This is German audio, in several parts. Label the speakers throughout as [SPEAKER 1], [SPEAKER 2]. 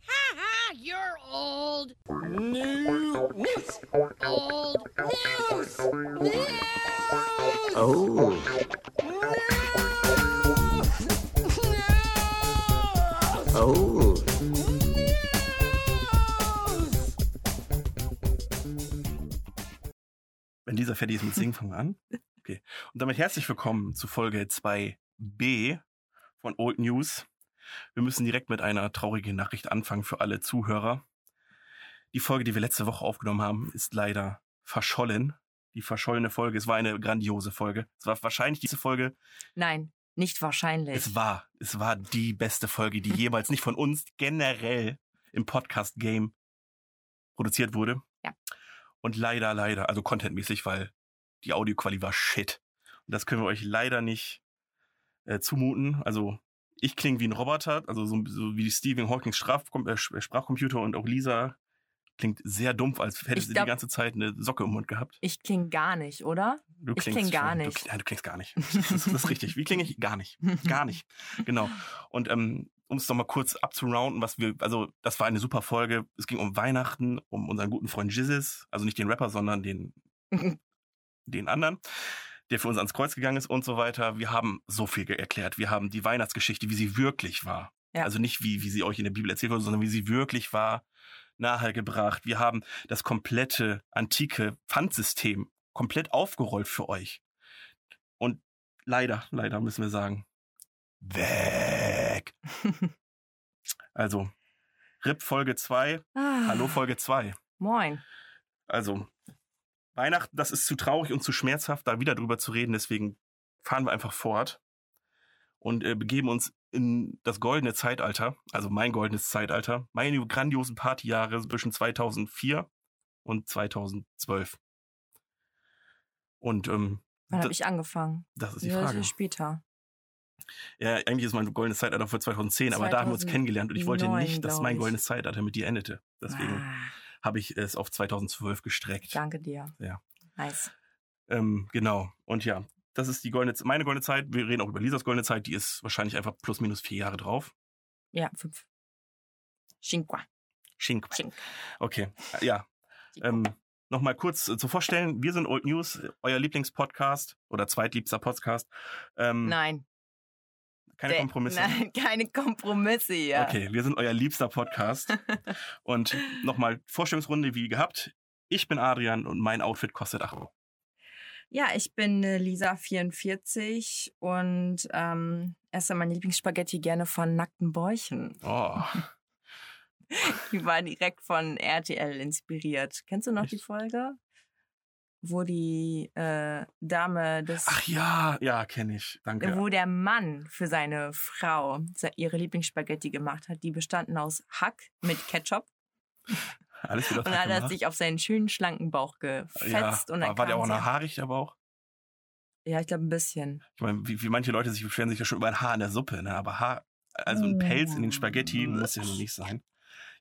[SPEAKER 1] old news. Old news. News.
[SPEAKER 2] Oh.
[SPEAKER 1] News.
[SPEAKER 2] Oh.
[SPEAKER 1] News.
[SPEAKER 3] Wenn dieser fertig ist mit Singen, fangen wir an. Okay. Und damit herzlich willkommen zu Folge 2b von Old News. Wir müssen direkt mit einer traurigen Nachricht anfangen für alle Zuhörer. Die Folge, die wir letzte Woche aufgenommen haben, ist leider verschollen. Die verschollene Folge. Es war eine grandiose Folge. Es war wahrscheinlich diese Folge.
[SPEAKER 4] Nein, nicht wahrscheinlich.
[SPEAKER 3] Es war, es war die beste Folge, die jeweils nicht von uns generell im Podcast Game produziert wurde.
[SPEAKER 4] Ja.
[SPEAKER 3] Und leider, leider, also contentmäßig, weil die Audioquali war shit. Und das können wir euch leider nicht äh, zumuten. Also ich klinge wie ein Roboter, also so, so wie Stephen Hawkings Strafkom äh, Sch- Sprachcomputer und auch Lisa klingt sehr dumpf, als hätte
[SPEAKER 4] Ich
[SPEAKER 3] sie die
[SPEAKER 4] glaub-
[SPEAKER 3] ganze Zeit eine Socke im Mund gehabt.
[SPEAKER 4] Ich kling gar nicht, oder?
[SPEAKER 3] Du
[SPEAKER 4] Ich kling gar
[SPEAKER 3] schon-
[SPEAKER 4] nicht.
[SPEAKER 3] Du, kli- nein, du klingst gar nicht. Das ist, das ist richtig. Wie klinge ich? Gar nicht. Gar nicht. Genau. Und ähm, um es nochmal kurz abzurounden, was wir, also das war eine super Folge. Es ging um Weihnachten, um unseren guten Freund Jizzes, also nicht den Rapper, sondern den, den anderen, der für uns ans Kreuz gegangen ist und so weiter. Wir haben so viel ge- erklärt. Wir haben die Weihnachtsgeschichte, wie sie wirklich war.
[SPEAKER 4] Ja.
[SPEAKER 3] Also nicht wie, wie sie euch in der Bibel erzählt wurde, sondern wie sie wirklich war, nahegebracht. Wir haben das komplette antike Pfandsystem komplett aufgerollt für euch. Und leider, leider müssen wir sagen, weg. Also, RIP Folge 2,
[SPEAKER 4] Ah,
[SPEAKER 3] Hallo Folge 2.
[SPEAKER 4] Moin.
[SPEAKER 3] Also, Weihnachten, das ist zu traurig und zu schmerzhaft, da wieder drüber zu reden, deswegen fahren wir einfach fort und äh, begeben uns in das goldene Zeitalter, also mein goldenes Zeitalter, meine grandiosen Partyjahre zwischen 2004 und 2012. Und ähm,
[SPEAKER 4] Wann
[SPEAKER 3] da-
[SPEAKER 4] habe ich angefangen?
[SPEAKER 3] das ist die
[SPEAKER 4] Ja,
[SPEAKER 3] Frage.
[SPEAKER 4] Später.
[SPEAKER 3] Ja, eigentlich ist mein goldenes Zeitalter vor 2010, aber da haben wir uns
[SPEAKER 4] 2009,
[SPEAKER 3] kennengelernt und ich wollte nicht, dass
[SPEAKER 4] glaub
[SPEAKER 3] mein
[SPEAKER 4] ich.
[SPEAKER 3] goldenes Zeitalter mit dir endete. Deswegen
[SPEAKER 4] Ah,
[SPEAKER 3] habe ich es auf 2012 gestreckt.
[SPEAKER 4] danke dir.
[SPEAKER 3] Ja.
[SPEAKER 4] Nice.
[SPEAKER 3] Ähm, genau. Und ja, das ist die goldene, Z- meine goldene Zeit. Wir reden auch über Lisas goldene Zeit. Die ist wahrscheinlich einfach plus minus vier Jahre drauf.
[SPEAKER 4] Ja, fünf. Cinque.
[SPEAKER 3] Schink.
[SPEAKER 4] Schink.
[SPEAKER 3] Okay. äh, Ja. Ähm, Nochmal kurz äh, zu vorstellen. Wir sind Old News, äh, euer Lieblingspodcast oder zweitliebster Podcast. Ähm,
[SPEAKER 4] Nein.
[SPEAKER 3] keine
[SPEAKER 4] der-
[SPEAKER 3] Kompromisse.
[SPEAKER 4] Nein, keine Kompromisse hier.
[SPEAKER 3] Okay, wir sind euer liebster Podcast. und nochmal Vorstellungsrunde wie gehabt. Ich bin Adrian und mein Outfit kostet 8 Euro.
[SPEAKER 4] Ja, ich bin äh, Lisa 44 und ähm, esse meine Lieblingsspaghetti gerne von nackten Bäuchen.
[SPEAKER 3] Oh,
[SPEAKER 4] Die war direkt von RTL inspiriert. Kennst du noch die Folge? Wo die äh, Dame des.
[SPEAKER 3] ach ja, ja, kenne ich. Danke.
[SPEAKER 4] Wo der Mann für seine Frau se- ihre Lieblingsspaghetti gemacht hat. Die bestanden aus Hack mit Ketchup.
[SPEAKER 3] Alles wieder
[SPEAKER 4] Und dann hat er sich auf seinen schönen, schlanken Bauch gefetzt.
[SPEAKER 3] ja,
[SPEAKER 4] und dann
[SPEAKER 3] war der
[SPEAKER 4] kam
[SPEAKER 3] auch
[SPEAKER 4] sie-
[SPEAKER 3] noch haarig, aber auch.
[SPEAKER 4] Ja, ich glaube, ein bisschen.
[SPEAKER 3] Ich meine, wie, wie manche Leute sich beschweren sich ja schon über ein Haar in der Suppe, ne? Aber Haar, also ein Pelz in den Spaghetti
[SPEAKER 4] Mm.
[SPEAKER 3] muss ja nun nicht sein.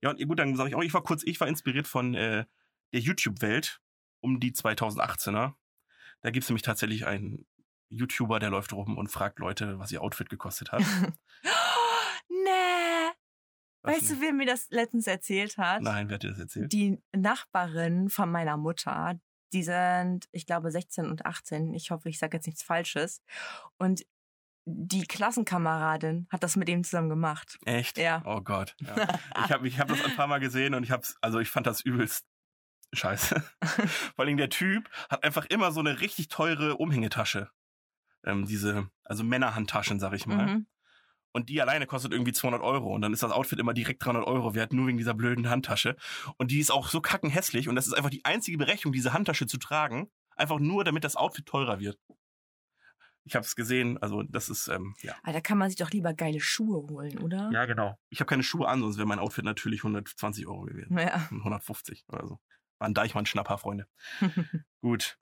[SPEAKER 3] Ja, und äh, gut, dann sage ich auch, ich war kurz, ich war inspiriert von äh, der YouTube-Welt um die 2018er. Da gibt es nämlich tatsächlich einen YouTuber, der läuft rum und fragt Leute, was ihr Outfit gekostet hat.
[SPEAKER 4] nee!
[SPEAKER 3] Was
[SPEAKER 4] Weißt du,
[SPEAKER 3] denn?
[SPEAKER 4] wer mir das letztens erzählt hat?
[SPEAKER 3] Nein, wer hat dir das erzählt?
[SPEAKER 4] Die Nachbarin von meiner Mutter, die sind, ich glaube, 16 und 18. Ich hoffe, ich sage jetzt nichts Falsches. Und die Klassenkameradin hat das mit ihm zusammen gemacht.
[SPEAKER 3] Echt?
[SPEAKER 4] Ja.
[SPEAKER 3] Oh Gott. Ja. Ich habe ich hab das ein paar Mal gesehen und ich hab's, also ich fand das übelst scheiße. Vor allem der Typ hat einfach immer so eine richtig teure Umhängetasche. Ähm, diese, also Männerhandtaschen, sag ich mal.
[SPEAKER 4] Mhm.
[SPEAKER 3] Und die alleine kostet irgendwie 200 Euro. Und dann ist das Outfit immer direkt 300 Euro wert, nur wegen dieser blöden Handtasche. Und die ist auch so kackenhässlich. Und das ist einfach die einzige Berechnung, diese Handtasche zu tragen. Einfach nur, damit das Outfit teurer wird. Ich habe es gesehen. Also das ist, ähm, ja.
[SPEAKER 4] Aber da kann man sich doch lieber geile Schuhe holen, oder?
[SPEAKER 3] Ja, genau. Ich habe keine Schuhe an, sonst wäre mein Outfit natürlich 120 Euro gewesen.
[SPEAKER 4] Ja.
[SPEAKER 3] 150 oder so. War ein Deichmann-Schnapper, Freunde. Gut.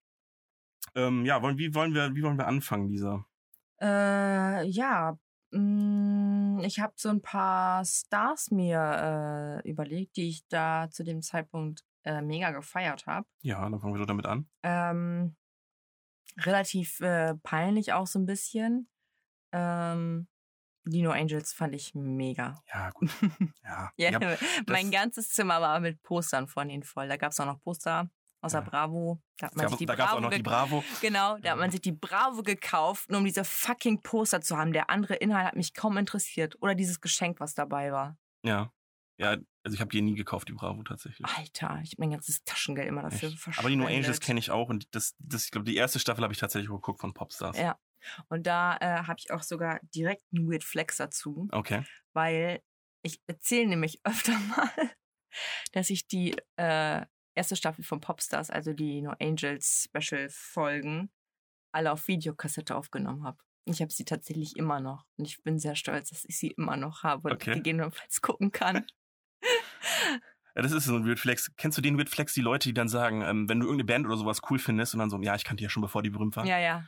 [SPEAKER 3] Ähm, ja, wollen, wie, wollen wir, wie wollen wir anfangen, Lisa?
[SPEAKER 4] Äh, ja, mm, ich habe so ein paar Stars mir äh, überlegt, die ich da zu dem Zeitpunkt äh, mega gefeiert habe.
[SPEAKER 3] Ja, dann fangen wir doch damit an.
[SPEAKER 4] Ähm, relativ äh, peinlich auch so ein bisschen. Ähm, Dino Angels fand ich mega.
[SPEAKER 3] Ja, gut. Ja.
[SPEAKER 4] Ja,
[SPEAKER 3] Ich hab-
[SPEAKER 4] mein ganzes Zimmer war mit Postern von ihnen voll. Da gab es auch noch Poster außer
[SPEAKER 3] Ja.
[SPEAKER 4] Bravo. Da hat man
[SPEAKER 3] gab,
[SPEAKER 4] sich die
[SPEAKER 3] Ah. da gab es
[SPEAKER 4] Bravo
[SPEAKER 3] auch noch die
[SPEAKER 4] gek-
[SPEAKER 3] Bravo.
[SPEAKER 4] Genau, da
[SPEAKER 3] Ja.
[SPEAKER 4] hat man sich die Bravo gekauft, nur um diese fucking Poster zu haben. Der andere Inhalt hat mich kaum interessiert. Oder dieses Geschenk, was dabei war.
[SPEAKER 3] Ja. Ja, also ich habe die nie gekauft, die Bravo tatsächlich.
[SPEAKER 4] Alter, ich habe mein ganzes Taschengeld immer dafür verschwendet.
[SPEAKER 3] Aber die New Angels kenne ich auch und das, das ich glaube, die erste Staffel habe ich tatsächlich geguckt von Popstars.
[SPEAKER 4] Ja. Und da äh, habe ich auch sogar direkt einen Weird Flex dazu,
[SPEAKER 3] Okay.
[SPEAKER 4] weil ich erzähle nämlich öfter mal, dass ich die äh, erste Staffel von Popstars, also die No Angels Special Folgen, alle auf Videokassette aufgenommen habe. Ich habe sie tatsächlich immer noch und ich bin sehr stolz, dass ich sie immer noch habe und
[SPEAKER 3] Okay.
[SPEAKER 4] gegebenenfalls gucken kann.
[SPEAKER 3] Ja, das ist so ein Weird Flex. Kennst du den Weird Flex, die Leute, die dann sagen, ähm, wenn du irgendeine Band oder sowas cool findest und dann so, ja, ich kannte die ja schon bevor die berühmt waren.
[SPEAKER 4] ja, ja.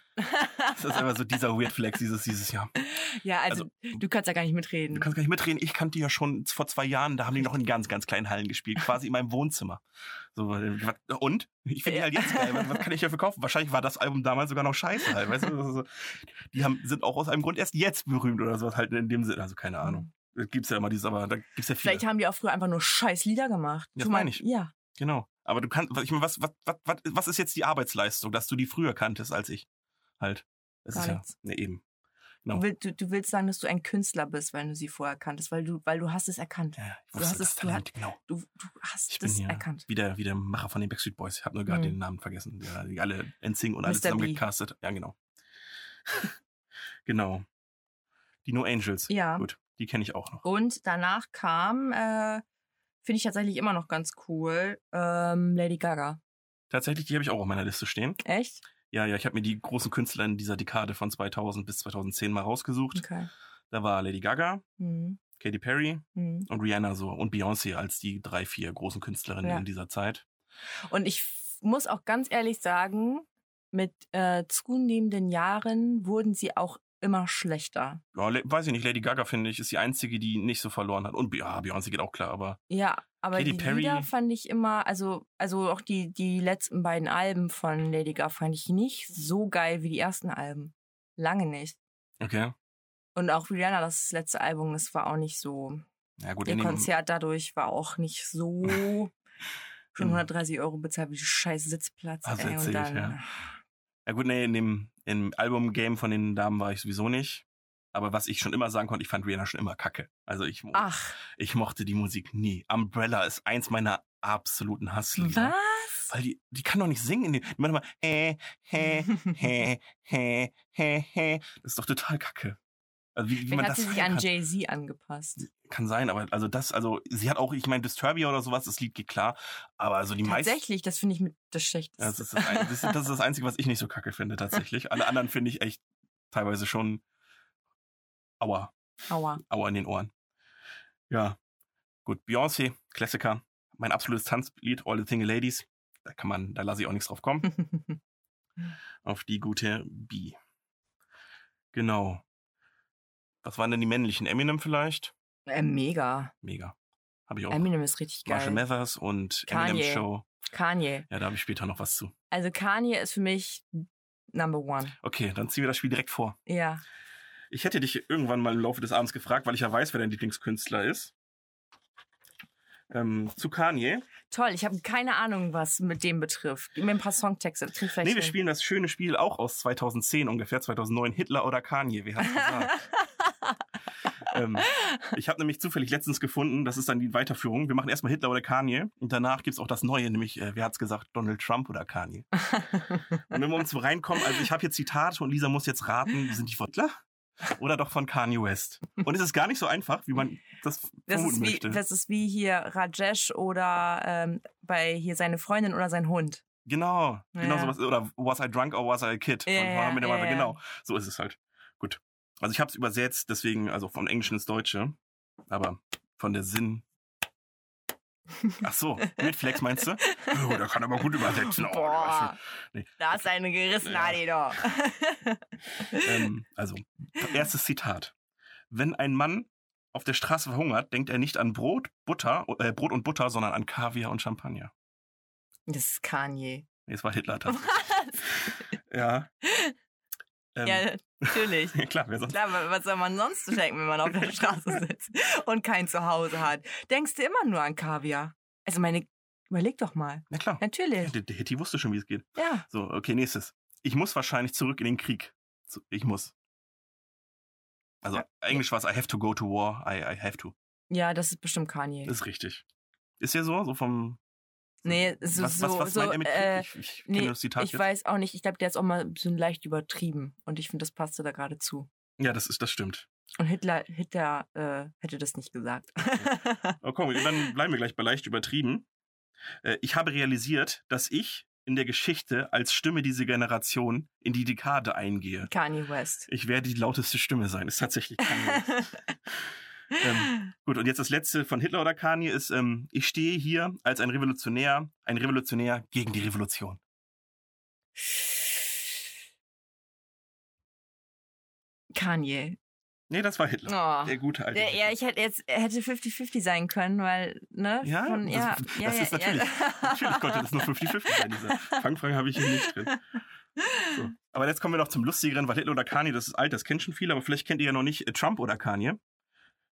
[SPEAKER 3] Das ist einfach so dieser Weird Flex dieses, dieses Jahr.
[SPEAKER 4] ja, also, du kannst ja gar nicht mitreden.
[SPEAKER 3] Du kannst gar nicht mitreden. Ich kannte die ja schon vor zwei Jahren. Da haben die noch in ganz, ganz kleinen Hallen gespielt. Quasi in meinem Wohnzimmer. So, äh, was- und? Ich finde die
[SPEAKER 4] Ja.
[SPEAKER 3] halt jetzt geil. Was, was kann ich dafür kaufen? Wahrscheinlich war das Album damals sogar noch scheiße halt. Weißt du? das ist so, Die haben, sind auch aus einem Grund erst jetzt berühmt oder sowas halt in dem Sinne. Also keine Ahnung. Es Gibt's ja immer dieses, aber da gibt's ja viele.
[SPEAKER 4] Vielleicht haben die auch früher einfach nur scheiß Lieder gemacht.
[SPEAKER 3] Ja,
[SPEAKER 4] Zu
[SPEAKER 3] meine
[SPEAKER 4] meinem-
[SPEAKER 3] ich.
[SPEAKER 4] Ja,
[SPEAKER 3] Genau. Aber du kannst, ich meine, was, was, was, was, was ist jetzt die Arbeitsleistung, dass du die früher kanntest als ich? Halt. Das
[SPEAKER 4] Gar
[SPEAKER 3] ist ja,
[SPEAKER 4] nichts.
[SPEAKER 3] ne, eben.
[SPEAKER 4] Du,
[SPEAKER 3] Genau.
[SPEAKER 4] willst, du, du willst sagen, dass du ein Künstler bist, weil du sie vorher kanntest, weil du, weil du hast es erkannt.
[SPEAKER 3] Ja, ich
[SPEAKER 4] Du
[SPEAKER 3] wusste
[SPEAKER 4] hast
[SPEAKER 3] das
[SPEAKER 4] es
[SPEAKER 3] Talent, genau.
[SPEAKER 4] Du, du hast
[SPEAKER 3] Ich bin
[SPEAKER 4] es
[SPEAKER 3] ja
[SPEAKER 4] erkannt.
[SPEAKER 3] Wie der, wie der Macher von den Backstreet Boys. Ich habe nur gerade
[SPEAKER 4] Mhm.
[SPEAKER 3] den Namen vergessen. Ja, die alle NSYNC und alle
[SPEAKER 4] Mr.
[SPEAKER 3] zusammen
[SPEAKER 4] B.
[SPEAKER 3] gecastet. Ja, genau. genau. Die No Angels.
[SPEAKER 4] Ja.
[SPEAKER 3] Gut, die kenne ich auch noch.
[SPEAKER 4] Und danach kam, äh, finde ich tatsächlich immer noch ganz cool, ähm, Lady Gaga.
[SPEAKER 3] Tatsächlich, die habe ich auch auf meiner Liste stehen.
[SPEAKER 4] Echt?
[SPEAKER 3] Ja, ja, ich habe mir die großen Künstler in dieser Dekade von 2000 bis 2010 mal rausgesucht.
[SPEAKER 4] Okay.
[SPEAKER 3] Da war Lady Gaga,
[SPEAKER 4] Mhm.
[SPEAKER 3] Katy Perry
[SPEAKER 4] Mhm.
[SPEAKER 3] und Rihanna so und Beyoncé als die drei, vier großen Künstlerinnen
[SPEAKER 4] Ja.
[SPEAKER 3] in dieser Zeit.
[SPEAKER 4] Und ich f- muss auch ganz ehrlich sagen, mit äh, zunehmenden Jahren wurden sie auch immer schlechter.
[SPEAKER 3] Ja, le- weiß ich nicht, Lady Gaga, finde ich, ist die einzige, die nicht so verloren hat. Und Be- ja, Beyoncé geht auch klar, aber
[SPEAKER 4] Ja, aber
[SPEAKER 3] Katy
[SPEAKER 4] die
[SPEAKER 3] Perry-
[SPEAKER 4] Lieder fand ich immer, also, also auch die, die letzten beiden Alben von Lady Gaga fand ich nicht so geil wie die ersten Alben. Lange nicht.
[SPEAKER 3] okay.
[SPEAKER 4] Und auch Rihanna, das letzte Album, das war auch nicht so.
[SPEAKER 3] Ja, gut,
[SPEAKER 4] Ihr
[SPEAKER 3] in dem,
[SPEAKER 4] Konzert dadurch war auch nicht so. Schon
[SPEAKER 3] In-
[SPEAKER 4] 130 Euro bezahlt, wie scheiß Sitzplatz.
[SPEAKER 3] Hast du
[SPEAKER 4] ey, und
[SPEAKER 3] erzählt,
[SPEAKER 4] dann,
[SPEAKER 3] Ah, ja. ja, gut, nee, in dem, im Album-Game von den Damen war ich sowieso nicht. Aber was ich schon immer sagen konnte, ich fand Rihanna schon immer kacke. Also ich, mo-
[SPEAKER 4] Ach,
[SPEAKER 3] ich mochte die Musik nie. Umbrella ist eins meiner absoluten Hasslieder.
[SPEAKER 4] was?
[SPEAKER 3] Weil die, die kann doch nicht singen. in den- Die macht immer, hä, hä, hä, hä, hä, hä. Das ist doch total kacke. Also wie, wie
[SPEAKER 4] Vielleicht
[SPEAKER 3] man
[SPEAKER 4] hat
[SPEAKER 3] das
[SPEAKER 4] sie sich
[SPEAKER 3] hören
[SPEAKER 4] an
[SPEAKER 3] kann.
[SPEAKER 4] Jay-Z angepasst.
[SPEAKER 3] Kann sein, aber also das, also sie hat auch, ich meine, Disturbia oder sowas, das Lied geht klar, aber also die Also meisten.
[SPEAKER 4] Tatsächlich, das finde ich mit das
[SPEAKER 3] Ja, Das
[SPEAKER 4] Schlechteste.
[SPEAKER 3] ist das, ein, das, ist, das ist das Einzige, was ich nicht so kacke finde, tatsächlich. Alle anderen finde ich echt teilweise schon Aua,
[SPEAKER 4] Aua.
[SPEAKER 3] Aua in den Ohren. Ja, gut. Beyoncé, Klassiker. Mein absolutes Tanzlied, All the Single Ladies. Da kann man, da lasse ich auch nichts drauf
[SPEAKER 4] Hm.
[SPEAKER 3] kommen. Auf die gute B. Genau. Was waren denn die männlichen? Eminem vielleicht?
[SPEAKER 4] äh, mega.
[SPEAKER 3] Mega. Habe ich auch.
[SPEAKER 4] Eminem ist richtig geil.
[SPEAKER 3] Marshall Mathers und Eminem
[SPEAKER 4] Kanye.
[SPEAKER 3] Show.
[SPEAKER 4] Kanye.
[SPEAKER 3] Ja, da habe ich später noch was zu.
[SPEAKER 4] Also Kanye ist für mich Number One.
[SPEAKER 3] Okay, dann ziehen wir das Spiel direkt vor.
[SPEAKER 4] Ja.
[SPEAKER 3] Ich hätte dich irgendwann mal im Laufe des Abends gefragt, weil ich ja weiß, wer dein Lieblingskünstler ist. Ähm, zu Kanye.
[SPEAKER 4] Toll, ich habe keine Ahnung, was mit dem betrifft. Gib mir ein paar Songtexte. Das krieg ich vielleicht
[SPEAKER 3] Nee, wir
[SPEAKER 4] hin.
[SPEAKER 3] spielen das schöne Spiel auch aus 2010, ungefähr 2009. Hitler oder Kanye, wer hat's gesagt? ähm, ich habe nämlich zufällig letztens gefunden, das ist dann die Weiterführung. Wir machen erstmal Hitler oder Kanye und danach gibt's auch das Neue, nämlich, äh, wer hat's gesagt, Donald Trump oder Kanye. und wenn wir uns so reinkommen, also ich habe hier Zitate und Lisa muss jetzt raten, sind die von Hitler oder doch von Kanye West? Und es ist gar nicht so einfach, wie man das
[SPEAKER 4] das,
[SPEAKER 3] vermuten
[SPEAKER 4] ist wie,
[SPEAKER 3] möchte.
[SPEAKER 4] das ist wie hier Rajesh oder ähm, bei hier seine Freundin oder sein Hund.
[SPEAKER 3] Genau, genau
[SPEAKER 4] Ja.
[SPEAKER 3] sowas. Oder was I drunk or was I a kid?
[SPEAKER 4] Ja,
[SPEAKER 3] von
[SPEAKER 4] ja,
[SPEAKER 3] Mohammed
[SPEAKER 4] ja,
[SPEAKER 3] Ababa,
[SPEAKER 4] ja.
[SPEAKER 3] Genau, so ist es halt. Gut. Also ich habe es übersetzt, deswegen, also vom Englischen ins Deutsche. Aber von der Sinn. Ach so, mit Flex meinst du? Oh, der kann aber gut übersetzen. Oh, der war
[SPEAKER 4] Boah,
[SPEAKER 3] Nee.
[SPEAKER 4] da ist eine gerissene
[SPEAKER 3] Ja.
[SPEAKER 4] Adido.
[SPEAKER 3] schön. ähm, also, erstes Zitat. Wenn ein Mann auf der Straße verhungert, denkt er nicht an Brot, Butter, äh, Brot und Butter, sondern an Kaviar und Champagner.
[SPEAKER 4] Das ist Kanye.
[SPEAKER 3] Nee, es war Hitler tatsächlich. ja. Ähm,
[SPEAKER 4] Ja, natürlich.
[SPEAKER 3] ja, klar, wer sonst?
[SPEAKER 4] Klar, wa- was soll man sonst denken, wenn man auf der Straße sitzt und kein Zuhause hat? Denkst du immer nur an Kaviar? Also meine, überleg doch mal.
[SPEAKER 3] Na klar.
[SPEAKER 4] Natürlich,
[SPEAKER 3] Der, der Hitty wusste schon, wie es geht.
[SPEAKER 4] ja.
[SPEAKER 3] So, okay, nächstes. Ich muss wahrscheinlich zurück in den Krieg. So, Ich muss. Also, Englisch war es I have to go to war. I, I have to.
[SPEAKER 4] Ja, das ist bestimmt Kanye.
[SPEAKER 3] Das ist richtig. Ist ja so, so vom.
[SPEAKER 4] Nee, so-
[SPEAKER 3] was,
[SPEAKER 4] so-
[SPEAKER 3] was, was
[SPEAKER 4] so,
[SPEAKER 3] meint er mit Krieg?
[SPEAKER 4] äh,
[SPEAKER 3] ich ich kenne
[SPEAKER 4] Nee,
[SPEAKER 3] das Zitat
[SPEAKER 4] ich
[SPEAKER 3] jetzt.
[SPEAKER 4] weiß auch nicht. Ich glaube, der ist auch mal so leicht übertrieben. Und ich finde, das passte da gerade zu.
[SPEAKER 3] Ja, das, ist, das stimmt.
[SPEAKER 4] Und Hitler, Hitler äh, hätte das nicht gesagt.
[SPEAKER 3] Oh, komm, dann bleiben wir gleich bei leicht übertrieben. Äh, Ich habe realisiert, dass ich in der Geschichte als Stimme dieser Generation in die Dekade eingehe.
[SPEAKER 4] Kanye West.
[SPEAKER 3] Ich werde die lauteste Stimme sein. Ist tatsächlich Kanye. Ähm, Gut, und jetzt das letzte von Hitler oder Kanye ist, ähm, ich stehe hier als ein Revolutionär, ein Revolutionär gegen die Revolution.
[SPEAKER 4] Kanye.
[SPEAKER 3] Nee, das war Hitler.
[SPEAKER 4] Oh.
[SPEAKER 3] Der gute alte.
[SPEAKER 4] Ja,
[SPEAKER 3] Hitler.
[SPEAKER 4] ja, ich hätte jetzt hätte 50-50 sein können, weil, ne?
[SPEAKER 3] Ja,
[SPEAKER 4] von,
[SPEAKER 3] das-
[SPEAKER 4] ja,
[SPEAKER 3] das
[SPEAKER 4] ja,
[SPEAKER 3] ist
[SPEAKER 4] ja,
[SPEAKER 3] natürlich-
[SPEAKER 4] Ja.
[SPEAKER 3] Natürlich konnte das nur 50-50 sein. Diese Fangfrage habe ich hier nicht drin. So. Aber jetzt kommen wir noch zum Lustigeren, weil Hitler oder Kanye, das ist alt, das kennt schon viele, aber vielleicht kennt ihr ja noch nicht äh, Trump oder Kanye.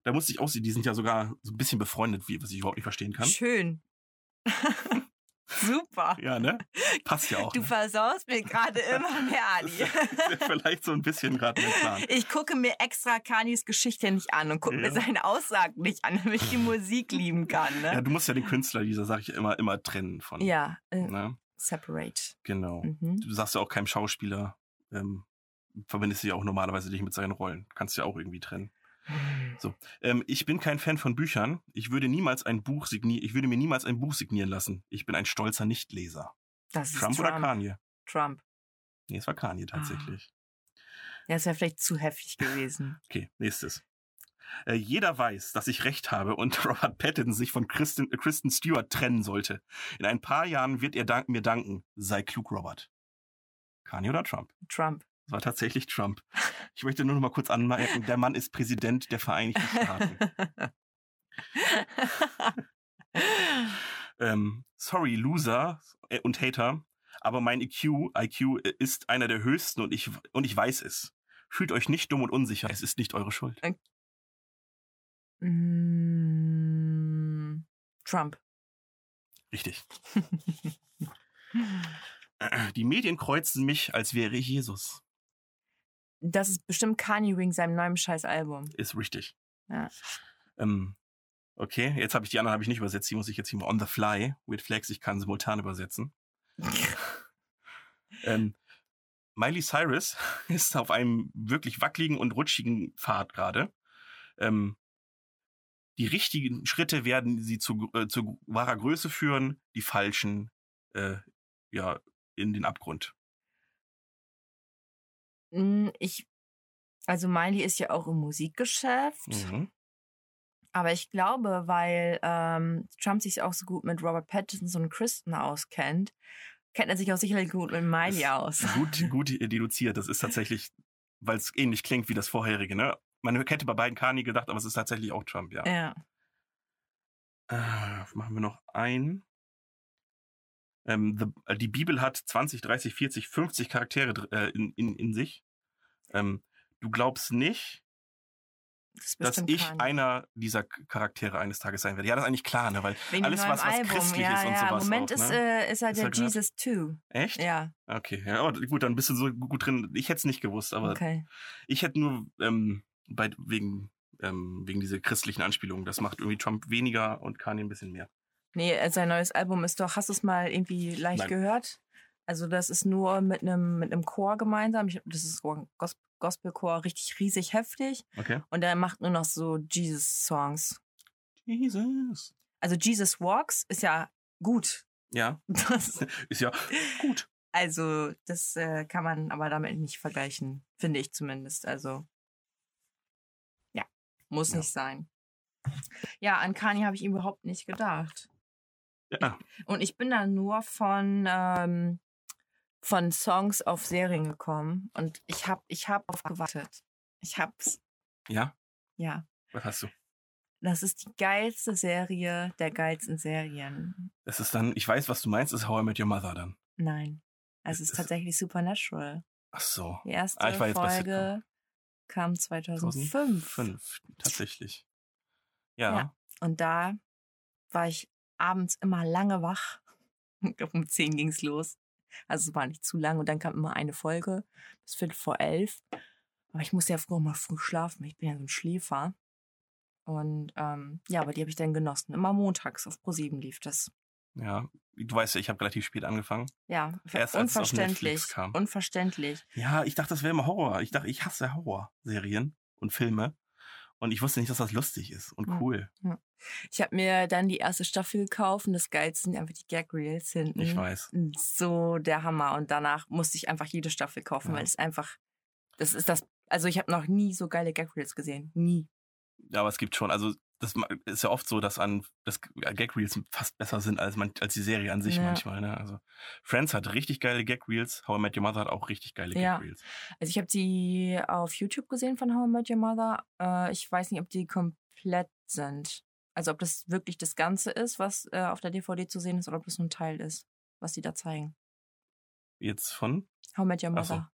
[SPEAKER 3] Da musste ich auch sehen, die sind ja sogar so ein bisschen befreundet, wie, was ich überhaupt nicht verstehen kann.
[SPEAKER 4] Schön. Super.
[SPEAKER 3] Ja, ne? Passt ja auch.
[SPEAKER 4] Du
[SPEAKER 3] ne?
[SPEAKER 4] versaust mir gerade immer mehr,
[SPEAKER 3] Das
[SPEAKER 4] Ali.
[SPEAKER 3] ist ja vielleicht so ein bisschen gerade mein Plan.
[SPEAKER 4] Ich gucke mir extra Kanyes Geschichte nicht an und gucke mir
[SPEAKER 3] Ja.
[SPEAKER 4] seine Aussagen nicht an, damit ich die Musik lieben kann.
[SPEAKER 3] Ja,
[SPEAKER 4] Ne?
[SPEAKER 3] du musst ja den Künstler dieser, sag ich immer, immer trennen von.
[SPEAKER 4] Ja, äh,
[SPEAKER 3] Ne?
[SPEAKER 4] separate.
[SPEAKER 3] Genau.
[SPEAKER 4] Mhm.
[SPEAKER 3] Du sagst ja auch keinem Schauspieler, ähm, verbindest du ja auch normalerweise dich mit seinen Rollen. Kannst du ja auch irgendwie trennen. Ähm, ich bin kein Fan von Büchern. Ich würde niemals ein Buch signieren, ich würde mir niemals ein Buch signieren lassen. Ich bin ein stolzer Nichtleser.
[SPEAKER 4] Das ist
[SPEAKER 3] Trump,
[SPEAKER 4] Trump, Ah.
[SPEAKER 3] oder Kanye?
[SPEAKER 4] Trump.
[SPEAKER 3] Nee, es war Kanye tatsächlich.
[SPEAKER 4] Ja, ist ja vielleicht zu heftig gewesen.
[SPEAKER 3] Okay, nächstes. Äh, jeder weiß, dass ich recht habe und Robert Pattinson sich von Kristen, äh, Kristen Stewart trennen sollte. In ein paar Jahren wird er dank, mir danken. Sei klug, Robert. Kanye oder Trump?
[SPEAKER 4] Trump.
[SPEAKER 3] Es war tatsächlich Trump. Ich möchte nur noch mal kurz anmerken, der Mann ist Präsident der Vereinigten Staaten. Ähm, sorry, Loser äh, und Hater, aber mein IQ, IQ äh, ist einer der höchsten und ich, und ich weiß es. Fühlt euch nicht dumm und unsicher. Es ist nicht eure Schuld.
[SPEAKER 4] Mm, Trump.
[SPEAKER 3] Richtig. Die Medien kreuzen mich, als wäre ich Jesus.
[SPEAKER 4] Das ist bestimmt Kanye wegen seinem neuen Scheiß-Album.
[SPEAKER 3] Ist richtig.
[SPEAKER 4] Ja.
[SPEAKER 3] Ähm, okay, jetzt habe ich die anderen habe ich nicht übersetzt. Die muss ich jetzt hier mal on the fly. Weird Flags, ich kann simultan übersetzen. ähm, Miley Cyrus ist auf einem wirklich wackeligen und rutschigen Pfad gerade. Ähm, die richtigen Schritte werden sie zu, äh, zu wahrer Größe führen, die falschen äh, ja, in den Abgrund.
[SPEAKER 4] Mm, Ich, also Miley ist ja auch im Musikgeschäft,
[SPEAKER 3] Mhm.
[SPEAKER 4] aber ich glaube, weil ähm, Trump sich auch so gut mit Robert Pattinson und Kristen auskennt, kennt er sich auch sicherlich gut mit Miley
[SPEAKER 3] Ist
[SPEAKER 4] aus.
[SPEAKER 3] Gut, gut äh, deduziert. Das ist tatsächlich, weil es ähnlich klingt wie das vorherige. Ne? Man hätte bei beiden Kanye gedacht, aber es ist tatsächlich auch Trump, ja.
[SPEAKER 4] Ja.
[SPEAKER 3] Äh, machen wir noch ein. Ähm, the, äh, die Bibel hat 20, 30, 40, 50 Charaktere dr- äh, in, in, in sich. Ähm, du glaubst nicht,
[SPEAKER 4] Das ist
[SPEAKER 3] dass
[SPEAKER 4] bestimmt
[SPEAKER 3] ich
[SPEAKER 4] Kanye.
[SPEAKER 3] einer dieser K- Charaktere eines Tages sein werde. Ja, das ist eigentlich klar, ne? Weil,
[SPEAKER 4] Wegen dem
[SPEAKER 3] alles,
[SPEAKER 4] neuen
[SPEAKER 3] was- was christlich
[SPEAKER 4] ja,
[SPEAKER 3] ist und
[SPEAKER 4] ja, Im
[SPEAKER 3] sowas
[SPEAKER 4] Moment
[SPEAKER 3] auch,
[SPEAKER 4] ist,
[SPEAKER 3] ne?
[SPEAKER 4] äh, ist er
[SPEAKER 3] Ist
[SPEAKER 4] der
[SPEAKER 3] er grad-
[SPEAKER 4] Jesus 2.
[SPEAKER 3] echt?
[SPEAKER 4] Ja,
[SPEAKER 3] Okay, ja, aber gut, dann bist du so gut drin. Ich hätte es nicht gewusst, aber
[SPEAKER 4] okay.
[SPEAKER 3] Ich hätte nur ähm, bei, wegen, ähm, wegen dieser christlichen Anspielung. Das macht irgendwie Trump weniger und Kanye ein bisschen mehr.
[SPEAKER 4] Nee, äh, sein neues Album ist doch, hast du es mal irgendwie leicht
[SPEAKER 3] Nein.
[SPEAKER 4] gehört? Also das ist nur mit einem mit einem Chor gemeinsam. Ich, das ist so ein Gos Gospelchor, richtig riesig heftig.
[SPEAKER 3] Okay.
[SPEAKER 4] Und er macht nur noch so Jesus-Songs.
[SPEAKER 3] Jesus.
[SPEAKER 4] Also Jesus Walks ist ja gut.
[SPEAKER 3] Ja,
[SPEAKER 4] Das,
[SPEAKER 3] ist ja gut.
[SPEAKER 4] also das äh, kann man aber damit nicht vergleichen, finde ich zumindest. Also ja, muss
[SPEAKER 3] Ja.
[SPEAKER 4] nicht sein. Ja, an Kanye habe ich überhaupt nicht gedacht.
[SPEAKER 3] Ja.
[SPEAKER 4] Und ich bin da nur von, ähm, von Songs auf Serien gekommen. Und ich habe ich hab auf gewartet. Ich hab's,
[SPEAKER 3] ja,
[SPEAKER 4] ja.
[SPEAKER 3] was hast du?
[SPEAKER 4] Das ist die geilste Serie der geilsten Serien.
[SPEAKER 3] Das ist dann, ich weiß, was du meinst, ist How I Met Your Mother dann.
[SPEAKER 4] Nein. Es
[SPEAKER 3] Es
[SPEAKER 4] ist
[SPEAKER 3] ist-
[SPEAKER 4] tatsächlich Supernatural.
[SPEAKER 3] Ach so.
[SPEAKER 4] Die erste
[SPEAKER 3] Ah, ich war jetzt bei
[SPEAKER 4] Folge kam 2005.
[SPEAKER 3] Fünf, tatsächlich. Ja.
[SPEAKER 4] Ja. Und da war ich abends immer lange wach. Ich glaube, um 10 ging es los. Also es war nicht zu lang. Und dann kam immer eine Folge bis Viertel vor elf. Aber ich musste ja früher mal früh schlafen. Ich bin ja so ein Schläfer. Und ähm, ja, aber die habe ich dann genossen. Immer montags auf ProSieben lief das.
[SPEAKER 3] Ja. Du weißt ja, ich habe relativ spät angefangen.
[SPEAKER 4] Ja,
[SPEAKER 3] Erst als es auf Netflix
[SPEAKER 4] unverständlich.
[SPEAKER 3] kam.
[SPEAKER 4] Unverständlich.
[SPEAKER 3] Ja, ich dachte, das wäre immer Horror. Ich dachte, ich hasse Horrorserien und Filme. Und ich wusste nicht, dass das lustig ist und
[SPEAKER 4] Ja.
[SPEAKER 3] cool.
[SPEAKER 4] Ich habe mir dann die erste Staffel gekauft und das Geilste sind einfach die Gag Reels hinten.
[SPEAKER 3] Ich weiß.
[SPEAKER 4] so der Hammer. Und danach musste ich einfach jede Staffel kaufen,
[SPEAKER 3] Ja.
[SPEAKER 4] weil es einfach, das ist das, also ich habe noch nie so geile Gag Reels gesehen. Nie.
[SPEAKER 3] Ja, aber es gibt schon, also das ma- ist ja oft so, dass an dass Gag Reels fast besser sind als, man, als die Serie an sich
[SPEAKER 4] Ja.
[SPEAKER 3] manchmal. Ne? Also Friends hat richtig geile Gag Reels, How I Met Your Mother hat auch richtig geile
[SPEAKER 4] Ja.
[SPEAKER 3] Gag Reels.
[SPEAKER 4] Also ich habe die auf YouTube gesehen von How I Met Your Mother. Äh, ich weiß nicht, ob die komplett sind. Also ob das wirklich das Ganze ist, was äh, auf der DVD zu sehen ist, oder ob das nur ein Teil ist, was die da zeigen.
[SPEAKER 3] Jetzt von
[SPEAKER 4] How I Met Your
[SPEAKER 3] Ach so.
[SPEAKER 4] Mother.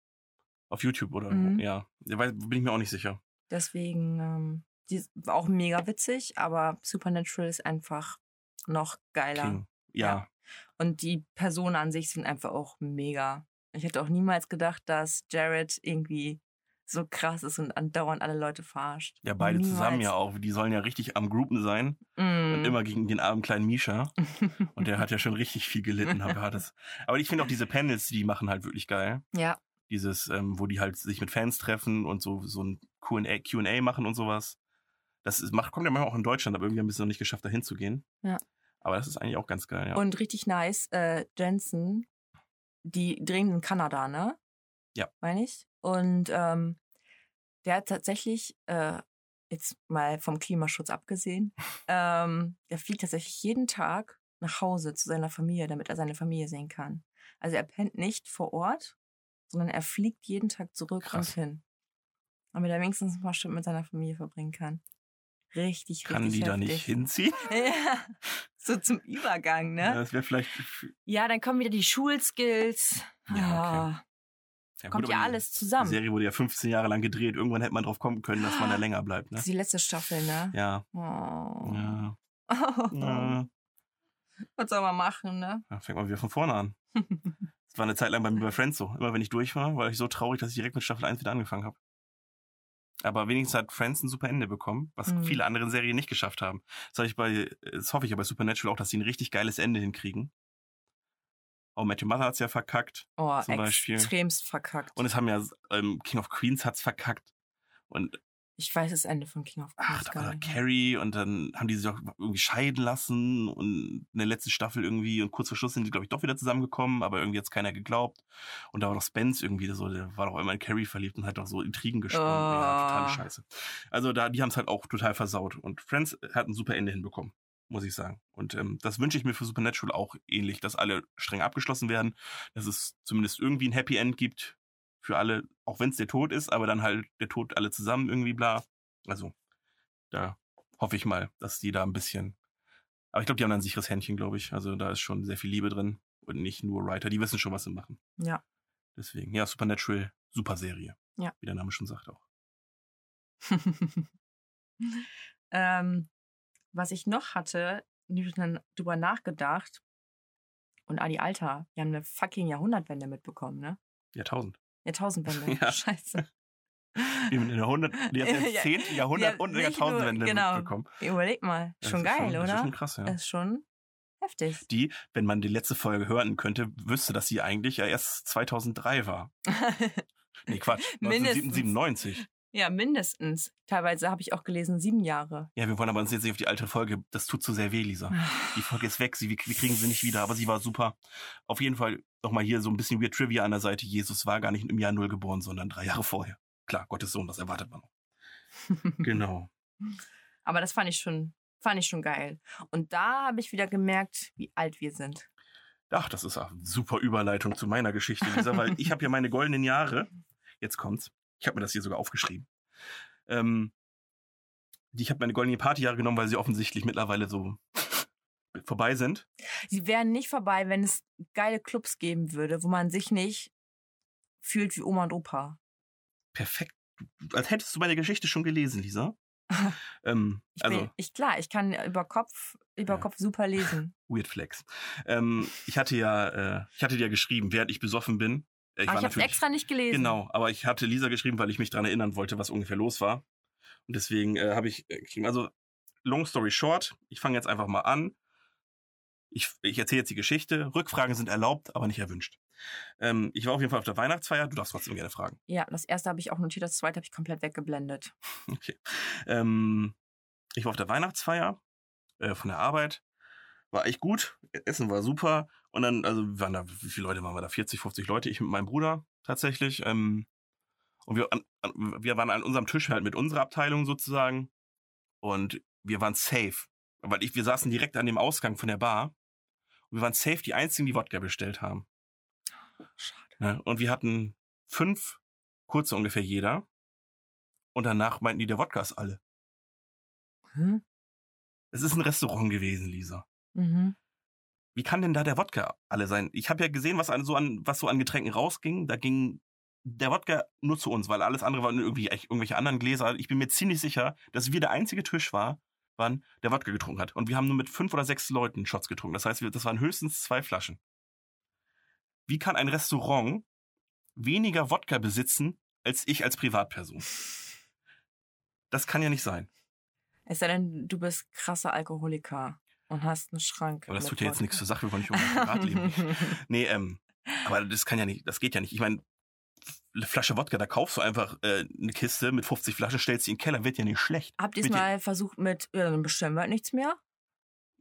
[SPEAKER 3] auf YouTube oder
[SPEAKER 4] Mhm.
[SPEAKER 3] ja, Ja, weiß- bin ich mir auch nicht sicher.
[SPEAKER 4] Deswegen, ähm, die ist auch mega witzig, aber Supernatural ist einfach noch geiler.
[SPEAKER 3] King. Ja,
[SPEAKER 4] Und die Personen an sich sind einfach auch mega. Ich hätte auch niemals gedacht, dass Jared irgendwie so krass ist und andauernd alle Leute verarscht.
[SPEAKER 3] ja, beide zusammen ja auch. Die sollen ja richtig am Groupen sein
[SPEAKER 4] Mm. Mhm.
[SPEAKER 3] und immer gegen den armen kleinen Misha. Und der hat ja schon richtig viel gelitten, aber hat es. Aber ich finde auch diese Panels, die die machen halt wirklich geil.
[SPEAKER 4] ja,
[SPEAKER 3] Dieses, ähm, wo die halt sich mit Fans treffen und so, so ein Q&A Q&A machen und sowas. Das ist, macht, kommt ja manchmal auch in Deutschland, aber irgendwie haben wir es noch nicht geschafft, da hinzugehen.
[SPEAKER 4] Ja.
[SPEAKER 3] Aber das ist eigentlich auch ganz geil, ja.
[SPEAKER 4] und richtig nice, äh, Jensen, die drehen in Kanada, ne?
[SPEAKER 3] Ja.
[SPEAKER 4] Meine ich. Und ähm, der hat tatsächlich, äh, jetzt mal vom Klimaschutz abgesehen, ähm, der fliegt tatsächlich jeden Tag nach Hause zu seiner Familie, damit er seine Familie sehen kann. Also er pennt nicht vor Ort, sondern er fliegt jeden Tag zurück
[SPEAKER 3] Krass.
[SPEAKER 4] und hin. Damit er wenigstens ein paar Stunden mit seiner Familie verbringen kann. Richtig,
[SPEAKER 3] Kann die
[SPEAKER 4] richtig
[SPEAKER 3] da nicht
[SPEAKER 4] heftig.
[SPEAKER 3] hinziehen?
[SPEAKER 4] Ja, so zum Übergang, ne?
[SPEAKER 3] Das wäre vielleicht.
[SPEAKER 4] Ja, dann kommen wieder die Schulskills.
[SPEAKER 3] Ja,
[SPEAKER 4] Ah, Kommt
[SPEAKER 3] gut,
[SPEAKER 4] ja
[SPEAKER 3] aber
[SPEAKER 4] alles
[SPEAKER 3] Die
[SPEAKER 4] zusammen.
[SPEAKER 3] Serie wurde ja 15 Jahre lang gedreht. Irgendwann hätte man drauf kommen können, dass man da länger bleibt, ne?
[SPEAKER 4] Das ist die letzte Staffel, ne?
[SPEAKER 3] Ja.
[SPEAKER 4] Oh.
[SPEAKER 3] ja. ja.
[SPEAKER 4] Was soll man machen, ne?
[SPEAKER 3] Ja, fängt man wieder von vorne an. Das war eine Zeit lang bei mir bei Friends so. Immer wenn ich durch war, war ich so traurig, dass ich direkt mit Staffel 1 wieder angefangen habe. Aber wenigstens hat Friends ein super Ende bekommen, was
[SPEAKER 4] Mhm.
[SPEAKER 3] viele andere Serien nicht geschafft haben. Das, hab ich bei, das hoffe ich ja bei Supernatural auch, dass sie ein richtig geiles Ende hinkriegen. Auch Matthew Mother hat's ja verkackt.
[SPEAKER 4] Oh,
[SPEAKER 3] Zum Beispiel.
[SPEAKER 4] extremst verkackt.
[SPEAKER 3] Und es haben ja ähm, King of Queens hat's verkackt. Und
[SPEAKER 4] ich weiß das Ende von King of
[SPEAKER 3] ach,
[SPEAKER 4] Queens
[SPEAKER 3] da
[SPEAKER 4] gar
[SPEAKER 3] war da
[SPEAKER 4] nicht.
[SPEAKER 3] Carrie und dann haben die sich auch irgendwie scheiden lassen und in der letzten Staffel irgendwie und kurz vor Schluss sind die, glaube ich, doch wieder zusammengekommen, aber irgendwie hat es keiner geglaubt. Und da war doch Spence irgendwie so, der war doch einmal in Carrie verliebt und hat doch so Intrigen gesponnen. Ja,
[SPEAKER 4] Ah.
[SPEAKER 3] totale Scheiße. Also da, die haben es halt auch total versaut. Und Friends hat ein super Ende hinbekommen, muss ich sagen. Und ähm, das wünsche ich mir für Supernatural auch ähnlich, dass alle streng abgeschlossen werden, dass es zumindest irgendwie ein Happy End gibt für alle, auch wenn es der Tod ist, aber dann halt der Tod alle zusammen irgendwie bla. Also da hoffe ich mal, dass die da ein bisschen. Aber ich glaube, die haben da ein sicheres Händchen, glaube ich. Also da ist schon sehr viel Liebe drin und nicht nur Writer. Die wissen schon, was sie machen.
[SPEAKER 4] Ja.
[SPEAKER 3] Deswegen, ja, Supernatural, super Serie.
[SPEAKER 4] Ja.
[SPEAKER 3] Wie der Name schon sagt auch.
[SPEAKER 4] ähm, was ich noch hatte, nicht dann drüber nachgedacht. Und Adi Alter, wir haben eine fucking Jahrhundertwende mitbekommen, ne?
[SPEAKER 3] Jahrtausend.
[SPEAKER 4] Jahrtausendwende.
[SPEAKER 3] Ja.
[SPEAKER 4] Scheiße.
[SPEAKER 3] Wir haben in der 100, jetzt
[SPEAKER 4] Ja,
[SPEAKER 3] Jahrzehnt, Jahrhundert
[SPEAKER 4] ja,
[SPEAKER 3] und in der
[SPEAKER 4] nicht nur-
[SPEAKER 3] Jahrtausendwende
[SPEAKER 4] genau.
[SPEAKER 3] mitbekommen.
[SPEAKER 4] Überleg mal.
[SPEAKER 3] Das
[SPEAKER 4] Schon
[SPEAKER 3] ist
[SPEAKER 4] geil,
[SPEAKER 3] Das ist
[SPEAKER 4] oder?
[SPEAKER 3] schon krass, ja.
[SPEAKER 4] Das ist schon heftig.
[SPEAKER 3] Die, wenn man die letzte Folge hören könnte, wüsste, dass sie eigentlich ja erst 2003 war. Nee, Quatsch.
[SPEAKER 4] Mindestens.
[SPEAKER 3] 1997.
[SPEAKER 4] ja, mindestens. Teilweise habe ich auch gelesen, sieben Jahre.
[SPEAKER 3] Ja, wir wollen aber uns jetzt nicht auf die alte Folge. Das tut zu sehr weh, Lisa. Die Folge ist weg, sie, wir wir kriegen sie nicht wieder, aber sie war super. Auf jeden Fall nochmal hier so ein bisschen Weird Trivia an der Seite. Jesus war gar nicht im Jahr Null geboren, sondern drei Jahre vorher. Klar, Gottes Sohn, das erwartet man auch. Genau.
[SPEAKER 4] Aber das fand ich schon, fand ich schon geil. Und da habe ich wieder gemerkt, wie alt wir sind.
[SPEAKER 3] Ach, das ist eine super Überleitung zu meiner Geschichte, Lisa, weil ich habe ja meine goldenen Jahre. Jetzt kommt's. Ich habe mir das hier sogar aufgeschrieben. Ähm, die- ich habe meine goldenen Partyjahre genommen, weil sie offensichtlich mittlerweile so vorbei sind.
[SPEAKER 4] Sie wären nicht vorbei, wenn es geile Clubs geben würde, wo man sich nicht fühlt wie Oma und Opa.
[SPEAKER 3] Perfekt. Als hättest du meine Geschichte schon gelesen, Lisa. ähm,
[SPEAKER 4] Ich bin,
[SPEAKER 3] also,
[SPEAKER 4] ich, klar, ich kann über Kopf, über
[SPEAKER 3] Ja.
[SPEAKER 4] Kopf super lesen.
[SPEAKER 3] Weird Flex. Ähm, ich hatte ja, äh, ich hatte dir ja geschrieben, während ich besoffen bin. Äh,
[SPEAKER 4] aber Ah, ich habe
[SPEAKER 3] natürlich-
[SPEAKER 4] extra nicht gelesen.
[SPEAKER 3] Genau, aber ich hatte Lisa geschrieben, weil ich mich daran erinnern wollte, was ungefähr los war. Und deswegen äh, habe ich äh, geschrieben. Also, long story short, ich fange jetzt einfach mal an. Ich, ich erzähle jetzt die Geschichte. Rückfragen sind erlaubt, aber nicht erwünscht. Ähm, ich war auf jeden Fall auf der Weihnachtsfeier. Du darfst trotzdem gerne fragen.
[SPEAKER 4] Ja, das erste habe ich auch notiert, das zweite habe ich komplett weggeblendet.
[SPEAKER 3] Okay. Ähm, ich war auf der Weihnachtsfeier äh, von der Arbeit. War echt gut. E, Essen war super. Und dann, also wir waren da, wie viele Leute waren wir da? 40, 50 Leute. Ich mit meinem Bruder tatsächlich. Ähm, und wir, an, an, wir waren an unserem Tisch halt mit unserer Abteilung sozusagen. Und wir waren safe. Weil ich, wir saßen direkt an dem Ausgang von der Bar. Und wir waren safe die einzigen, die Wodka bestellt haben.
[SPEAKER 4] Schade.
[SPEAKER 3] Ne? Und wir hatten fünf kurze ungefähr jeder. Und danach meinten die, der Wodka ist alle.
[SPEAKER 4] Hm?
[SPEAKER 3] Es ist ein Restaurant gewesen, Lisa.
[SPEAKER 4] Mhm.
[SPEAKER 3] Wie kann denn da der Wodka alle sein? Ich habe ja gesehen, was an, so an, was so an Getränken rausging. Da ging der Wodka nur zu uns, weil alles andere waren irgendwie echt irgendwelche anderen Gläser. Ich bin mir ziemlich sicher, dass wir der einzige Tisch war, waren, der Wodka getrunken hat. Und wir haben nur mit fünf oder sechs Leuten Shots getrunken. Das heißt, wir, das waren höchstens zwei Flaschen. Wie kann ein Restaurant weniger Wodka besitzen als ich als Privatperson? Das kann ja nicht sein.
[SPEAKER 4] Es sei denn, du bist krasser Alkoholiker und hast einen Schrank.
[SPEAKER 3] Aber das
[SPEAKER 4] mit
[SPEAKER 3] tut ja jetzt
[SPEAKER 4] Wodka.
[SPEAKER 3] nichts zur Sache, wir wollen nicht um mein Privatleben reden. Nee, ähm, aber das kann ja nicht, das geht ja nicht. Ich meine, eine Flasche Wodka, da kaufst du einfach äh, eine Kiste mit 50 Flaschen, stellst sie in den Keller, wird ja nicht schlecht.
[SPEAKER 4] Habt ihr es
[SPEAKER 3] Bitte.
[SPEAKER 4] mal versucht mit, ja, dann bestellen wir halt nichts mehr?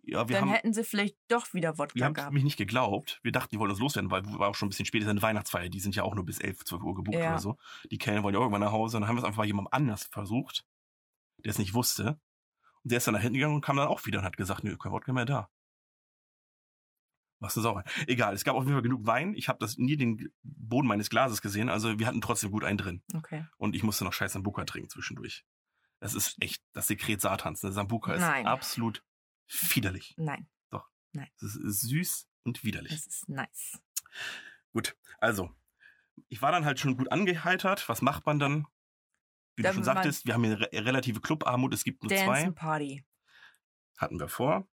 [SPEAKER 3] Ja, wir
[SPEAKER 4] dann
[SPEAKER 3] haben,
[SPEAKER 4] hätten sie vielleicht doch wieder Wodka
[SPEAKER 3] wir haben
[SPEAKER 4] gehabt.
[SPEAKER 3] mich nicht geglaubt. Wir dachten, die wollen uns loswerden, weil war auch schon ein bisschen spät, das ist eine Weihnachtsfeier, die sind ja auch nur bis 11, 12 Uhr gebucht
[SPEAKER 4] Ja.
[SPEAKER 3] oder so. Die Kellner wollen ja auch irgendwann nach Hause, dann haben wir es einfach bei jemandem anders versucht, der es nicht wusste. Und der ist dann nach hinten gegangen und kam dann auch wieder und hat gesagt, nö, kein Wodka mehr da. Was eine Sauerei. Egal, es gab auf jeden Fall genug Wein. Ich habe das nie den Boden meines Glases gesehen, also wir hatten trotzdem gut einen drin.
[SPEAKER 4] Okay.
[SPEAKER 3] Und ich musste noch scheiß Sambuka trinken zwischendurch. Das ist echt das Sekret Satans. Ne? Sambuka ist
[SPEAKER 4] Nein.
[SPEAKER 3] absolut widerlich.
[SPEAKER 4] Nein,
[SPEAKER 3] Es ist süß und widerlich.
[SPEAKER 4] das ist nice.
[SPEAKER 3] Gut, also, ich war dann halt schon gut angeheitert. Was macht man dann? Wie
[SPEAKER 4] Dann
[SPEAKER 3] du schon
[SPEAKER 4] man-
[SPEAKER 3] sagtest, wir haben hier re relative Clubarmut. Es gibt nur
[SPEAKER 4] Dance
[SPEAKER 3] zwei.
[SPEAKER 4] and Party.
[SPEAKER 3] Hatten wir vor.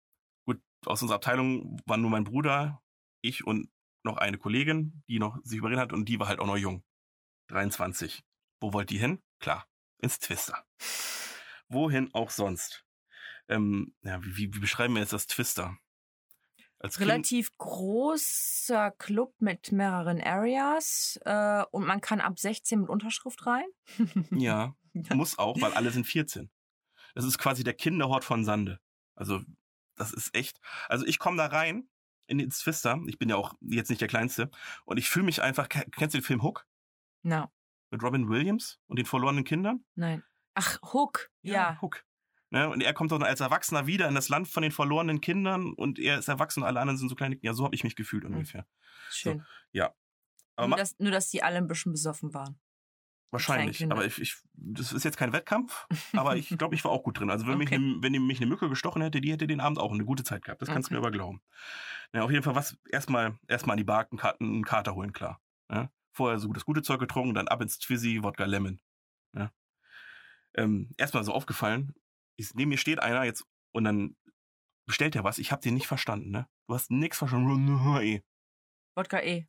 [SPEAKER 3] Gut, aus unserer Abteilung waren nur mein Bruder, ich und noch eine Kollegin, die noch sich überreden hat. Und die war halt auch noch jung. 23. Wo wollt ihr hin? Klar, ins Twister. Wohin auch sonst. Ähm, ja, wie, wie wie beschreiben wir jetzt das Twister? Als Kind-
[SPEAKER 4] Relativ großer Club mit mehreren Areas äh, und man kann ab 16 mit Unterschrift rein.
[SPEAKER 3] Ja, muss auch, weil alle sind 14. Das ist quasi der Kinderhort von Sande. Also, das ist echt. Also, ich komme da rein in den Twister. Ich bin ja auch jetzt nicht der Kleinste. Und ich fühle mich einfach. ke- Kennst du den Film Hook
[SPEAKER 4] Na,
[SPEAKER 3] mit Robin Williams und den verlorenen Kindern?
[SPEAKER 4] nein. Ach, Hook. Ja.
[SPEAKER 3] Hook. Ne? Und er kommt dann als Erwachsener wieder in das Land von den verlorenen Kindern und er ist erwachsen und alle anderen sind so kleine. Ja, so habe ich mich gefühlt ungefähr.
[SPEAKER 4] Schön.
[SPEAKER 3] ja. Aber
[SPEAKER 4] nur,
[SPEAKER 3] ma-
[SPEAKER 4] dass, nur, dass die alle ein bisschen besoffen waren.
[SPEAKER 3] Wahrscheinlich.
[SPEAKER 4] Kleinkinder.
[SPEAKER 3] Aber ich, ich, das ist jetzt kein Wettkampf, aber ich glaube, ich war auch gut drin. Also wenn, mich,
[SPEAKER 4] Okay.
[SPEAKER 3] ne- wenn die mich eine Mücke gestochen hätte, die hätte den Abend auch eine gute Zeit gehabt. Das kannst
[SPEAKER 4] Okay.
[SPEAKER 3] du mir aber glauben. Ja, auf jeden Fall was erstmal erstmal an die Barkenkarten einen Kater holen, klar. Ja? Vorher so das gute Zeug getrunken, dann ab ins Twizzy, Wodka Lemon. Ja? Ähm, erstmal so aufgefallen, ich, neben mir steht einer jetzt und dann bestellt er was. Ich habe den nicht verstanden, ne? Du hast nichts verstanden.
[SPEAKER 4] Wodka E.
[SPEAKER 3] E.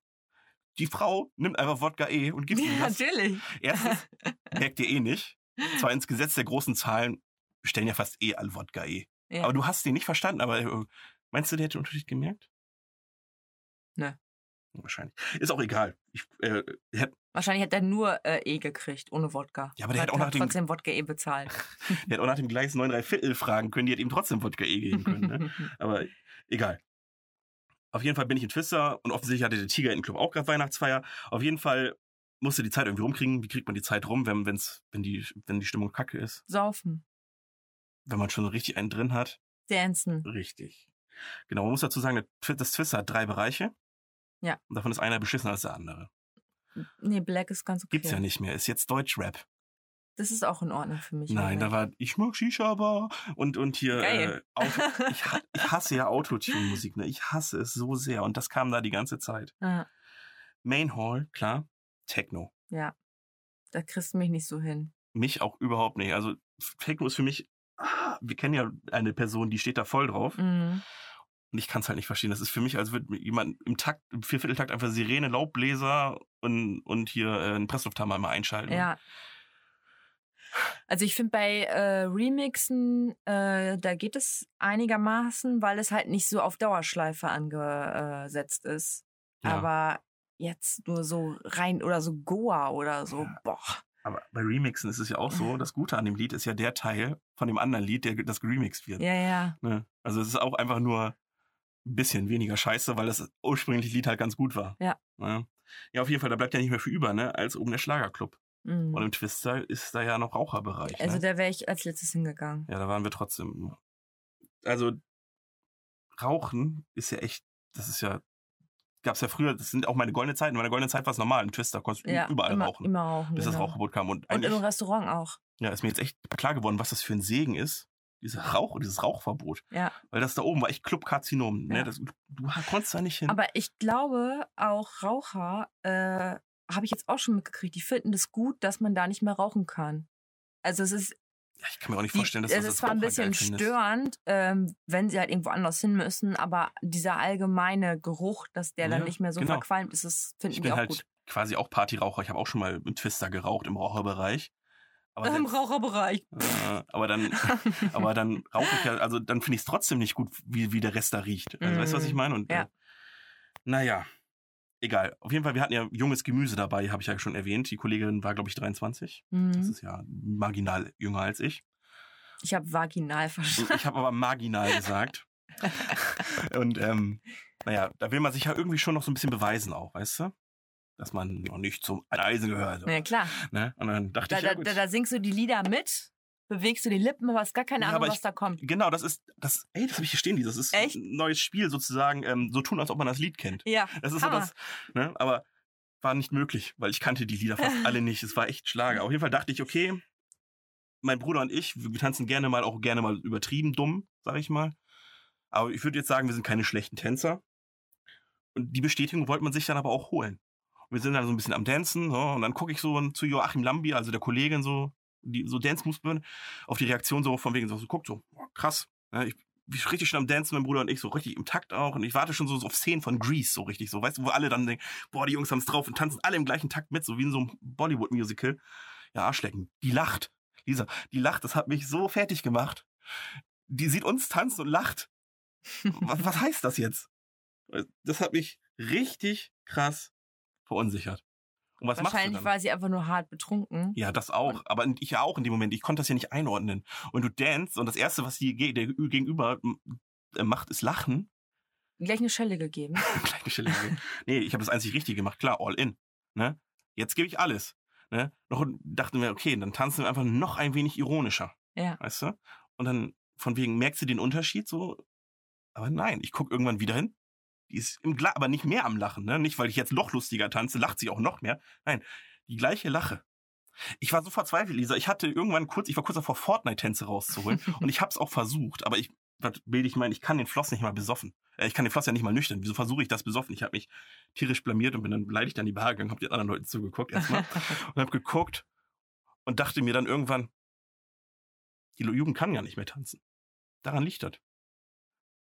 [SPEAKER 3] Die Frau nimmt einfach Wodka E und gibt ihm
[SPEAKER 4] ja,
[SPEAKER 3] das.
[SPEAKER 4] natürlich.
[SPEAKER 3] Erstens merkt ihr eh nicht. Zwar ins Gesetz der großen Zahlen stellen ja fast eh alle Wodka eh.
[SPEAKER 4] Ja.
[SPEAKER 3] Aber du hast den nicht verstanden, aber äh, meinst du, der hätte den Unterschied gemerkt?
[SPEAKER 4] Ne.
[SPEAKER 3] Wahrscheinlich. Ist auch egal. Ich, äh, hätt,
[SPEAKER 4] Wahrscheinlich hat er nur äh, E gekriegt, ohne Wodka.
[SPEAKER 3] Ja, aber der
[SPEAKER 4] Man
[SPEAKER 3] hat auch nach dem-
[SPEAKER 4] trotzdem Wodka E bezahlt.
[SPEAKER 3] der hätte auch nach dem gleichen 9 3 Viertel fragen können, die hätte ihm trotzdem Wodka eh geben können. Ne? Aber egal. Auf jeden Fall bin ich in Twister und offensichtlich hatte der Tiger in Club auch gerade Weihnachtsfeier. Auf jeden Fall musste die Zeit irgendwie rumkriegen. Wie kriegt man die Zeit rum, wenn, wenn's, wenn, die, wenn die Stimmung kacke ist?
[SPEAKER 4] Saufen,
[SPEAKER 3] Wenn man schon so richtig einen drin hat?
[SPEAKER 4] dancen.
[SPEAKER 3] Richtig. Genau, man muss dazu sagen, der Twi- das Twister hat drei Bereiche.
[SPEAKER 4] Ja.
[SPEAKER 3] Und davon ist einer beschissener als der andere.
[SPEAKER 4] Nee, Black ist ganz okay.
[SPEAKER 3] Gibt's ja nicht mehr. Ist jetzt Deutschrap.
[SPEAKER 4] Das ist auch in Ordnung für mich.
[SPEAKER 3] Nein, da war ich mag Shisha Bar und und hier äh,
[SPEAKER 4] Geil.
[SPEAKER 3] Auto, ich, ha- ich hasse ja Autotune Musik,
[SPEAKER 4] Ah,
[SPEAKER 3] ne? Ich hasse es so sehr und das kam da die ganze Zeit.
[SPEAKER 4] Ja.
[SPEAKER 3] Main Hall, klar. Techno.
[SPEAKER 4] Da kriegst du mich nicht so hin.
[SPEAKER 3] Mich auch überhaupt nicht. Also Techno ist für mich, ah, wir kennen ja eine Person, die steht da voll drauf.
[SPEAKER 4] Mhm.
[SPEAKER 3] Und ich kann es halt nicht verstehen. Das ist für mich, als würde mir jemand im Takt, im Viervierteltakt einfach Sirene, Laubbläser und, und hier äh, einen Presslufthammer mal einschalten.
[SPEAKER 4] Ja. Also ich finde bei äh, Remixen, äh, da geht es einigermaßen, weil es halt nicht so auf Dauerschleife angesetzt ist.
[SPEAKER 3] Ja.
[SPEAKER 4] Aber jetzt nur so rein oder so Goa oder so,
[SPEAKER 3] Ja.
[SPEAKER 4] boah.
[SPEAKER 3] Aber bei Remixen ist es ja auch so, das Gute an dem Lied ist ja der Teil von dem anderen Lied, der, das geremixt wird.
[SPEAKER 4] Ja, ja.
[SPEAKER 3] Ne? Also es ist auch einfach nur ein bisschen weniger scheiße, weil das ursprüngliche Lied halt ganz gut war.
[SPEAKER 4] Ja.
[SPEAKER 3] Ne? Ja, auf jeden Fall, da bleibt ja nicht mehr viel über, ne? Als oben der Schlagerclub.
[SPEAKER 4] Mhm.
[SPEAKER 3] Und im Twister ist da ja noch Raucherbereich.
[SPEAKER 4] Also
[SPEAKER 3] ne?
[SPEAKER 4] da wäre ich als letztes hingegangen.
[SPEAKER 3] Ja, da waren wir trotzdem. Also, Rauchen ist ja echt, das ist ja, gab's ja früher, das sind auch meine goldene Zeiten. Meine goldene Zeit war es normal. Im Twister konntest du
[SPEAKER 4] Ja,
[SPEAKER 3] überall
[SPEAKER 4] immer,
[SPEAKER 3] rauchen,
[SPEAKER 4] Immer rauchen.
[SPEAKER 3] bis das
[SPEAKER 4] genau.
[SPEAKER 3] Rauchverbot kam. Und
[SPEAKER 4] Und
[SPEAKER 3] eigentlich
[SPEAKER 4] im Restaurant auch.
[SPEAKER 3] ja, ist mir jetzt echt klar geworden, was das für ein Segen ist. Dieser Rauch, dieses Rauchverbot.
[SPEAKER 4] Ja.
[SPEAKER 3] Weil das da oben war echt Clubkarzinom. Ne?
[SPEAKER 4] Ja.
[SPEAKER 3] Das, du konntest da nicht hin.
[SPEAKER 4] Aber ich glaube, auch Raucher, äh, habe ich jetzt auch schon mitgekriegt, die finden es gut, dass man da nicht mehr rauchen kann. Also es ist
[SPEAKER 3] ja, ich kann mir auch nicht
[SPEAKER 4] Die,
[SPEAKER 3] vorstellen, dass
[SPEAKER 4] es
[SPEAKER 3] das
[SPEAKER 4] ist zwar ein bisschen störend, ähm, wenn sie halt irgendwo anders hin müssen, aber dieser allgemeine Geruch, dass der
[SPEAKER 3] Ja,
[SPEAKER 4] dann nicht mehr so
[SPEAKER 3] genau.
[SPEAKER 4] verqualmt ist, das
[SPEAKER 3] Ich
[SPEAKER 4] finden die
[SPEAKER 3] bin
[SPEAKER 4] auch
[SPEAKER 3] halt
[SPEAKER 4] gut.
[SPEAKER 3] quasi auch Partyraucher. Ich habe auch schon mal im Twister geraucht, im Raucherbereich. Aber,
[SPEAKER 4] Im
[SPEAKER 3] selbst-
[SPEAKER 4] Raucherbereich.
[SPEAKER 3] äh, aber dann, aber dann rauche ich ja, also dann finde ich es trotzdem nicht gut, wie, wie der Rest da riecht. Also, Weißt du, was ich
[SPEAKER 4] Mm,
[SPEAKER 3] meine? Und
[SPEAKER 4] ja.
[SPEAKER 3] äh, naja, egal. Auf jeden Fall, wir hatten ja junges Gemüse dabei, habe ich ja schon erwähnt. Die Kollegin war, glaube ich, 23. Das
[SPEAKER 4] Mhm.
[SPEAKER 3] ist ja marginal jünger als ich.
[SPEAKER 4] Ich habe vaginal
[SPEAKER 3] Und
[SPEAKER 4] verstanden.
[SPEAKER 3] Ich habe aber marginal gesagt. Und ähm, naja, da will man sich ja irgendwie schon noch so ein bisschen beweisen auch, weißt du? Dass man noch nicht zum Eisen gehört.
[SPEAKER 4] Na ja, klar.
[SPEAKER 3] Ne? Und dann dachte
[SPEAKER 4] Da,
[SPEAKER 3] ich, ja,
[SPEAKER 4] da,
[SPEAKER 3] gut.
[SPEAKER 4] da, da singst du die Lieder mit, bewegst du die Lippen, aber hast gar keine
[SPEAKER 3] Ja,
[SPEAKER 4] Ahnung,
[SPEAKER 3] aber
[SPEAKER 4] was
[SPEAKER 3] ich-
[SPEAKER 4] da kommt.
[SPEAKER 3] genau, das ist, das, ey, das habe ich hier stehen, dieses. das ist
[SPEAKER 4] Echt?
[SPEAKER 3] ein neues Spiel sozusagen, ähm, so tun, als ob man das Lied kennt.
[SPEAKER 4] Ja,
[SPEAKER 3] Das ist so
[SPEAKER 4] Hammer.
[SPEAKER 3] das, ne? aber war nicht möglich, weil ich kannte die Lieder fast alle nicht. Es war echt Schlager. Auf jeden Fall dachte ich, okay, mein Bruder und ich, wir tanzen gerne mal, auch gerne mal übertrieben dumm, sag ich mal. Aber ich würde jetzt sagen, wir sind keine schlechten Tänzer. Und die Bestätigung wollte man sich dann aber auch holen. Und wir sind dann so ein bisschen am Dancen so, und dann gucke ich so zu Joachim Lambi, also der Kollegin so, die so Dance Moves bin, auf die Reaktion so von wegen so, so guckt so, boah, krass. Ne? Ich, ich richtig schon am Dancen, mein Bruder und ich, so richtig im Takt auch. Und ich warte schon so, so auf Szenen von Grease, so richtig so, weißt du, wo alle dann denken, boah, die Jungs haben's drauf und tanzen alle im gleichen Takt mit, so wie in so einem Bollywood-Musical. Ja, Arschlecken. Die lacht. Lisa, die lacht, das hat mich so fertig gemacht. Die sieht uns tanzen und lacht. Was, was heißt das jetzt? Das hat mich richtig krass verunsichert. Und was machst du
[SPEAKER 4] wahrscheinlich
[SPEAKER 3] dann?
[SPEAKER 4] war sie einfach nur hart betrunken.
[SPEAKER 3] Ja, das auch. Aber ich ja auch in dem Moment. Ich konnte das ja nicht einordnen. Und du danst und das Erste, was die, ge- der Gegenüber m, äh, macht, ist Lachen.
[SPEAKER 4] Gleich eine Schelle gegeben.
[SPEAKER 3] Gleiche Stelle. nee, ich habe das einzig richtig gemacht. Klar, all in. Ne? Jetzt gebe ich alles. Ne? Noch dachten wir, okay, dann tanzen wir einfach noch ein wenig ironischer.
[SPEAKER 4] Ja.
[SPEAKER 3] Weißt du? Und dann von wegen, merkst du den Unterschied so? Aber nein, ich gucke irgendwann wieder hin. Die ist im Gla aber nicht mehr am Lachen, ne? Nicht, weil ich jetzt noch lustiger tanze, lacht sie auch noch mehr. Nein, die gleiche Lache. Ich war so verzweifelt, Lisa. Ich hatte irgendwann kurz, ich war kurz davor, Fortnite-Tänze rauszuholen. und ich habe es auch versucht, aber ich, was will ich meinen, ich kann den Floss nicht mal besoffen. Äh, Ich kann den Floss ja nicht mal nüchtern. Wieso versuche ich das besoffen? Ich habe mich tierisch blamiert und bin dann beleidigt an die Bar gegangen, habe den anderen Leuten zugeguckt erstmal und habe geguckt und dachte mir dann irgendwann, die Jugend kann ja nicht mehr tanzen. Daran liegt das.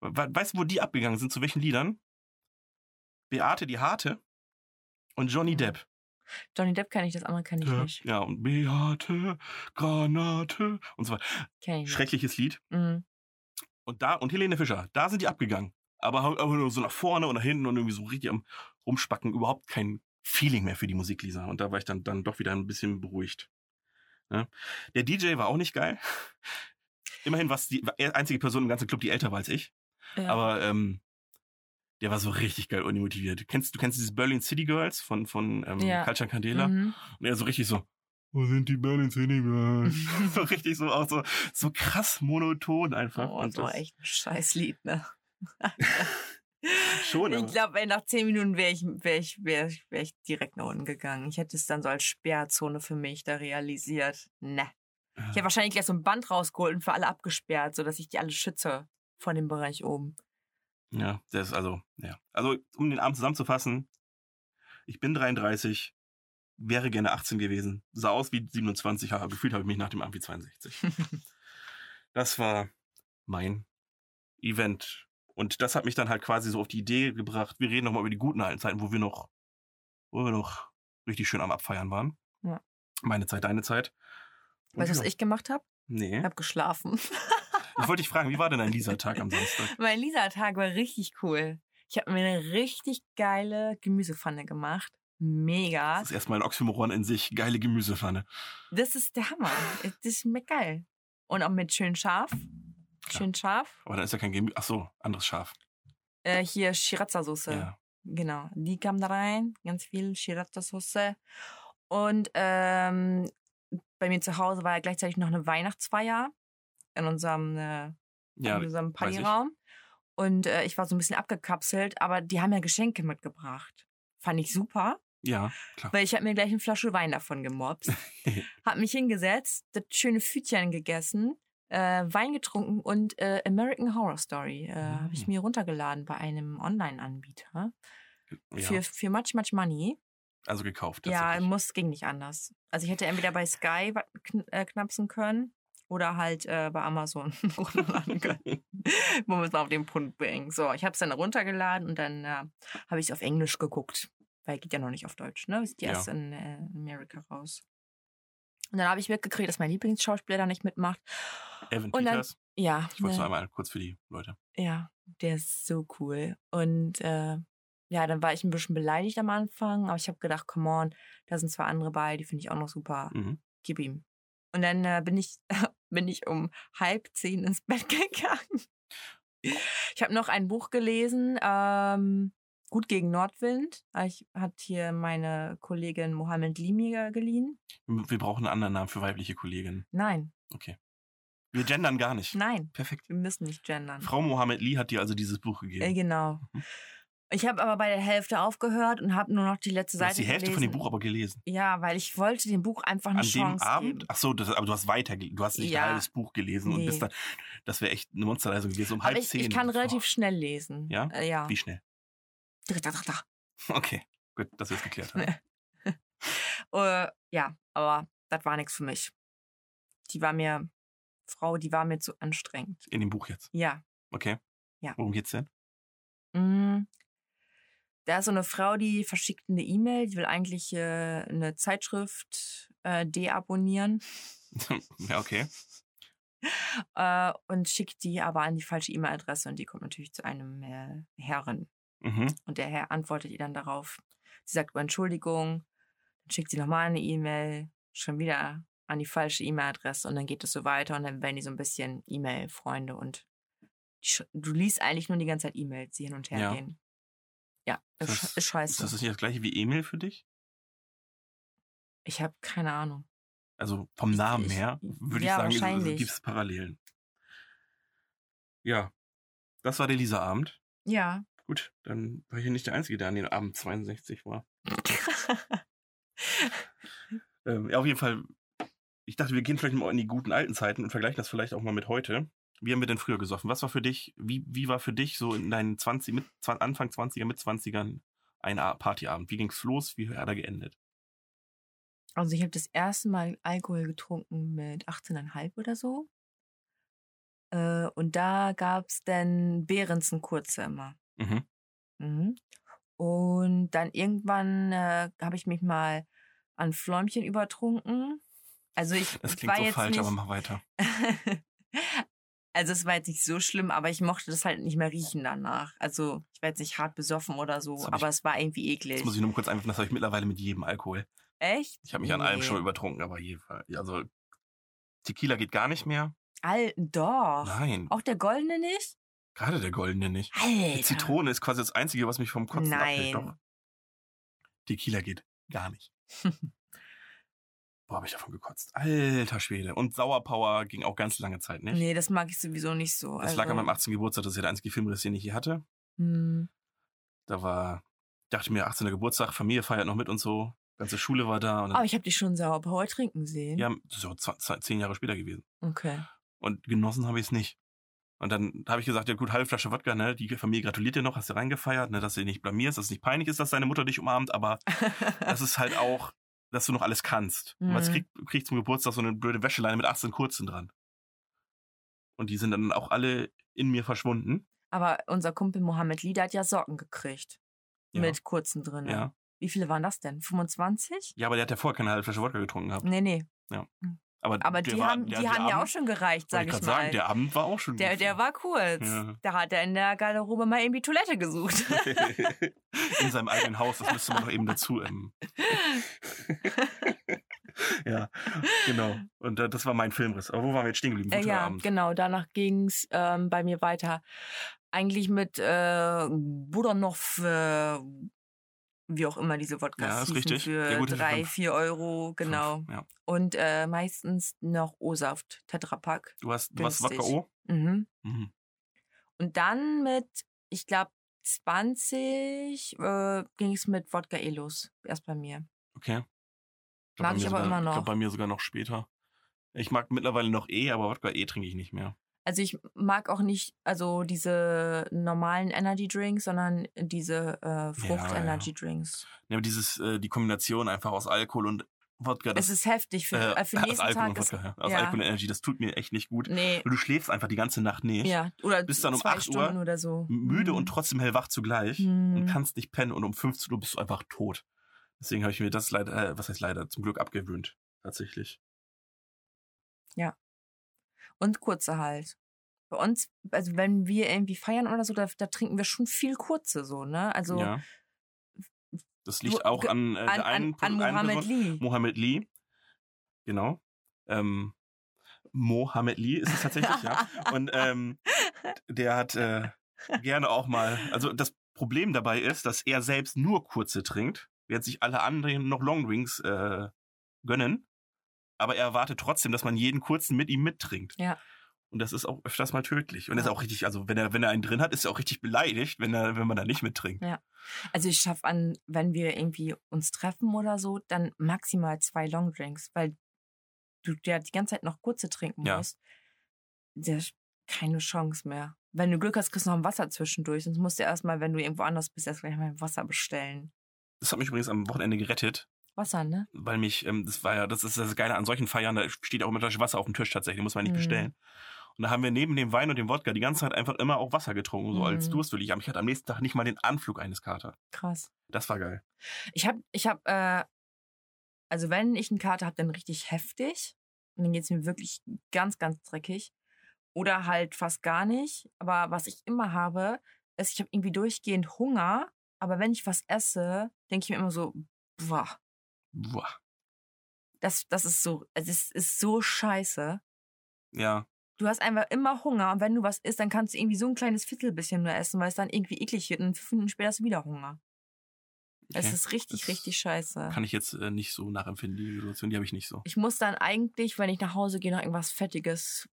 [SPEAKER 3] We- Weißt du, wo die abgegangen sind? Zu welchen Liedern? Beate die Harte und Johnny Depp.
[SPEAKER 4] Johnny Depp kann ich, das andere kann ich nicht.
[SPEAKER 3] Ja, und Beate, Granate und so weiter.
[SPEAKER 4] Kenn ich nicht.
[SPEAKER 3] Schreckliches Lied.
[SPEAKER 4] Mhm.
[SPEAKER 3] Und da, und Helene Fischer, da sind die abgegangen. Aber, hau- aber nur so nach vorne und nach hinten und irgendwie so richtig am Rumspacken, überhaupt kein Feeling mehr für die Musik, Lisa. Und da war ich dann, dann doch wieder ein bisschen beruhigt. Ne? Der DJ war auch nicht geil. Immerhin war es die war er- einzige Person im ganzen Club, die älter war als ich.
[SPEAKER 4] Ja.
[SPEAKER 3] Aber ähm, der war so richtig geil unmotiviert. Kennst, du kennst diese Berlin City Girls von, von ähm,
[SPEAKER 4] Ja.
[SPEAKER 3] Culture Candela?
[SPEAKER 4] Mhm.
[SPEAKER 3] Und er so richtig so, wo sind die Berlin City Girls? so richtig so auch so, so krass monoton einfach.
[SPEAKER 4] Oh,
[SPEAKER 3] Und
[SPEAKER 4] das war
[SPEAKER 3] das-
[SPEAKER 4] echt ein scheiß Lied, ne?
[SPEAKER 3] Schon, aber-
[SPEAKER 4] Ich glaube, nach zehn Minuten wäre ich, wär ich, wär ich, wär ich direkt nach unten gegangen. Ich hätte es dann so als Sperrzone für mich da realisiert. Ne. Ich hätte wahrscheinlich gleich so ein Band rausgeholt und für alle abgesperrt, sodass ich die alle schütze von dem Bereich oben.
[SPEAKER 3] Ja, das ist also, ja. Also, um den Abend zusammenzufassen, ich bin 33, wäre gerne 18 gewesen. Sah aus wie 27, aber gefühlt habe ich mich nach dem Abi 62. das war mein Event. Und das hat mich dann halt quasi so auf die Idee gebracht, wir reden nochmal über die guten alten Zeiten, wo wir noch, wo wir noch richtig schön am Abfeiern waren.
[SPEAKER 4] Ja.
[SPEAKER 3] Meine Zeit, deine Zeit. Und
[SPEAKER 4] Weißt du, was
[SPEAKER 3] ja.
[SPEAKER 4] ich gemacht habe?
[SPEAKER 3] Nee.
[SPEAKER 4] Ich habe geschlafen.
[SPEAKER 3] Ich wollte dich fragen, wie war denn dein Lisa-Tag am Samstag?
[SPEAKER 4] Mein Lisa-Tag war richtig cool. Ich habe mir eine richtig geile Gemüsepfanne gemacht. Mega.
[SPEAKER 3] Das ist erstmal ein Oxymoron in sich. Geile Gemüsepfanne.
[SPEAKER 4] Das ist der Hammer. Das schmeckt geil. Und auch mit schön scharf. Schön scharf.
[SPEAKER 3] Aber dann ist ja kein Gemüse. Ach so, anderes Schaf.
[SPEAKER 4] Äh, hier Shirazza-Soße.
[SPEAKER 3] Ja.
[SPEAKER 4] Genau. Die kam da rein. Ganz viel Shirazza-Soße. Und ähm, bei mir zu Hause war ja gleichzeitig noch eine Weihnachtsfeier in unserem, äh,
[SPEAKER 3] Ja,
[SPEAKER 4] in unserem
[SPEAKER 3] weiß ich.
[SPEAKER 4] Partyraum. Und äh, ich war so ein bisschen abgekapselt, aber die haben ja Geschenke mitgebracht. Fand ich super.
[SPEAKER 3] ja, klar.
[SPEAKER 4] Weil ich habe mir gleich eine Flasche Wein davon gemobst. hab mich hingesetzt, das schöne Fütchen gegessen, äh, Wein getrunken und äh, American Horror Story äh,
[SPEAKER 3] Mm.
[SPEAKER 4] habe ich mir runtergeladen bei einem
[SPEAKER 3] Ja,
[SPEAKER 4] Online-Anbieter. Für, für much, much money.
[SPEAKER 3] also gekauft.
[SPEAKER 4] Ja,
[SPEAKER 3] tatsächlich.
[SPEAKER 4] muss, ging nicht anders. Also ich hätte entweder bei Sky wa- kn äh, knapsen können oder halt äh, bei Amazon runterladen können. Wo wir es auf den Punkt bringen. So, ich habe es dann runtergeladen und dann äh, habe ich es auf Englisch geguckt. Weil geht ja noch nicht auf Deutsch, ne? Ist die
[SPEAKER 3] Ja.
[SPEAKER 4] erst in äh, Amerika raus. Und dann habe ich mitgekriegt, dass mein Lieblingsschauspieler da nicht mitmacht.
[SPEAKER 3] Evan
[SPEAKER 4] und dann-
[SPEAKER 3] Peters.
[SPEAKER 4] Ja,
[SPEAKER 3] Ich wollte es
[SPEAKER 4] ne,
[SPEAKER 3] nur einmal kurz für die Leute.
[SPEAKER 4] ja, der ist so cool. Und äh, ja, dann war ich ein bisschen beleidigt am Anfang, aber ich habe gedacht, come on, da sind zwei andere bei, die finde ich auch noch super
[SPEAKER 3] Mhm.
[SPEAKER 4] gib ihm. Und dann äh, bin ich bin ich um halb zehn ins Bett gegangen. Ich habe noch ein Buch gelesen, ähm, Gut gegen Nordwind. Ah, Ich, hat hier meine Kollegin Mohammed Limi geliehen.
[SPEAKER 3] Wir brauchen einen anderen Namen für weibliche Kolleginnen.
[SPEAKER 4] Nein,
[SPEAKER 3] Wir gendern gar nicht.
[SPEAKER 4] nein,
[SPEAKER 3] Perfekt.
[SPEAKER 4] wir müssen nicht gendern.
[SPEAKER 3] Frau Mohammed Lee hat dir also dieses Buch
[SPEAKER 4] äh,
[SPEAKER 3] gegeben.
[SPEAKER 4] genau.
[SPEAKER 3] Mhm.
[SPEAKER 4] Ich habe aber bei der Hälfte aufgehört und habe nur noch die letzte
[SPEAKER 3] du
[SPEAKER 4] Seite
[SPEAKER 3] hast die Hälfte
[SPEAKER 4] gelesen.
[SPEAKER 3] von dem Buch aber gelesen.
[SPEAKER 4] Ja, weil ich wollte dem Buch einfach eine
[SPEAKER 3] An dem
[SPEAKER 4] Chance
[SPEAKER 3] Abend?
[SPEAKER 4] geben.
[SPEAKER 3] Ach so, das, aber du hast weiter, gel- du hast nicht
[SPEAKER 4] Ja.
[SPEAKER 3] ein halbes Buch gelesen und
[SPEAKER 4] Nee.
[SPEAKER 3] bist dann, das wäre echt eine Monsterleistung gewesen. Um halb
[SPEAKER 4] aber ich,
[SPEAKER 3] zehn.
[SPEAKER 4] ich kann
[SPEAKER 3] Oh,
[SPEAKER 4] relativ schnell lesen.
[SPEAKER 3] Ja?
[SPEAKER 4] Äh, ja.
[SPEAKER 3] Wie schnell? Okay, gut, dass wir es geklärt haben.
[SPEAKER 4] Äh, ja, aber das war nichts für mich. Die war mir, Frau, die war mir zu anstrengend.
[SPEAKER 3] In dem Buch jetzt.
[SPEAKER 4] Ja.
[SPEAKER 3] Okay.
[SPEAKER 4] Ja.
[SPEAKER 3] Worum geht's denn?
[SPEAKER 4] Mm. Da ist so eine Frau, die verschickt eine E-Mail, die will eigentlich äh, eine Zeitschrift äh, deabonnieren
[SPEAKER 3] ja, okay.
[SPEAKER 4] äh, und schickt die aber an die falsche E-Mail-Adresse und die kommt natürlich zu einem äh, Herren.
[SPEAKER 3] Mhm.
[SPEAKER 4] Und der Herr antwortet ihr dann darauf. Sie sagt, oh, Entschuldigung, dann schickt sie nochmal eine E-Mail, schon wieder an die falsche E-Mail-Adresse und dann geht es so weiter und dann werden die so ein bisschen E-Mail-Freunde und die sch- du liest eigentlich nur die ganze Zeit E-Mails, die hin und her
[SPEAKER 3] Ja.
[SPEAKER 4] gehen. Ja,
[SPEAKER 3] Ist
[SPEAKER 4] ist,
[SPEAKER 3] das-
[SPEAKER 4] sch- ist scheiße.
[SPEAKER 3] Ist das nicht das gleiche wie Emil für dich?
[SPEAKER 4] ich habe keine Ahnung.
[SPEAKER 3] Also vom Namen
[SPEAKER 4] ich-
[SPEAKER 3] her würde
[SPEAKER 4] ja,
[SPEAKER 3] ich sagen,
[SPEAKER 4] wahrscheinlich.
[SPEAKER 3] gibt es Parallelen. Ja, das war der Lisa-Abend.
[SPEAKER 4] Ja.
[SPEAKER 3] Gut, dann war ich hier nicht der Einzige, der an den Abend 62 war. Ähm, ja, auf jeden Fall, ich dachte, wir gehen vielleicht mal in die guten alten Zeiten und vergleichen das vielleicht auch mal mit heute. Wie haben wir denn früher gesoffen? Was war für dich, wie, wie war für dich so in deinen 20, mit, 20 Anfang 20er, mit 20ern ein A- Partyabend? Wie ging's los? Wie hat er geendet?
[SPEAKER 4] also ich habe das erste Mal Alkohol getrunken mit 18,5 oder so. Äh, und da gab es dann Behrensen kurze immer.
[SPEAKER 3] Mhm.
[SPEAKER 4] Mhm. Und dann irgendwann äh, habe ich mich mal an Fläumchen übertrunken. Also ich
[SPEAKER 3] Das
[SPEAKER 4] es
[SPEAKER 3] klingt
[SPEAKER 4] war
[SPEAKER 3] so
[SPEAKER 4] jetzt
[SPEAKER 3] falsch,
[SPEAKER 4] nicht,
[SPEAKER 3] aber mach weiter.
[SPEAKER 4] also es war jetzt nicht so schlimm, aber ich mochte das halt nicht mehr riechen danach. Also ich war jetzt nicht hart besoffen oder so,
[SPEAKER 3] Das hab ich-
[SPEAKER 4] aber es war irgendwie eklig.
[SPEAKER 3] Jetzt muss ich nur mal kurz einwerfen, das habe ich mittlerweile mit jedem Alkohol.
[SPEAKER 4] Echt?
[SPEAKER 3] Ich habe mich an allem
[SPEAKER 4] Nee.
[SPEAKER 3] schon übertrunken, aber jedenfalls. Also Tequila geht gar nicht mehr.
[SPEAKER 4] Al doch.
[SPEAKER 3] Nein,
[SPEAKER 4] Auch der goldene nicht?
[SPEAKER 3] gerade der goldene nicht. Die
[SPEAKER 4] oh. Alter.
[SPEAKER 3] Zitrone ist quasi das Einzige, was mich vom Kotzen abhält.
[SPEAKER 4] Nein.
[SPEAKER 3] Doch. Tequila geht gar nicht. Boah, habe ich davon gekotzt. Alter Schwede. Und Sauerpower ging auch ganz lange Zeit nicht.
[SPEAKER 4] Nee, also das mag ich sowieso nicht so.
[SPEAKER 3] Das lag an meinem 18. Geburtstag. Das ist ja der einzige Film, das ich nicht hier hatte.
[SPEAKER 4] Hm.
[SPEAKER 3] Da war, dachte mir, 18. Geburtstag, Familie feiert noch mit und so. Ganze Schule war da. Und dann,
[SPEAKER 4] Aber Oh, ich habe dich schon sauer Power trinken sehen.
[SPEAKER 3] ja, das ist so zehn Jahre später gewesen.
[SPEAKER 4] Okay.
[SPEAKER 3] Und genossen habe ich es nicht. Und dann habe ich gesagt, ja gut, halbe Flasche Wodka, ne? Die Familie gratuliert dir noch, hast dir reingefeiert, ne? Dass du dich nicht blamierst, dass es nicht peinlich ist, dass deine Mutter dich umarmt, aber das ist halt auch dass du noch alles kannst. Und was
[SPEAKER 4] Mhm.
[SPEAKER 3] kriegt krieg zum Geburtstag so eine blöde Wäscheleine mit 18 kurzen dran. Und die sind dann auch alle in mir verschwunden.
[SPEAKER 4] Aber unser Kumpel Mohammed Lieder hat ja Socken gekriegt.
[SPEAKER 3] Ja.
[SPEAKER 4] Mit kurzen drin.
[SPEAKER 3] Ja.
[SPEAKER 4] Wie viele waren das denn? 25?
[SPEAKER 3] Ja, aber der hat ja vorher keine halbe Flasche Wodka getrunken gehabt.
[SPEAKER 4] Nee, nee.
[SPEAKER 3] Aber,
[SPEAKER 4] Aber
[SPEAKER 3] der
[SPEAKER 4] die
[SPEAKER 3] war-
[SPEAKER 4] haben,
[SPEAKER 3] der-
[SPEAKER 4] die
[SPEAKER 3] der
[SPEAKER 4] haben ja auch
[SPEAKER 3] Abend-
[SPEAKER 4] schon
[SPEAKER 3] wollte
[SPEAKER 4] gereicht, sag
[SPEAKER 3] ich
[SPEAKER 4] ich
[SPEAKER 3] grad
[SPEAKER 4] mal.
[SPEAKER 3] sagen, der Abend war auch schon.
[SPEAKER 4] der,
[SPEAKER 3] gut.
[SPEAKER 4] der war kurz.
[SPEAKER 3] Ja.
[SPEAKER 4] Da hat er in der Garderobe mal eben die Toilette gesucht.
[SPEAKER 3] in seinem eigenen Haus, das müsste man noch eben dazu. Ähm. ja, genau. Und äh, das war mein Filmriss. Aber wo waren wir jetzt stehen geblieben?
[SPEAKER 4] Äh,
[SPEAKER 3] Guter
[SPEAKER 4] ja,
[SPEAKER 3] Abend.
[SPEAKER 4] genau. Danach ging's ähm, bei mir weiter. Eigentlich mit äh, Budanov, äh, wie auch immer diese Wodkas
[SPEAKER 3] Ja, ist
[SPEAKER 4] hießen,
[SPEAKER 3] richtig. Der
[SPEAKER 4] für
[SPEAKER 3] gute
[SPEAKER 4] drei,
[SPEAKER 3] Fünf.
[SPEAKER 4] vier Euro, genau.
[SPEAKER 3] Fünf, Ja.
[SPEAKER 4] Und äh, meistens noch O-Saft, Tetrapack.
[SPEAKER 3] Du hast, du hast
[SPEAKER 4] Günstig.
[SPEAKER 3] Wodka O?
[SPEAKER 4] Mhm.
[SPEAKER 3] Mhm.
[SPEAKER 4] Und dann mit, ich glaube, 20 äh, ging es mit Wodka Elos. Erst bei mir.
[SPEAKER 3] Okay. Ich
[SPEAKER 4] Mag
[SPEAKER 3] bei
[SPEAKER 4] ich
[SPEAKER 3] mir
[SPEAKER 4] aber
[SPEAKER 3] sogar,
[SPEAKER 4] immer
[SPEAKER 3] Ich
[SPEAKER 4] noch.
[SPEAKER 3] glaube, bei mir sogar noch später. Ich mag mittlerweile noch E, aber Wodka E trinke ich nicht mehr.
[SPEAKER 4] Also ich mag auch nicht, also diese normalen Energy Drinks, sondern diese äh, Frucht
[SPEAKER 3] ja.
[SPEAKER 4] Energy Drinks.
[SPEAKER 3] Ja, aber dieses, äh, die Kombination einfach aus Alkohol und Wodka, das
[SPEAKER 4] es ist heftig für, äh, für den
[SPEAKER 3] aus
[SPEAKER 4] nächsten
[SPEAKER 3] Alkohol
[SPEAKER 4] Tag.
[SPEAKER 3] und
[SPEAKER 4] Ist,
[SPEAKER 3] Wodka, ja. Aus
[SPEAKER 4] ja.
[SPEAKER 3] Alkohol und Energy, das tut mir echt nicht gut.
[SPEAKER 4] nee,
[SPEAKER 3] Du schläfst einfach die ganze Nacht nicht.
[SPEAKER 4] ja, oder
[SPEAKER 3] Bist dann um
[SPEAKER 4] zwei
[SPEAKER 3] 8 Uhr
[SPEAKER 4] Stunden oder so.
[SPEAKER 3] Müde
[SPEAKER 4] Mhm.
[SPEAKER 3] und trotzdem hellwach zugleich und
[SPEAKER 4] Mhm.
[SPEAKER 3] kannst nicht pennen und um 15 Uhr bist du einfach tot. Deswegen habe ich mir das leider, äh, was heißt leider, zum Glück abgewöhnt. Tatsächlich.
[SPEAKER 4] Und kurze halt. Bei uns, also wenn wir irgendwie feiern oder so, da, da trinken wir schon viel kurze so, ne? Also
[SPEAKER 3] Ja. Das liegt
[SPEAKER 4] Wo-
[SPEAKER 3] auch
[SPEAKER 4] ge-
[SPEAKER 3] an, äh,
[SPEAKER 4] an,
[SPEAKER 3] der einen,
[SPEAKER 4] an, an
[SPEAKER 3] einen
[SPEAKER 4] Mohammed
[SPEAKER 3] Person,
[SPEAKER 4] Lee.
[SPEAKER 3] Mohammed Lee. Genau. Ähm, Mohammed Lee ist es tatsächlich, ja. Und ähm, der hat äh, gerne auch mal. Also das Problem dabei ist, dass er selbst nur kurze trinkt, während sich alle anderen noch Longdrinks äh, gönnen. Aber er erwartet trotzdem, dass man jeden kurzen mit ihm mittrinkt.
[SPEAKER 4] Ja.
[SPEAKER 3] Und das ist auch öfters mal tödlich. Und er ist
[SPEAKER 4] Ja.
[SPEAKER 3] auch richtig, also wenn er, wenn er einen drin hat, ist er auch richtig beleidigt, wenn er, wenn man da nicht mittrinkt.
[SPEAKER 4] Also ich schaffe an, wenn wir irgendwie uns treffen oder so, dann maximal zwei Longdrinks, weil du ja die ganze Zeit noch kurze trinken
[SPEAKER 3] Ja.
[SPEAKER 4] musst. Der ist keine Chance mehr. Wenn du Glück hast, kriegst du noch ein Wasser zwischendurch. Sonst musst du erstmal, wenn du irgendwo anders bist, erst gleich mal ein Wasser bestellen.
[SPEAKER 3] Das hat mich übrigens am Wochenende gerettet.
[SPEAKER 4] Wasser, ne?
[SPEAKER 3] weil mich, ähm, das war ja, das ist das Geile an solchen Feiern, da steht auch immer eine Flasche Wasser auf dem Tisch tatsächlich, muss man nicht
[SPEAKER 4] Mhm.
[SPEAKER 3] bestellen. Und da haben wir neben dem Wein und dem Wodka die ganze Zeit einfach immer auch Wasser getrunken, so als
[SPEAKER 4] Mhm.
[SPEAKER 3] durstwillig. Aber ich hatte am nächsten Tag nicht mal den Anflug eines Kater.
[SPEAKER 4] Krass.
[SPEAKER 3] Das war geil.
[SPEAKER 4] Ich hab, ich hab, äh, also wenn ich einen Kater hab, dann richtig heftig. Und dann geht's mir wirklich ganz, ganz dreckig. Oder halt fast gar nicht. Aber was ich immer habe, ist, ich habe irgendwie durchgehend Hunger. Aber wenn ich was esse, denke ich mir immer so, boah,
[SPEAKER 3] Boah.
[SPEAKER 4] das, das ist so, also das ist so scheiße.
[SPEAKER 3] Ja,
[SPEAKER 4] Du hast einfach immer Hunger und wenn du was isst, dann kannst du irgendwie so ein kleines Viertelbisschen nur essen, weil es dann irgendwie eklig wird und fünf Minuten später hast du wieder Hunger. Es
[SPEAKER 3] Okay.
[SPEAKER 4] ist richtig,
[SPEAKER 3] Das
[SPEAKER 4] richtig scheiße.
[SPEAKER 3] kann ich jetzt äh, nicht so nachempfinden, die Situation, die habe ich nicht so.
[SPEAKER 4] ich muss dann eigentlich, wenn ich nach Hause gehe, noch irgendwas Fettiges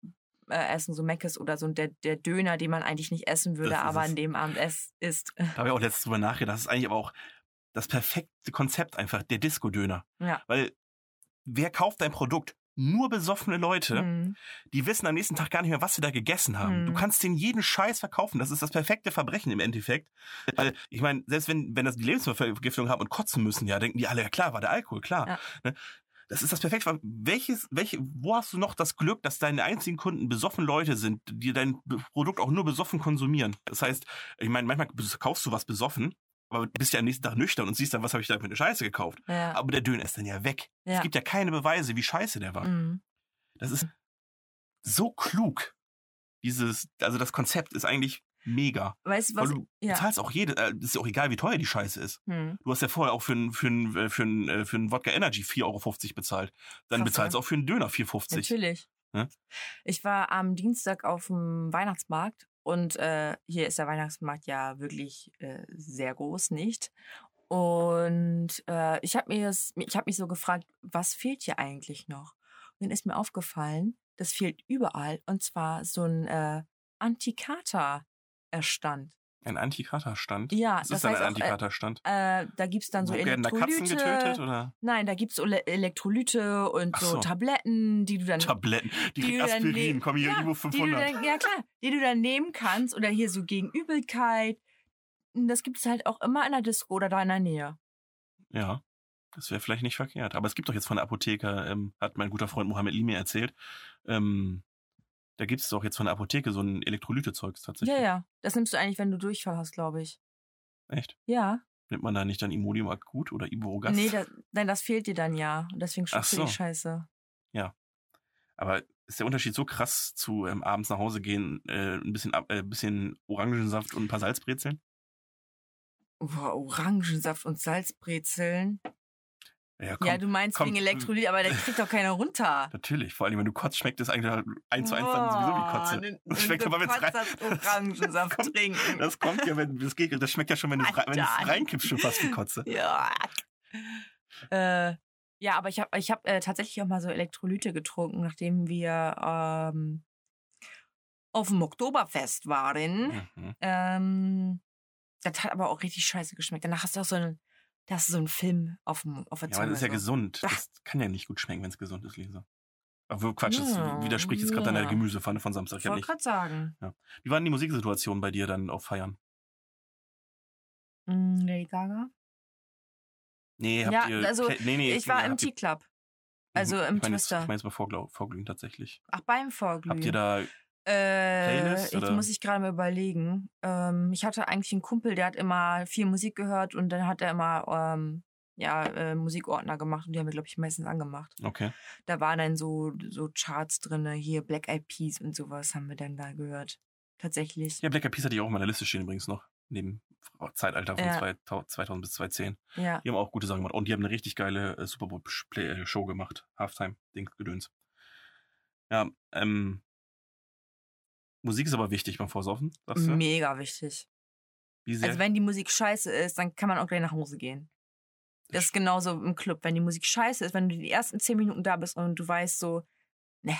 [SPEAKER 4] äh, essen, so Meckes oder so der, der Döner, den man eigentlich nicht essen würde,
[SPEAKER 3] Das ist
[SPEAKER 4] aber
[SPEAKER 3] es.
[SPEAKER 4] an dem Abend es isst.
[SPEAKER 3] Da habe ich auch letztens drüber nachgedacht. Das ist eigentlich aber auch das perfekte Konzept einfach, der Disco-Döner.
[SPEAKER 4] Ja.
[SPEAKER 3] Weil wer kauft dein Produkt? Nur besoffene Leute.
[SPEAKER 4] Mhm.
[SPEAKER 3] die wissen am nächsten Tag gar nicht mehr, was sie da gegessen haben.
[SPEAKER 4] Hm.
[SPEAKER 3] Du kannst denen jeden Scheiß verkaufen. Das ist das perfekte Verbrechen im Endeffekt. Weil, ich meine, selbst wenn, wenn das die Lebensmittelvergiftung haben und kotzen müssen, ja, denken die alle, ja klar, war der Alkohol, klar.
[SPEAKER 4] Ja.
[SPEAKER 3] Ne? Das ist das perfekte. Ver- Welches, welche, wo hast du noch das Glück, dass deine einzigen Kunden besoffen Leute sind, die dein Be- Produkt auch nur besoffen konsumieren? Das heißt, ich meine, manchmal bes- kaufst du was besoffen, aber bist ja am nächsten Tag nüchtern und siehst dann, was habe ich da für eine Scheiße gekauft.
[SPEAKER 4] Ja.
[SPEAKER 3] Aber der Döner ist dann ja weg.
[SPEAKER 4] Ja.
[SPEAKER 3] Es gibt ja keine Beweise, wie scheiße der war.
[SPEAKER 4] Mhm.
[SPEAKER 3] Das ist so klug. Dieses, also das Konzept ist eigentlich mega.
[SPEAKER 4] Weißt du
[SPEAKER 3] Weil
[SPEAKER 4] was?
[SPEAKER 3] du
[SPEAKER 4] Ja.
[SPEAKER 3] zahlst auch jede, äh, ist ja auch egal, wie teuer die Scheiße ist.
[SPEAKER 4] Hm.
[SPEAKER 3] Du hast ja vorher auch für einen für einen, äh, für einen, äh, für einen Wodka Energy 4,50 Euro bezahlt. Dann
[SPEAKER 4] Krass,
[SPEAKER 3] bezahlst du auch für einen Döner 4,50 Euro.
[SPEAKER 4] Natürlich.
[SPEAKER 3] Ne?
[SPEAKER 4] Ich war am Dienstag auf dem Weihnachtsmarkt und äh, hier ist der Weihnachtsmarkt ja wirklich äh, sehr groß, nicht? Und äh, ich habe mir das, ich habe mich so gefragt, was fehlt hier eigentlich noch? Und dann ist mir aufgefallen, das fehlt überall und zwar so ein äh, Antikater-Erstand.
[SPEAKER 3] Ein Antikaterstand?
[SPEAKER 4] Ja,
[SPEAKER 3] Was
[SPEAKER 4] das
[SPEAKER 3] ist denn ein
[SPEAKER 4] heißt auch, äh,
[SPEAKER 3] Antikaterstand?
[SPEAKER 4] Äh, da gibt es dann so
[SPEAKER 3] Wo werden da Katzen getötet
[SPEAKER 4] Elektrolyte.
[SPEAKER 3] oder
[SPEAKER 4] Nein, da gibt es Elektrolyte und
[SPEAKER 3] Ach
[SPEAKER 4] so,
[SPEAKER 3] so.
[SPEAKER 4] Tabletten, die du dann
[SPEAKER 3] Tabletten? Die,
[SPEAKER 4] du
[SPEAKER 3] kriegt
[SPEAKER 4] dann
[SPEAKER 3] Aspirin,
[SPEAKER 4] nehmen-
[SPEAKER 3] komm hier,
[SPEAKER 4] ja,
[SPEAKER 3] Ivo
[SPEAKER 4] Die du
[SPEAKER 3] 500.
[SPEAKER 4] dann, ja klar, die du dann nehmen kannst oder hier so gegen Hm, Übelkeit. Und Das gibt es halt auch immer in der Disco oder da in der Nähe.
[SPEAKER 3] Ja, Das wäre vielleicht nicht verkehrt. Aber es gibt doch jetzt von der Apotheke, ähm, hat mein guter Freund Mohammed Lee mir erzählt, ähm, da gibt es doch jetzt von der Apotheke so ein Elektrolyte-Zeugs tatsächlich.
[SPEAKER 4] Ja, ja. Das nimmst du eigentlich, wenn du Durchfall hast, glaube ich.
[SPEAKER 3] Echt?
[SPEAKER 4] Ja.
[SPEAKER 3] Nimmt man da nicht dann Imodium akut oder Ibogas?
[SPEAKER 4] Nee, das, nein, das fehlt dir dann ja. Und deswegen schluckst du
[SPEAKER 3] so.
[SPEAKER 4] die Scheiße.
[SPEAKER 3] Aber ist der Unterschied so krass zu ähm, abends nach Hause gehen, äh, ein bisschen, ab- äh, ein bisschen Orangensaft und ein paar Salzbrezeln?
[SPEAKER 4] Boah, Orangensaft und Salzbrezeln.
[SPEAKER 3] Ja, komm.
[SPEAKER 4] Ja, du meinst
[SPEAKER 3] komm.
[SPEAKER 4] wegen Elektrolyt, aber da kriegt doch keiner runter.
[SPEAKER 3] Natürlich, vor allem wenn du kotzt, schmeckt es eigentlich eins zu eins dann sowieso wie Kotze. Das schmeckt aber, wenn's rein-
[SPEAKER 4] Orangensaft
[SPEAKER 3] kommt-
[SPEAKER 4] trinken.
[SPEAKER 3] Das kommt ja, wenn das, geht, das schmeckt ja schon, wenn du es rein- wenn du es
[SPEAKER 4] Alter.
[SPEAKER 3] reinkippst, schon fast wie Kotze.
[SPEAKER 4] ja. Äh, ja, aber ich habe ich hab, äh, tatsächlich auch mal so Elektrolyte getrunken, nachdem wir ähm, auf dem Oktoberfest waren.
[SPEAKER 3] Mhm.
[SPEAKER 4] Ähm, das hat aber auch richtig scheiße geschmeckt. Danach hast du auch so einen, da hast du so einen Film auf, dem, auf der
[SPEAKER 3] Ja, aber das ist ja
[SPEAKER 4] so.
[SPEAKER 3] gesund.
[SPEAKER 4] Bah.
[SPEAKER 3] Das kann ja nicht gut schmecken, wenn es gesund ist, Lisa. Aber Quatsch, das
[SPEAKER 4] Ja,
[SPEAKER 3] widerspricht jetzt gerade
[SPEAKER 4] ja.
[SPEAKER 3] deiner Gemüsepfanne von Samstag.
[SPEAKER 4] Ich
[SPEAKER 3] Ja
[SPEAKER 4] wollte
[SPEAKER 3] nicht.
[SPEAKER 4] gerade sagen.
[SPEAKER 3] Wie war denn die Musiksituation bei dir dann auf Feiern?
[SPEAKER 4] Mm, Lady Gaga.
[SPEAKER 3] Nee, habt
[SPEAKER 4] Ja,
[SPEAKER 3] ihr.
[SPEAKER 4] also,
[SPEAKER 3] Play- nee, nee,
[SPEAKER 4] ich war im
[SPEAKER 3] habt ihr-
[SPEAKER 4] T-Club. also im
[SPEAKER 3] Mhm, ich mein jetzt-
[SPEAKER 4] Twister.
[SPEAKER 3] Ich meine jetzt mal Vorglau- Vorglühen tatsächlich.
[SPEAKER 4] Ach, beim Vorglühen.
[SPEAKER 3] Habt ihr da.
[SPEAKER 4] Äh,
[SPEAKER 3] Playlist,
[SPEAKER 4] ich
[SPEAKER 3] oder?
[SPEAKER 4] muss ich gerade mal überlegen. Ähm, ich hatte eigentlich einen Kumpel, der hat immer viel Musik gehört und dann hat er immer ähm, ja, äh, Musikordner gemacht und die haben wir, glaube ich, meistens angemacht.
[SPEAKER 3] Okay.
[SPEAKER 4] Da waren dann so, so Charts drin, hier Black Eyed Peas und sowas haben wir dann da gehört. Tatsächlich.
[SPEAKER 3] Ja, Black Eyed Peas hatte ich auch in meiner Liste stehen übrigens noch. Neben Fra- Zeitalter von
[SPEAKER 4] Ja.
[SPEAKER 3] 2000 2000 bis 2010.
[SPEAKER 4] Ja.
[SPEAKER 3] Die haben auch gute Sachen gemacht. Und die haben eine richtig geile äh, Super Bowl Play- äh, Show gemacht. Halftime, Ding, Gedöns. Ja, ähm. Musik ist aber wichtig beim Vorsaufen, sagst du?
[SPEAKER 4] Mega wichtig.
[SPEAKER 3] Wie sehr?
[SPEAKER 4] Also wenn die Musik scheiße ist, dann kann man auch gleich nach Hause gehen. Das ist genauso im Club. Wenn die Musik scheiße ist, wenn du die ersten zehn Minuten da bist und du weißt so, ne,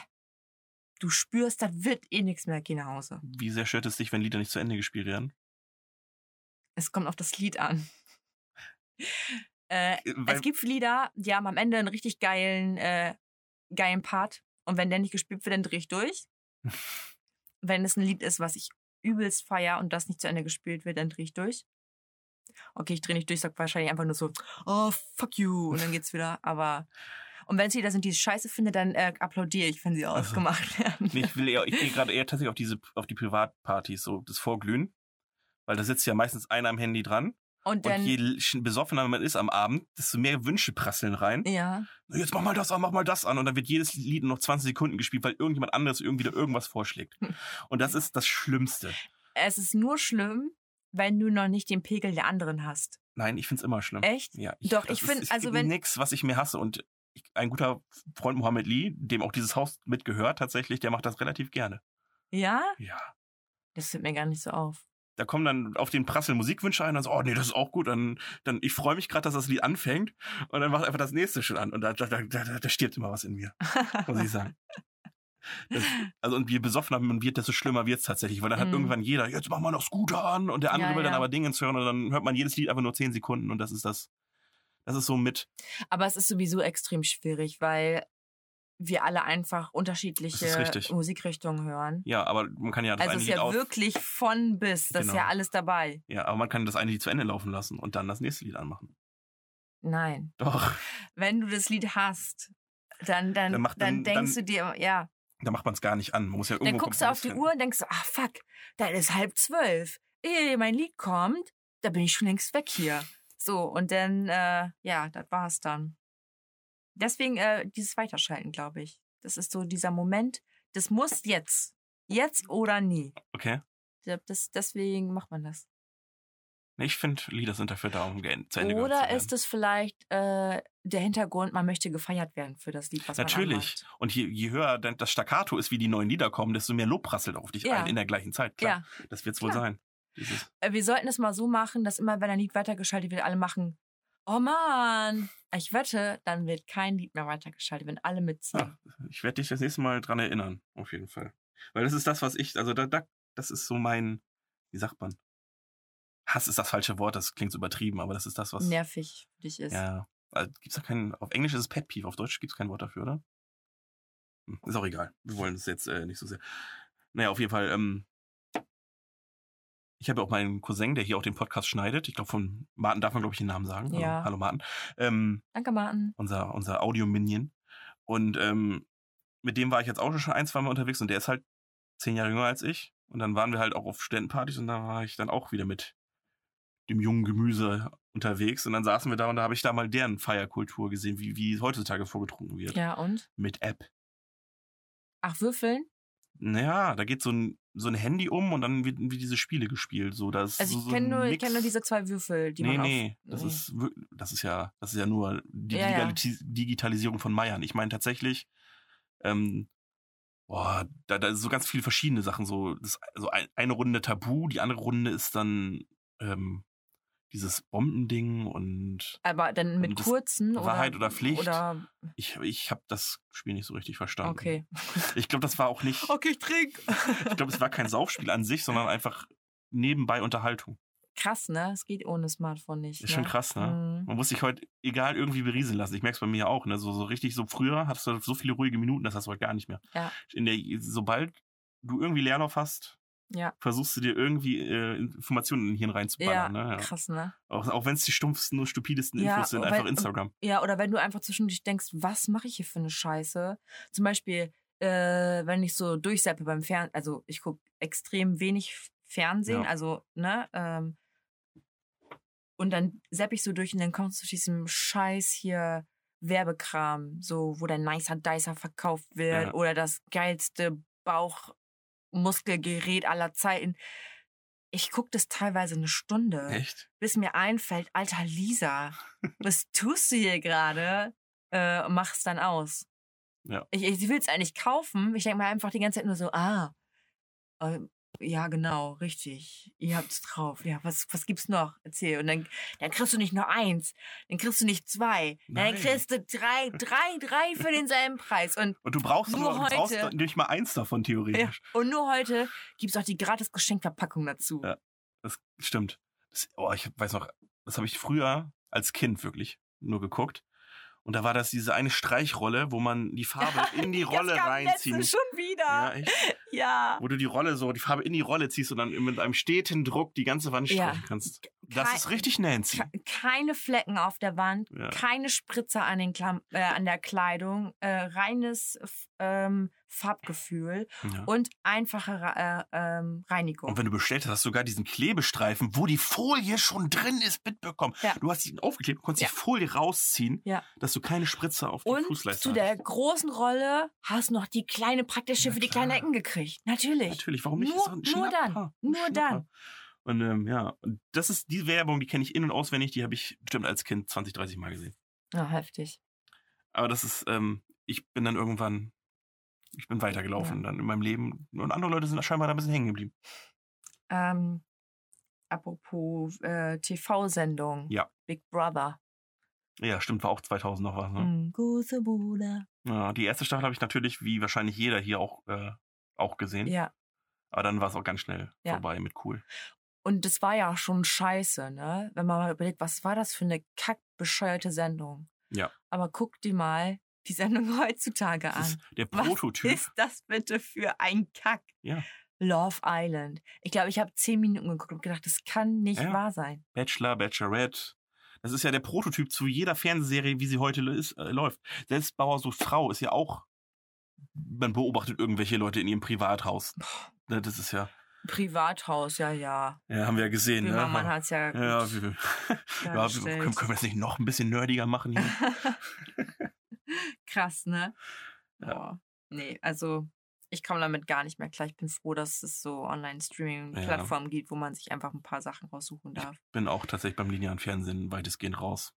[SPEAKER 4] du spürst, da wird eh nichts mehr, geh nach Hause.
[SPEAKER 3] wie sehr stört es dich, wenn Lieder nicht zu Ende gespielt werden?
[SPEAKER 4] Es kommt auf das Lied an. äh,
[SPEAKER 3] Weil-
[SPEAKER 4] es gibt Lieder, die haben am Ende einen richtig geilen, äh, geilen Part. Und wenn der nicht gespielt wird, dann drehe ich durch. wenn es ein Lied ist, was ich übelst feier und das nicht zu Ende gespielt wird, dann drehe ich durch. Okay, ich drehe nicht durch, sag wahrscheinlich einfach nur so, oh, fuck you. Und dann geht's wieder. Aber. Und wenn es Lieder sind, die ich scheiße finde, dann äh, applaudiere ich, wenn sie ausgemacht werden.
[SPEAKER 3] Nee, ich will eher, ich gehe gerade eher tatsächlich auf diese, auf die Privatpartys, so das Vorglühen. Weil da sitzt ja meistens einer am Handy dran. Und
[SPEAKER 4] Und dann.
[SPEAKER 3] je l- besoffener man ist am Abend, desto mehr Wünsche prasseln rein.
[SPEAKER 4] ja.
[SPEAKER 3] Jetzt mach mal das an, mach mal das an. Und dann wird jedes Lied noch 20 Sekunden gespielt, weil irgendjemand anderes irgendwie da irgendwas vorschlägt.
[SPEAKER 4] Hm.
[SPEAKER 3] Und das ist das Schlimmste.
[SPEAKER 4] Es ist nur schlimm, wenn du noch nicht den Pegel der anderen hast.
[SPEAKER 3] Nein, ich find's immer schlimm.
[SPEAKER 4] Echt?
[SPEAKER 3] Ja,
[SPEAKER 4] Doch,
[SPEAKER 3] das
[SPEAKER 4] ich
[SPEAKER 3] ist-
[SPEAKER 4] find-
[SPEAKER 3] es
[SPEAKER 4] also
[SPEAKER 3] gibt
[SPEAKER 4] wenn-
[SPEAKER 3] Nix, was ich mehr hasse. Und ich, ein guter Freund Mohammed Lee, dem auch dieses Haus mitgehört tatsächlich, der macht das relativ gerne.
[SPEAKER 4] Ja?
[SPEAKER 3] Ja.
[SPEAKER 4] Das fällt mir gar nicht so auf.
[SPEAKER 3] Da kommen dann auf den Prassel Musikwünsche ein, dann so, oh nee, das ist auch gut, dann, dann ich freue mich gerade, dass das Lied anfängt und dann macht einfach das nächste schon an und da, da, da, da, da stirbt immer was in mir, muss ich sagen. Das, also und je besoffener man wird, desto schlimmer wird's tatsächlich, weil dann hat
[SPEAKER 4] Mhm.
[SPEAKER 3] irgendwann jeder, jetzt mach mal noch Scooter an und der andere
[SPEAKER 4] Ja,
[SPEAKER 3] will dann
[SPEAKER 4] ja.
[SPEAKER 3] aber Dingens hören und dann hört man jedes Lied einfach nur 10 Sekunden und das ist das, das ist so mit,
[SPEAKER 4] Aber es ist sowieso extrem schwierig, weil wir alle einfach
[SPEAKER 3] Das ist
[SPEAKER 4] unterschiedliche
[SPEAKER 3] richtig.
[SPEAKER 4] Musikrichtungen hören.
[SPEAKER 3] ja, aber man kann ja das
[SPEAKER 4] Also
[SPEAKER 3] eine
[SPEAKER 4] es ist
[SPEAKER 3] Lied
[SPEAKER 4] ja
[SPEAKER 3] auf,
[SPEAKER 4] wirklich von bis. Das ist ja
[SPEAKER 3] Genau.
[SPEAKER 4] alles dabei.
[SPEAKER 3] ja, aber man kann das eine Lied zu Ende laufen lassen und dann das nächste Lied anmachen.
[SPEAKER 4] Nein.
[SPEAKER 3] Doch,
[SPEAKER 4] Wenn du das Lied hast, dann, dann,
[SPEAKER 3] Dann
[SPEAKER 4] dann,
[SPEAKER 3] macht- dann-
[SPEAKER 4] denkst
[SPEAKER 3] dann-
[SPEAKER 4] du dir, ja.
[SPEAKER 3] da macht man es gar nicht an, man muss ja irgendwo
[SPEAKER 4] Dann guckst du auf die
[SPEAKER 3] Kompromiss
[SPEAKER 4] Uhr und denkst, so, ah fuck, dann ist halb zwölf. Ehe mein Lied kommt, da bin ich schon längst weg hier. So, und dann, äh, ja, das war's dann. Deswegen äh, dieses Weiterschalten, glaube ich. Das ist so dieser Moment, das muss jetzt. Jetzt oder nie.
[SPEAKER 3] finden. Okay.
[SPEAKER 4] Da- Das, deswegen macht man das.
[SPEAKER 3] Nee, Ich finde, Lieder sind dafür da, um ge- zu Ende gehört zu
[SPEAKER 4] Oder
[SPEAKER 3] werden.
[SPEAKER 4] ist es vielleicht äh, der Hintergrund, man möchte gefeiert werden für das Lied, was man
[SPEAKER 3] Natürlich.
[SPEAKER 4] anmacht?
[SPEAKER 3] Und je, je höher dein- das Staccato ist, wie die neuen Lieder kommen, desto mehr Lob prasselt auf dich
[SPEAKER 4] Ja.
[SPEAKER 3] ein in der gleichen Zeit. Klar, das wird es wohl
[SPEAKER 4] klar.
[SPEAKER 3] sein. Dieses,
[SPEAKER 4] Ja, äh, wir sollten es mal so machen, dass immer, wenn ein Lied weitergeschaltet wird, alle machen, oh Mann, Äh, ich wette, dann wird kein Lied mehr weitergeschaltet, wenn alle mitziehen.
[SPEAKER 3] ich werde dich das nächste Mal dran erinnern, auf jeden Fall. Weil das ist das, was ich, also da, da, das ist so mein, wie sagt man? Hass ist das falsche Wort, das klingt so übertrieben, aber das ist das, was.
[SPEAKER 4] Nervig für dich ist.
[SPEAKER 3] Ja. Also, gibt's da keinen, auf Englisch ist es Pet Peeve, auf Deutsch gibt es kein Wort dafür, oder? Hm, Ist auch egal. Wir wollen es jetzt äh, nicht so sehr. Naja, auf jeden Fall, ähm, Ich habe ja auch meinen Cousin, der hier auch den Podcast schneidet. Ich glaube, von Martin darf man, glaube ich, den Namen sagen.
[SPEAKER 4] Ja.
[SPEAKER 3] Also, hallo Martin. Ähm,
[SPEAKER 4] Danke, Martin.
[SPEAKER 3] unser, unser Audio-Minion. Und ähm, mit dem war ich jetzt auch schon ein, zwei Mal unterwegs und der ist halt zehn Jahre jünger als ich. Und dann waren wir halt auch auf Studentenpartys und da war ich dann auch wieder mit dem jungen Gemüse unterwegs. Und dann saßen wir da und da habe ich da mal deren Feierkultur gesehen, wie, wie heutzutage vorgetrunken wird.
[SPEAKER 4] Ja, und?
[SPEAKER 3] Mit App.
[SPEAKER 4] Ach, würfeln?
[SPEAKER 3] Naja, da geht so ein, so ein Handy um und dann wird, wird diese Spiele gespielt. So, das
[SPEAKER 4] Also
[SPEAKER 3] so,
[SPEAKER 4] ich
[SPEAKER 3] so
[SPEAKER 4] kenne nur, ich
[SPEAKER 3] nix-
[SPEAKER 4] kenn nur diese zwei Würfel, die
[SPEAKER 3] nee,
[SPEAKER 4] man
[SPEAKER 3] nee,
[SPEAKER 4] auf... mm.
[SPEAKER 3] das ist wirk- das ist ja, das ist ja nur die
[SPEAKER 4] Ja, ja.
[SPEAKER 3] Digitalisi- Digitalisierung von Meiern. Ich meine tatsächlich, ähm, boah, da, da ist so ganz viele verschiedene Sachen. So, das, also ein, eine Runde Tabu, die andere Runde ist dann ähm, dieses Bombending und
[SPEAKER 4] Aber dann mit
[SPEAKER 3] Und das-
[SPEAKER 4] kurzen oder...
[SPEAKER 3] Wahrheit oder Pflicht?
[SPEAKER 4] Oder...
[SPEAKER 3] ich, ich habe das Spiel nicht so richtig verstanden.
[SPEAKER 4] Hm. Okay.
[SPEAKER 3] Ich glaube, das war auch nicht,
[SPEAKER 4] Okay, ich trink.
[SPEAKER 3] ich glaube, es war kein Saufspiel an sich, sondern einfach nebenbei Unterhaltung.
[SPEAKER 4] krass, ne? Es geht ohne Smartphone nicht.
[SPEAKER 3] Ist schon krass, ne?
[SPEAKER 4] Mhm.
[SPEAKER 3] Man muss sich heute egal irgendwie berieseln lassen. Ich merke es bei mir ja auch. Ne? So, so richtig, so früher hattest du so viele ruhige Minuten, das hast du heute gar nicht mehr.
[SPEAKER 4] Ja.
[SPEAKER 3] In der, sobald du irgendwie Leerlauf hast,
[SPEAKER 4] Ja.
[SPEAKER 3] versuchst du dir irgendwie äh, Informationen in den Hirn
[SPEAKER 4] Ja,
[SPEAKER 3] reinzuballern. ne? ja.
[SPEAKER 4] krass, ne?
[SPEAKER 3] Auch, auch wenn es die stumpfsten und stupidesten
[SPEAKER 4] Ja, oh,
[SPEAKER 3] Infos sind,
[SPEAKER 4] weil-
[SPEAKER 3] einfach Instagram.
[SPEAKER 4] Ja, oder wenn du einfach zwischendurch denkst, was mache ich hier für eine Scheiße? Zum Beispiel, äh, wenn ich so durchseppe beim Fernsehen, also ich gucke extrem wenig F- Fernsehen,
[SPEAKER 3] Ja.
[SPEAKER 4] also, ne? Ähm, und dann sepp ich so durch und dann kommst du zu diesem Scheiß hier Werbekram, so wo der nicer Dicer verkauft wird
[SPEAKER 3] Ja.
[SPEAKER 4] oder das geilste Bauchmuskelgerät aller Zeiten. Ich gucke das teilweise eine Stunde
[SPEAKER 3] Echt?
[SPEAKER 4] bis mir einfällt, alter Lisa, was tust du hier gerade? Äh, und mach's dann aus.
[SPEAKER 3] Ja.
[SPEAKER 4] Ich, ich will's eigentlich kaufen. Ich denke mir einfach die ganze Zeit nur so, ah, äh, ja, genau, richtig. Ihr habt's drauf. Ja, was, was gibt's noch? Erzähl. Und dann, dann kriegst du nicht nur eins, dann kriegst du nicht zwei,
[SPEAKER 3] Nein.
[SPEAKER 4] dann kriegst du drei, drei, drei für denselben Preis. Und
[SPEAKER 3] Und du brauchst
[SPEAKER 4] Nur
[SPEAKER 3] nur, du brauchst
[SPEAKER 4] heute.
[SPEAKER 3] nicht mal eins davon
[SPEAKER 4] ja.
[SPEAKER 3] theoretisch.
[SPEAKER 4] Und nur heute gibt's auch die gratis Geschenkverpackung dazu.
[SPEAKER 3] Ja. Das stimmt. Das, oh, ich weiß noch, das habe ich früher als Kind wirklich nur geguckt. Und da war das diese eine Streichrolle, wo man die Farbe in die Rolle
[SPEAKER 4] das kam
[SPEAKER 3] reinziehen.
[SPEAKER 4] letztens schon wieder.
[SPEAKER 3] echt.
[SPEAKER 4] ja.
[SPEAKER 3] wo du die Rolle so, die Farbe in die Rolle ziehst und dann mit einem steten Druck die ganze Wand
[SPEAKER 4] Ja.
[SPEAKER 3] streichen kannst. Das
[SPEAKER 4] Kein-
[SPEAKER 3] ist richtig Nancy.
[SPEAKER 4] Ke- keine Flecken auf der Wand,
[SPEAKER 3] Ja.
[SPEAKER 4] keine Spritzer an, den Klam äh, an der Kleidung, äh, reines f- ähm, Farbgefühl
[SPEAKER 3] Ja.
[SPEAKER 4] und einfache Ra- äh, ähm, Reinigung.
[SPEAKER 3] Und wenn du bestellt hast, hast du sogar diesen Klebestreifen, wo die Folie schon drin ist, mitbekommen.
[SPEAKER 4] Ja.
[SPEAKER 3] Du hast ihn aufgeklebt, konntest
[SPEAKER 4] Ja.
[SPEAKER 3] die Folie rausziehen,
[SPEAKER 4] Ja.
[SPEAKER 3] dass du keine Spritze auf den
[SPEAKER 4] Und
[SPEAKER 3] Fußleiste
[SPEAKER 4] zu der großen Rolle hast noch die kleine praktische
[SPEAKER 3] Na
[SPEAKER 4] für die
[SPEAKER 3] klar.
[SPEAKER 4] kleinen Ecken gekriegt. Natürlich.
[SPEAKER 3] Natürlich, warum nicht?
[SPEAKER 4] Nur-
[SPEAKER 3] Das ist doch
[SPEAKER 4] nur
[SPEAKER 3] Schnapper.
[SPEAKER 4] dann.
[SPEAKER 3] Ein
[SPEAKER 4] Nur
[SPEAKER 3] Schnapper.
[SPEAKER 4] dann.
[SPEAKER 3] Und ähm, ja, und das ist die Werbung, die kenne ich in- und auswendig, die habe ich bestimmt als Kind 20, 30 Mal gesehen.
[SPEAKER 4] Ja, heftig.
[SPEAKER 3] Aber das ist, ähm, ich bin dann irgendwann, ich bin weitergelaufen dann in meinem Leben. Und andere Leute sind scheinbar da ein bisschen hängen geblieben.
[SPEAKER 4] Ähm, apropos äh, TV-Sendung.
[SPEAKER 3] Ja.
[SPEAKER 4] Big Brother.
[SPEAKER 3] Ja, stimmt, war auch 2000 noch was. Ne?
[SPEAKER 4] Mhm. Große Bruder.
[SPEAKER 3] Ja, die erste Staffel habe ich natürlich, wie wahrscheinlich jeder hier auch, äh, auch gesehen.
[SPEAKER 4] Ja.
[SPEAKER 3] Aber dann war es auch ganz schnell
[SPEAKER 4] Ja.
[SPEAKER 3] vorbei mit cool.
[SPEAKER 4] Und das war ja schon scheiße, ne? Wenn man mal überlegt, was war das für eine kackbescheuerte Sendung?
[SPEAKER 3] Ja.
[SPEAKER 4] Aber guck dir mal die Sendung heutzutage
[SPEAKER 3] Das
[SPEAKER 4] an.
[SPEAKER 3] ist der
[SPEAKER 4] Was
[SPEAKER 3] Prototyp.
[SPEAKER 4] ist das bitte für ein Kack?
[SPEAKER 3] Ja.
[SPEAKER 4] Love Island. Ich glaube, ich habe zehn Minuten geguckt und gedacht, das kann nicht
[SPEAKER 3] Ja.
[SPEAKER 4] wahr sein.
[SPEAKER 3] Bachelor, Bachelorette. Das ist ja der Prototyp zu jeder Fernsehserie, wie sie heute lo- ist, äh, läuft. Selbst Bauer sucht Frau ist ja auch. Man beobachtet irgendwelche Leute in ihrem Privathaus. Ne, Das ist ja.
[SPEAKER 4] Privathaus, ja, ja.
[SPEAKER 3] Ja, haben wir ja gesehen, ne?
[SPEAKER 4] Böhmermann hat's ja, gut
[SPEAKER 3] ja, wir, ja, wir,
[SPEAKER 4] dargestellt.
[SPEAKER 3] können, können wir das nicht noch ein bisschen nerdiger machen hier?
[SPEAKER 4] Krass, ne?
[SPEAKER 3] Ja.
[SPEAKER 4] Boah. Nee, also ich komme damit gar nicht mehr klar. Ich bin froh, dass es so Online-Streaming-Plattformen gibt, wo man sich einfach ein paar Sachen raussuchen darf.
[SPEAKER 3] bin auch tatsächlich beim linearen Fernsehen weitestgehend raus.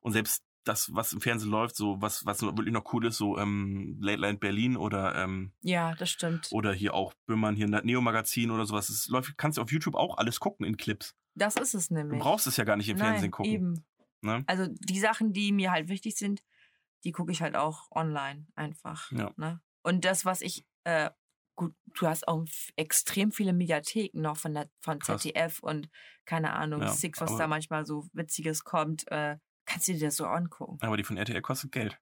[SPEAKER 3] Und selbst das, was im Fernsehen läuft, so was, was wirklich noch cool ist, so ähm, Late Night Berlin oder, ähm,
[SPEAKER 4] Ja, das stimmt.
[SPEAKER 3] oder hier auch Böhmermann, hier Neo Magazin oder sowas, es läuft, kannst du auf YouTube auch alles gucken in Clips.
[SPEAKER 4] Das ist es
[SPEAKER 3] Du
[SPEAKER 4] nämlich.
[SPEAKER 3] brauchst es ja gar nicht im Fernsehen
[SPEAKER 4] Nein,
[SPEAKER 3] gucken.
[SPEAKER 4] Eben.
[SPEAKER 3] Ne?
[SPEAKER 4] Also die Sachen, die mir halt wichtig sind, die gucke ich halt auch online einfach.
[SPEAKER 3] Ja.
[SPEAKER 4] Ne? Und das, was ich, äh, gut, du hast auch f- extrem viele Mediatheken noch von, der, von
[SPEAKER 3] Krass.
[SPEAKER 4] ZDF und keine Ahnung,
[SPEAKER 3] Ja,
[SPEAKER 4] Six, was
[SPEAKER 3] aber-
[SPEAKER 4] da manchmal so Witziges kommt, äh, kannst du dir das so angucken.
[SPEAKER 3] Aber die von RTL kostet Geld.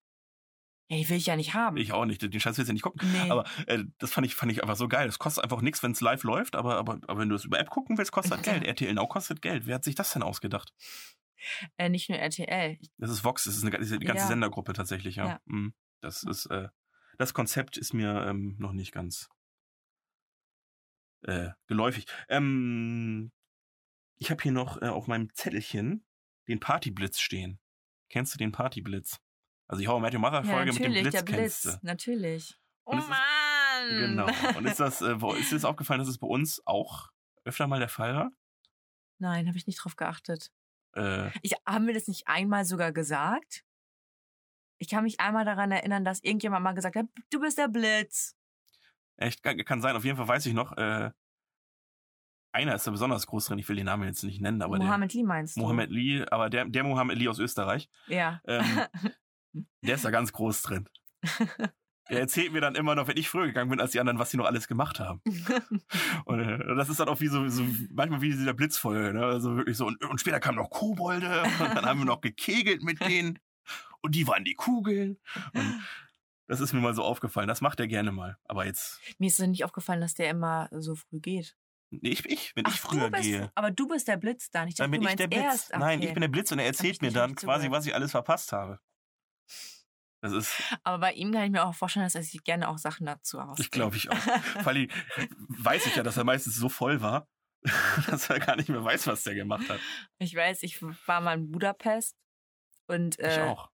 [SPEAKER 4] Ey, will ich ja nicht haben.
[SPEAKER 3] Ich auch nicht. Den Scheiß willst du ja nicht gucken.
[SPEAKER 4] nee.
[SPEAKER 3] Aber äh, das fand ich, fand ich einfach so geil. Das kostet einfach nichts, wenn es live läuft, aber, aber, aber wenn du es über App gucken willst, kostet das
[SPEAKER 4] Ja.
[SPEAKER 3] Geld. RTL Now kostet Geld. Wer hat sich das denn ausgedacht?
[SPEAKER 4] äh, nicht nur RTL.
[SPEAKER 3] Das ist Vox, das ist eine, das ist eine ganze
[SPEAKER 4] Ja.
[SPEAKER 3] Sendergruppe tatsächlich, ja.
[SPEAKER 4] Ja. Hm.
[SPEAKER 3] Mm. Das ist, äh, das Konzept ist mir ähm, noch nicht ganz äh, geläufig. Ähm, ich habe hier noch äh, auf meinem Zettelchen den Partyblitz stehen. Kennst du den Partyblitz? Also die How I Met Your Mother
[SPEAKER 4] Ja,
[SPEAKER 3] Folge mit dem
[SPEAKER 4] natürlich,
[SPEAKER 3] Blitz,
[SPEAKER 4] der
[SPEAKER 3] kennst
[SPEAKER 4] Blitz.
[SPEAKER 3] du.
[SPEAKER 4] Natürlich. Oh
[SPEAKER 3] Und es ist-
[SPEAKER 4] Mann!
[SPEAKER 3] Genau. Und ist das, äh, wo- ist dir das aufgefallen, dass es bei uns auch öfter mal der Fall war?
[SPEAKER 4] Nein, habe ich nicht drauf geachtet.
[SPEAKER 3] Äh,
[SPEAKER 4] Ich, haben wir das nicht einmal sogar gesagt? Ich kann mich einmal daran erinnern, dass irgendjemand mal gesagt hat, du bist der Blitz.
[SPEAKER 3] echt, kann, kann sein. Auf jeden Fall weiß ich noch, äh, einer ist da besonders groß drin. Ich will den Namen jetzt nicht nennen, aber
[SPEAKER 4] Mohammed Lee meinst
[SPEAKER 3] der
[SPEAKER 4] du?
[SPEAKER 3] Mohammed Lee, aber der, der Mohammed Lee aus Österreich,
[SPEAKER 4] Ja.
[SPEAKER 3] ähm, der ist da ganz groß drin. Der erzählt mir dann immer noch, wenn ich früher gegangen bin als die anderen, was sie noch alles gemacht haben. Und äh, das ist dann auch wie so, so manchmal wie in dieser Blitzfolge, ne? Also wirklich so. Und, und später kamen noch Kobolde und dann haben wir noch gekegelt mit denen. Und die waren die Kugeln. Und das ist mir mal so aufgefallen. Das macht er gerne mal. Aber jetzt,
[SPEAKER 4] Mir ist es nicht aufgefallen, dass der immer so früh geht.
[SPEAKER 3] nee, ich, ich wenn ich früher
[SPEAKER 4] du bist,
[SPEAKER 3] gehe,
[SPEAKER 4] Aber du bist der Blitz dann. Ich dachte,
[SPEAKER 3] dann bin
[SPEAKER 4] du
[SPEAKER 3] ich
[SPEAKER 4] meinst
[SPEAKER 3] der Blitz.
[SPEAKER 4] erst.
[SPEAKER 3] Nein,
[SPEAKER 4] okay.
[SPEAKER 3] ich bin der Blitz und er
[SPEAKER 4] ich
[SPEAKER 3] erzählt mir
[SPEAKER 4] nicht
[SPEAKER 3] dann
[SPEAKER 4] richtig
[SPEAKER 3] quasi,
[SPEAKER 4] zugehört.
[SPEAKER 3] was ich alles verpasst habe. Das ist,
[SPEAKER 4] Aber bei ihm kann ich mir auch vorstellen, dass er sich gerne auch Sachen dazu ausdenkt.
[SPEAKER 3] ich glaube, ich auch. Vor allem weiß ich ja, dass er meistens so voll war, dass er gar nicht mehr weiß, was der gemacht hat.
[SPEAKER 4] Ich weiß, ich war mal in Budapest und
[SPEAKER 3] Ich
[SPEAKER 4] äh,
[SPEAKER 3] auch.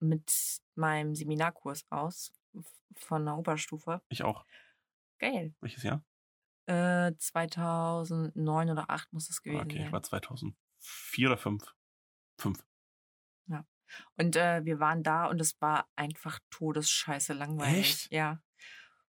[SPEAKER 4] mit meinem Seminarkurs aus f- von der Oberstufe.
[SPEAKER 3] Ich auch.
[SPEAKER 4] Geil.
[SPEAKER 3] Welches Jahr? Ah,
[SPEAKER 4] Äh, 2009 oder 8 muss es gewesen
[SPEAKER 3] Ah, Okay, ich
[SPEAKER 4] sein.
[SPEAKER 3] war 2004 oder 5. 5.
[SPEAKER 4] Und äh, wir waren da und es war einfach todesscheiße langweilig.
[SPEAKER 3] Echt?
[SPEAKER 4] Ja.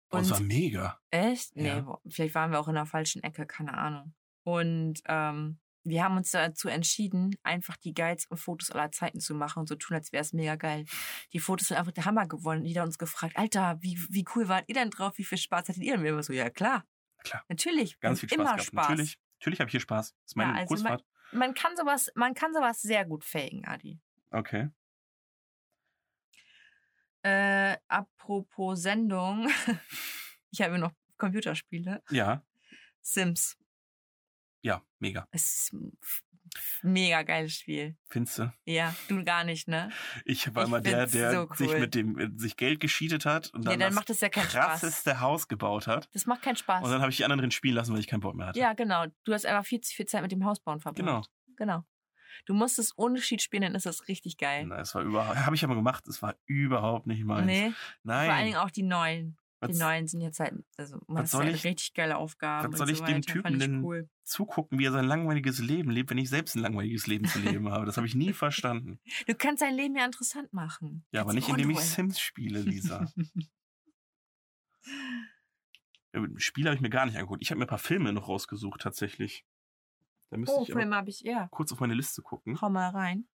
[SPEAKER 3] Boah, das Oh, war mega.
[SPEAKER 4] Echt? Nee,
[SPEAKER 3] Ja.
[SPEAKER 4] wo- vielleicht waren wir auch in der falschen Ecke, keine Ahnung. Und ähm, wir haben uns dazu entschieden, einfach die geilsten Fotos aller Zeiten zu machen und so tun, als wäre es mega geil. Die Fotos sind einfach der Hammer geworden. Jeder hat uns gefragt, Alter, wie, wie cool wart ihr denn drauf? Wie viel Spaß hattet ihr? Und wir immer so, ja klar.
[SPEAKER 3] Klar.
[SPEAKER 4] Natürlich. wir
[SPEAKER 3] Ganz viel
[SPEAKER 4] haben
[SPEAKER 3] Spaß
[SPEAKER 4] immer
[SPEAKER 3] gehabt. Natürlich, natürlich habe ich hier Spaß. Das ist meine
[SPEAKER 4] Ja, also
[SPEAKER 3] Kurzfahrt.
[SPEAKER 4] Man kann sowas, man kann sowas sehr gut faken, Adi.
[SPEAKER 3] okay.
[SPEAKER 4] Äh, apropos Sendung. ich habe immer noch Computerspiele.
[SPEAKER 3] Ja,
[SPEAKER 4] Sims.
[SPEAKER 3] ja, mega.
[SPEAKER 4] Es ist ein f- mega geiles Spiel.
[SPEAKER 3] Finste.
[SPEAKER 4] Ja, du gar nicht, ne?
[SPEAKER 3] Ich war
[SPEAKER 4] Ich
[SPEAKER 3] immer der,
[SPEAKER 4] find's
[SPEAKER 3] der
[SPEAKER 4] so
[SPEAKER 3] sich
[SPEAKER 4] cool.
[SPEAKER 3] mit dem äh, sich Geld gescheatet hat und
[SPEAKER 4] Ja,
[SPEAKER 3] dann,
[SPEAKER 4] dann
[SPEAKER 3] das
[SPEAKER 4] macht das ja keinen Spaß.
[SPEAKER 3] krasseste Haus gebaut hat.
[SPEAKER 4] Das macht keinen Spaß.
[SPEAKER 3] Und dann habe ich die anderen drin spielen lassen, weil ich keinen Bock mehr hatte.
[SPEAKER 4] ja, genau. Du hast einfach viel zu viel Zeit mit dem Hausbauen verbracht.
[SPEAKER 3] Genau.
[SPEAKER 4] Genau. Du musst es ohne Cheat spielen, dann ist das richtig geil.
[SPEAKER 3] Na, es war überhaupt, habe ich aber gemacht, es war überhaupt nicht meins.
[SPEAKER 4] nee,
[SPEAKER 3] Nein.
[SPEAKER 4] vor allen Dingen auch die neuen.
[SPEAKER 3] was,
[SPEAKER 4] Die neuen sind jetzt halt, also man
[SPEAKER 3] was
[SPEAKER 4] hat
[SPEAKER 3] soll
[SPEAKER 4] halt
[SPEAKER 3] ich-
[SPEAKER 4] richtig geile Aufgaben.
[SPEAKER 3] was soll
[SPEAKER 4] und
[SPEAKER 3] ich
[SPEAKER 4] so
[SPEAKER 3] dem
[SPEAKER 4] weiter.
[SPEAKER 3] Typen
[SPEAKER 4] Fand ich
[SPEAKER 3] denn-
[SPEAKER 4] cool.
[SPEAKER 3] Zugucken, wie er sein langweiliges Leben lebt, wenn ich selbst ein langweiliges Leben zu leben habe. Das habe ich nie verstanden.
[SPEAKER 4] Du kannst dein Leben ja interessant machen.
[SPEAKER 3] Ja, aber
[SPEAKER 4] Kannst
[SPEAKER 3] nicht
[SPEAKER 4] dich
[SPEAKER 3] indem ich
[SPEAKER 4] unruhen.
[SPEAKER 3] Sims spiele, Lisa. Ja, mit dem Spiel habe ich mir gar nicht angeguckt. Ich habe mir ein paar Filme noch rausgesucht, tatsächlich. Da müsste
[SPEAKER 4] Oh,
[SPEAKER 3] ich aber
[SPEAKER 4] Film habe ich, ja.
[SPEAKER 3] kurz auf meine Liste gucken.
[SPEAKER 4] Hau mal rein.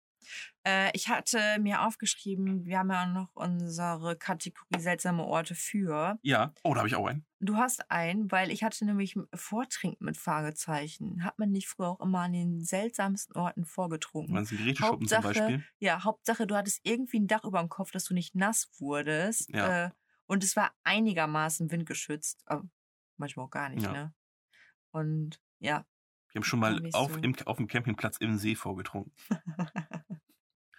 [SPEAKER 4] Äh, ich hatte mir aufgeschrieben, wir haben ja noch unsere Kategorie seltsame Orte für.
[SPEAKER 3] Ja. Oh, da habe ich auch einen.
[SPEAKER 4] Du hast einen, weil ich hatte nämlich Vortrinken mit Fragezeichen. Hat man nicht früher auch immer an den seltsamsten Orten vorgetrunken?
[SPEAKER 3] Ganzen Geräteschuppen zum
[SPEAKER 4] Hauptsache-
[SPEAKER 3] Beispiel.
[SPEAKER 4] Ja, Hauptsache, du hattest irgendwie ein Dach über dem Kopf, dass du nicht nass wurdest.
[SPEAKER 3] Ja.
[SPEAKER 4] Äh, und es war einigermaßen windgeschützt. Aber manchmal auch gar nicht,
[SPEAKER 3] Ja.
[SPEAKER 4] ne? Und ja,
[SPEAKER 3] Wir haben schon mal
[SPEAKER 4] Hab ich
[SPEAKER 3] auf,
[SPEAKER 4] so.
[SPEAKER 3] im, auf dem Campingplatz im See vorgetrunken.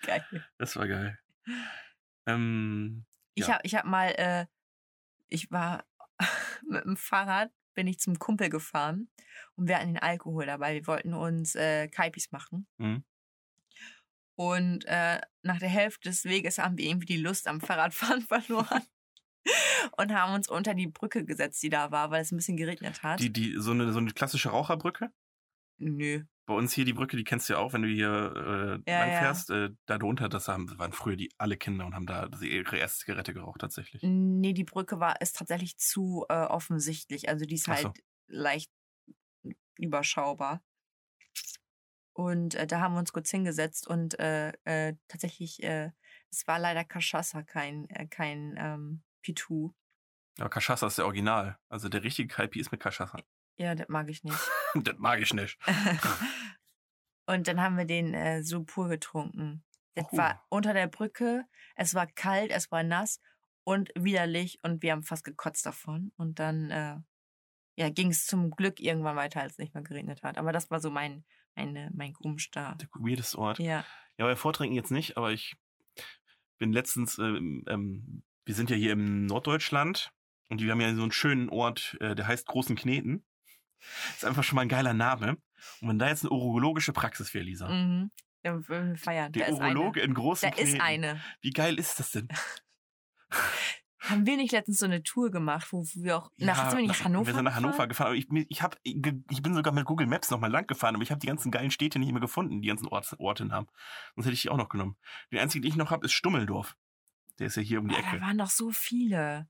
[SPEAKER 4] geil.
[SPEAKER 3] Das war geil. Ähm,
[SPEAKER 4] Ich
[SPEAKER 3] Ja.
[SPEAKER 4] habe ich hab mal, äh, ich war mit dem Fahrrad, bin ich zum Kumpel gefahren und wir hatten den Alkohol dabei. Wir wollten uns äh, Kaipis machen.
[SPEAKER 3] Mhm.
[SPEAKER 4] Und äh, nach der Hälfte des Weges haben wir irgendwie die Lust am Fahrradfahren verloren und haben uns unter die Brücke gesetzt, die da war, weil es ein bisschen geregnet hat.
[SPEAKER 3] die, die, so, eine, so eine klassische Raucherbrücke.
[SPEAKER 4] Nö.
[SPEAKER 3] Bei uns hier die Brücke, die kennst du ja auch, wenn du hier äh,
[SPEAKER 4] Ja, ja.
[SPEAKER 3] langfährst. Äh, da drunter, das haben, waren früher die alle Kinder und haben da ihre erste Zigarette geraucht, tatsächlich.
[SPEAKER 4] Nee, die Brücke war ist tatsächlich zu äh, offensichtlich. Also die ist
[SPEAKER 3] Ach
[SPEAKER 4] halt
[SPEAKER 3] so.
[SPEAKER 4] leicht überschaubar. Und äh, da haben wir uns kurz hingesetzt und äh, äh, tatsächlich, äh, es war leider Cachaça, kein, äh, kein ähm, Pitu.
[SPEAKER 3] Aber Cachaça ist der Original. Also der richtige Kaipi ist mit Cachaça.
[SPEAKER 4] Ja, das mag ich nicht.
[SPEAKER 3] das mag ich nicht.
[SPEAKER 4] und dann haben wir den äh, so pur getrunken. Das
[SPEAKER 3] Oh.
[SPEAKER 4] war unter der Brücke, es war kalt, es war nass und widerlich und wir haben fast gekotzt davon. Und dann äh, ja, ging es zum Glück irgendwann weiter, als es nicht mehr geregnet hat. Aber das war so mein, meine, mein Grummstart.
[SPEAKER 3] Der weirdeste Ort.
[SPEAKER 4] Ja.
[SPEAKER 3] Ja, bei Vortrinken jetzt nicht, aber ich bin letztens, ähm, ähm, wir sind ja hier im Norddeutschland und wir haben ja so einen schönen Ort, äh, der heißt Großen Kneten. Ist einfach schon mal ein geiler Name. Und wenn da jetzt eine urologische Praxis wäre, Lisa.
[SPEAKER 4] Mhm. Ja, wir feiern.
[SPEAKER 3] Der
[SPEAKER 4] da ist eine.
[SPEAKER 3] Urologe in Großen
[SPEAKER 4] Da
[SPEAKER 3] Kneten.
[SPEAKER 4] ist eine.
[SPEAKER 3] Wie geil ist das denn?
[SPEAKER 4] Haben wir nicht letztens so eine Tour gemacht, wo wir auch nach,
[SPEAKER 3] Ja,
[SPEAKER 4] sind wir nicht nach Hannover?
[SPEAKER 3] Wir sind nach Hannover
[SPEAKER 4] gefahren?
[SPEAKER 3] gefahren. Aber ich, mir- ich, hab, ich bin sogar mit Google Maps nochmal lang gefahren, aber ich habe die ganzen geilen Städte nicht mehr gefunden, die ganzen Orts, Ortenamen. Sonst hätte ich die auch noch genommen. Den einzigen, den ich noch habe, ist Stummeldorf. Der ist ja hier um die
[SPEAKER 4] Boah,
[SPEAKER 3] Ecke.
[SPEAKER 4] Ah, da waren doch so viele.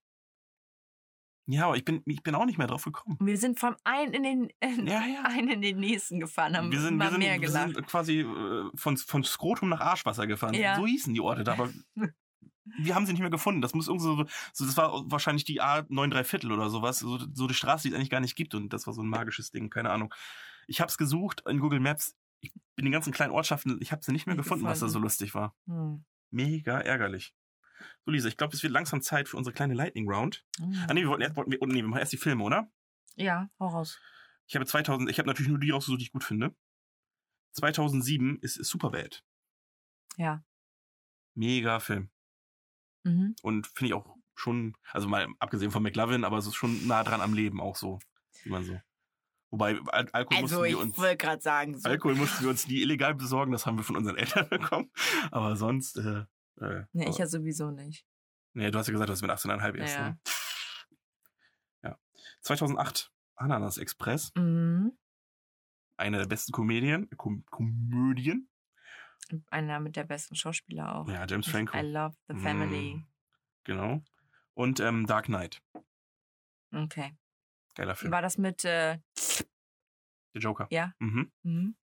[SPEAKER 3] Ja, aber ich bin, ich bin auch nicht mehr drauf gekommen.
[SPEAKER 4] Und wir sind vom einen in den,
[SPEAKER 3] Ja, ja.
[SPEAKER 4] einen in den nächsten gefahren, haben
[SPEAKER 3] Wir sind,
[SPEAKER 4] mal
[SPEAKER 3] wir sind,
[SPEAKER 4] mehr
[SPEAKER 3] wir
[SPEAKER 4] gelacht.
[SPEAKER 3] sind quasi äh, von, von Skrotum nach Arschwasser gefahren.
[SPEAKER 4] Ja.
[SPEAKER 3] So hießen die Orte da, aber wir haben sie nicht mehr gefunden. Das muss irgendwo so, so, das war wahrscheinlich die A93 Viertel oder sowas, so, so eine Straße, die es eigentlich gar nicht gibt und das war so ein magisches Ding, keine Ahnung. Ich habe es gesucht in Google Maps, ich bin in den ganzen kleinen Ortschaften, ich habe sie nicht mehr
[SPEAKER 4] Nicht
[SPEAKER 3] gefunden, was da so
[SPEAKER 4] gefunden.
[SPEAKER 3] lustig war.
[SPEAKER 4] Hm.
[SPEAKER 3] Mega ärgerlich. So, Lisa, ich glaube, es wird langsam Zeit für unsere kleine Lightning Round. Ah, nee, wir wollten erst, wollten wir, oh, nee, wir machen erst die Filme, oder?
[SPEAKER 4] Hm. Ja, hau raus.
[SPEAKER 3] Ich habe 2000, ich habe natürlich nur die rausgesucht, die ich gut finde. 2007 ist Superbad.
[SPEAKER 4] Ja.
[SPEAKER 3] Mega Film.
[SPEAKER 4] Mhm.
[SPEAKER 3] Und finde ich auch schon, also mal abgesehen von McLovin, aber es ist schon nah dran am Leben auch so, wie man so. Wobei, Al Alkohol,
[SPEAKER 4] Also
[SPEAKER 3] mussten
[SPEAKER 4] ich
[SPEAKER 3] wir uns,
[SPEAKER 4] wollte gerade sagen, so.
[SPEAKER 3] Alkohol mussten wir uns nie illegal besorgen, das haben wir von unseren Eltern bekommen. Aber sonst, äh, äh,
[SPEAKER 4] Nee, ich
[SPEAKER 3] aber-
[SPEAKER 4] ja sowieso nicht.
[SPEAKER 3] nee, du hast ja gesagt, du hast mit 18,5 erst.
[SPEAKER 4] Ja.
[SPEAKER 3] ne? ja. 2008, Ananas Express,
[SPEAKER 4] Mhm.
[SPEAKER 3] eine der besten Komödien, Kom Komödien
[SPEAKER 4] Einer mit der besten Schauspieler auch.
[SPEAKER 3] Oh Ja, James Franco.
[SPEAKER 4] I love the family.
[SPEAKER 3] Mm, genau. Und ähm, Dark Knight. Mhm.
[SPEAKER 4] Okay.
[SPEAKER 3] Geiler Film.
[SPEAKER 4] War das mit, äh,
[SPEAKER 3] Der Joker.
[SPEAKER 4] ja?
[SPEAKER 3] Mhm.
[SPEAKER 4] Mhm.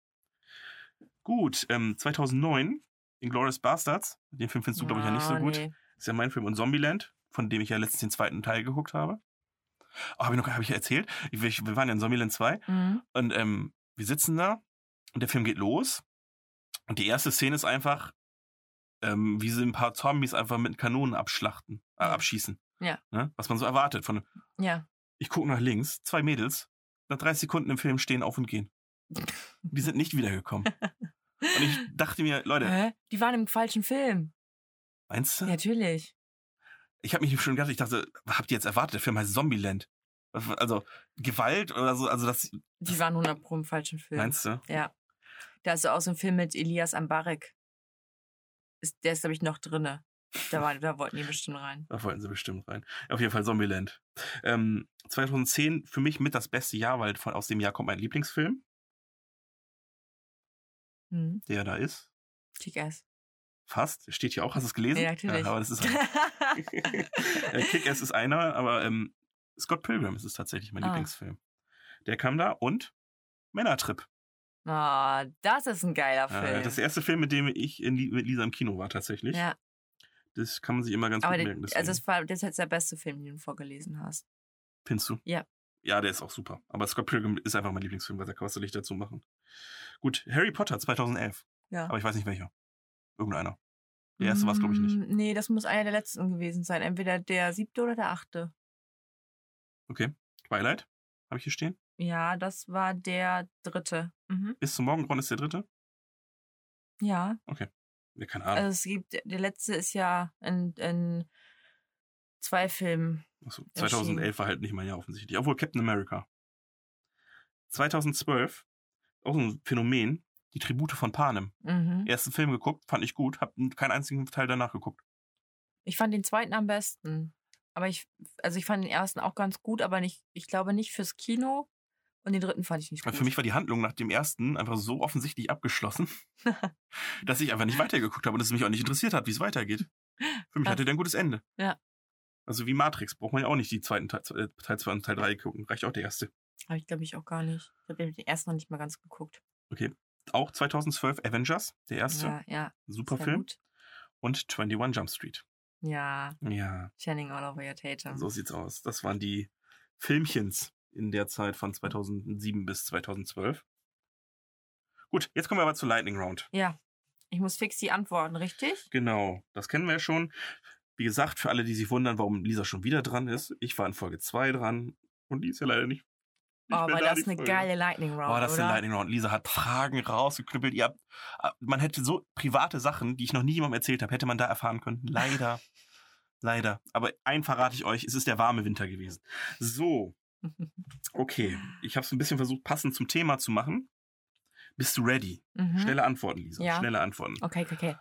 [SPEAKER 3] Gut, ähm, 2009, Inglourious Bastards. Den Film findest du, glaube ich, ja nicht so
[SPEAKER 4] Ah,
[SPEAKER 3] gut.
[SPEAKER 4] nee.
[SPEAKER 3] Ist ja mein Film. Und Zombieland, von dem ich ja letztens den zweiten Teil geguckt habe. Oh, habe ich noch hab ich ja erzählt. Ich, wir- wir waren ja in Zombieland 2.
[SPEAKER 4] Mhm.
[SPEAKER 3] Und ähm, wir sitzen da und der Film geht los. Und die erste Szene ist einfach, ähm, wie sie ein paar Zombies einfach mit Kanonen abschlachten, äh,
[SPEAKER 4] Ja.
[SPEAKER 3] abschießen.
[SPEAKER 4] Ja.
[SPEAKER 3] Ne? Was man so erwartet von
[SPEAKER 4] Ja.
[SPEAKER 3] Ich gucke nach links, zwei Mädels, nach 30 Sekunden im Film stehen auf und gehen. Die sind nicht wiedergekommen. Und ich dachte mir, Leute,
[SPEAKER 4] Hä? Die waren im falschen Film.
[SPEAKER 3] meinst du?
[SPEAKER 4] Natürlich.
[SPEAKER 3] Ich habe mich schon gedacht, ich dachte, habt ihr jetzt erwartet, der Film heißt Zombieland? Also Gewalt oder so, also das
[SPEAKER 4] Die waren 100 pro im falschen Film.
[SPEAKER 3] meinst du?
[SPEAKER 4] Ja. Da ist so auch so ein Film mit Elias Ambarek. Ist, der ist, glaube ich, noch drinne. Da, war, da wollten die bestimmt rein.
[SPEAKER 3] Da wollten sie bestimmt rein. Auf jeden Fall Zombieland. Ähm, 2010 für mich mit das beste Jahr, weil von, aus dem Jahr kommt mein Lieblingsfilm,
[SPEAKER 4] Mhm.
[SPEAKER 3] der da ist.
[SPEAKER 4] Kick Ass.
[SPEAKER 3] Fast, steht hier auch, hast du es gelesen?
[SPEAKER 4] Ja, natürlich.
[SPEAKER 3] Ja, aber das ist halt Äh, Kick-Ass ist einer, aber ähm, Scott Pilgrim ist es tatsächlich mein
[SPEAKER 4] Ah.
[SPEAKER 3] Lieblingsfilm. Der kam da und Männertrip.
[SPEAKER 4] Ah, das ist ein geiler
[SPEAKER 3] Äh,
[SPEAKER 4] Film.
[SPEAKER 3] das ist der erste Film, mit dem ich in, Li- mit Lisa im Kino war tatsächlich.
[SPEAKER 4] ja,
[SPEAKER 3] Das kann man sich immer ganz
[SPEAKER 4] aber
[SPEAKER 3] gut
[SPEAKER 4] der,
[SPEAKER 3] merken. Deswegen.
[SPEAKER 4] also das war das ist jetzt der beste Film, den du vorgelesen hast.
[SPEAKER 3] Findest du?
[SPEAKER 4] Ja.
[SPEAKER 3] Ja, der ist auch super. Aber Scott Pilgrim ist einfach mein Lieblingsfilm, weil da kannst du nicht dazu machen. Gut, Harry Potter 2011.
[SPEAKER 4] Ja.
[SPEAKER 3] Aber ich weiß nicht welcher. Irgendeiner. Der erste war es, glaube ich, nicht.
[SPEAKER 4] Mm, Nee, das muss einer der letzten gewesen sein. Entweder der siebte oder der achte.
[SPEAKER 3] Twilight habe ich hier stehen.
[SPEAKER 4] Ja, das war der dritte. Mhm.
[SPEAKER 3] Bis zum Morgengrauen ist der dritte.
[SPEAKER 4] Ja,
[SPEAKER 3] Ja, keine Ahnung.
[SPEAKER 4] also es gibt, der letzte ist ja in, in zwei Filmen.
[SPEAKER 3] Achso, 2011 war halt nicht mein Jahr offensichtlich. Obwohl Captain America. 2012, auch so ein Phänomen, die Tribute von Panem.
[SPEAKER 4] Mhm.
[SPEAKER 3] Ersten Film geguckt, fand ich gut, hab keinen einzigen Teil danach geguckt.
[SPEAKER 4] Ich fand den zweiten am besten. Aber ich, also ich fand den ersten auch ganz gut, aber nicht, ich glaube nicht fürs Kino. Und den dritten fand ich nicht
[SPEAKER 3] Weil
[SPEAKER 4] gut.
[SPEAKER 3] für mich war die Handlung nach dem ersten einfach so offensichtlich abgeschlossen, dass ich einfach nicht weitergeguckt habe und es mich auch nicht interessiert hat, wie es weitergeht. Für mich
[SPEAKER 4] Ah.
[SPEAKER 3] hatte der ein gutes Ende.
[SPEAKER 4] Ja.
[SPEAKER 3] Also wie Matrix braucht man ja auch nicht die zweiten Teil, äh, Teil 2 und Teil 3 gucken. Reicht auch der erste.
[SPEAKER 4] Habe ich, glaube ich, auch gar nicht. Ich habe den ersten noch nicht mal ganz geguckt.
[SPEAKER 3] Auch 2012 Avengers, der erste.
[SPEAKER 4] Ja, ja.
[SPEAKER 3] Super
[SPEAKER 4] sehr
[SPEAKER 3] Film.
[SPEAKER 4] gut.
[SPEAKER 3] Und 21 Jump Street.
[SPEAKER 4] Ja,
[SPEAKER 3] Ja.
[SPEAKER 4] Channing Oliver ja, Tatum.
[SPEAKER 3] So sieht's aus. Das waren die Filmchens in der Zeit von 2007 bis 2012. Gut, jetzt kommen wir aber zur Lightning Round.
[SPEAKER 4] Ja, Ich muss fix die antworten, richtig?
[SPEAKER 3] Genau, das kennen wir ja schon. Wie gesagt, für alle, die sich wundern, warum Lisa schon wieder dran ist, ich war in Folge 2 dran und die ist ja leider nicht. nicht
[SPEAKER 4] oh,
[SPEAKER 3] mehr
[SPEAKER 4] war
[SPEAKER 3] da,
[SPEAKER 4] das
[SPEAKER 3] die
[SPEAKER 4] eine
[SPEAKER 3] Folge.
[SPEAKER 4] geile Lightning Round,
[SPEAKER 3] Oh, das ist
[SPEAKER 4] oder?
[SPEAKER 3] eine Lightning Round. Lisa hat Fragen rausgeknüppelt. Ihr habt, äh, man hätte so private Sachen, die ich noch nie jemandem erzählt habe, hätte man da erfahren können. Leider. Leider. Aber ein verrate ich euch, es ist der warme Winter gewesen. So, okay. Ich habe es ein bisschen versucht, passend zum Thema zu machen. Bist du ready?
[SPEAKER 4] mhm.
[SPEAKER 3] Schnelle Antworten, Lisa.
[SPEAKER 4] Ja.
[SPEAKER 3] Schnelle Antworten.
[SPEAKER 4] Okay, okay, okay.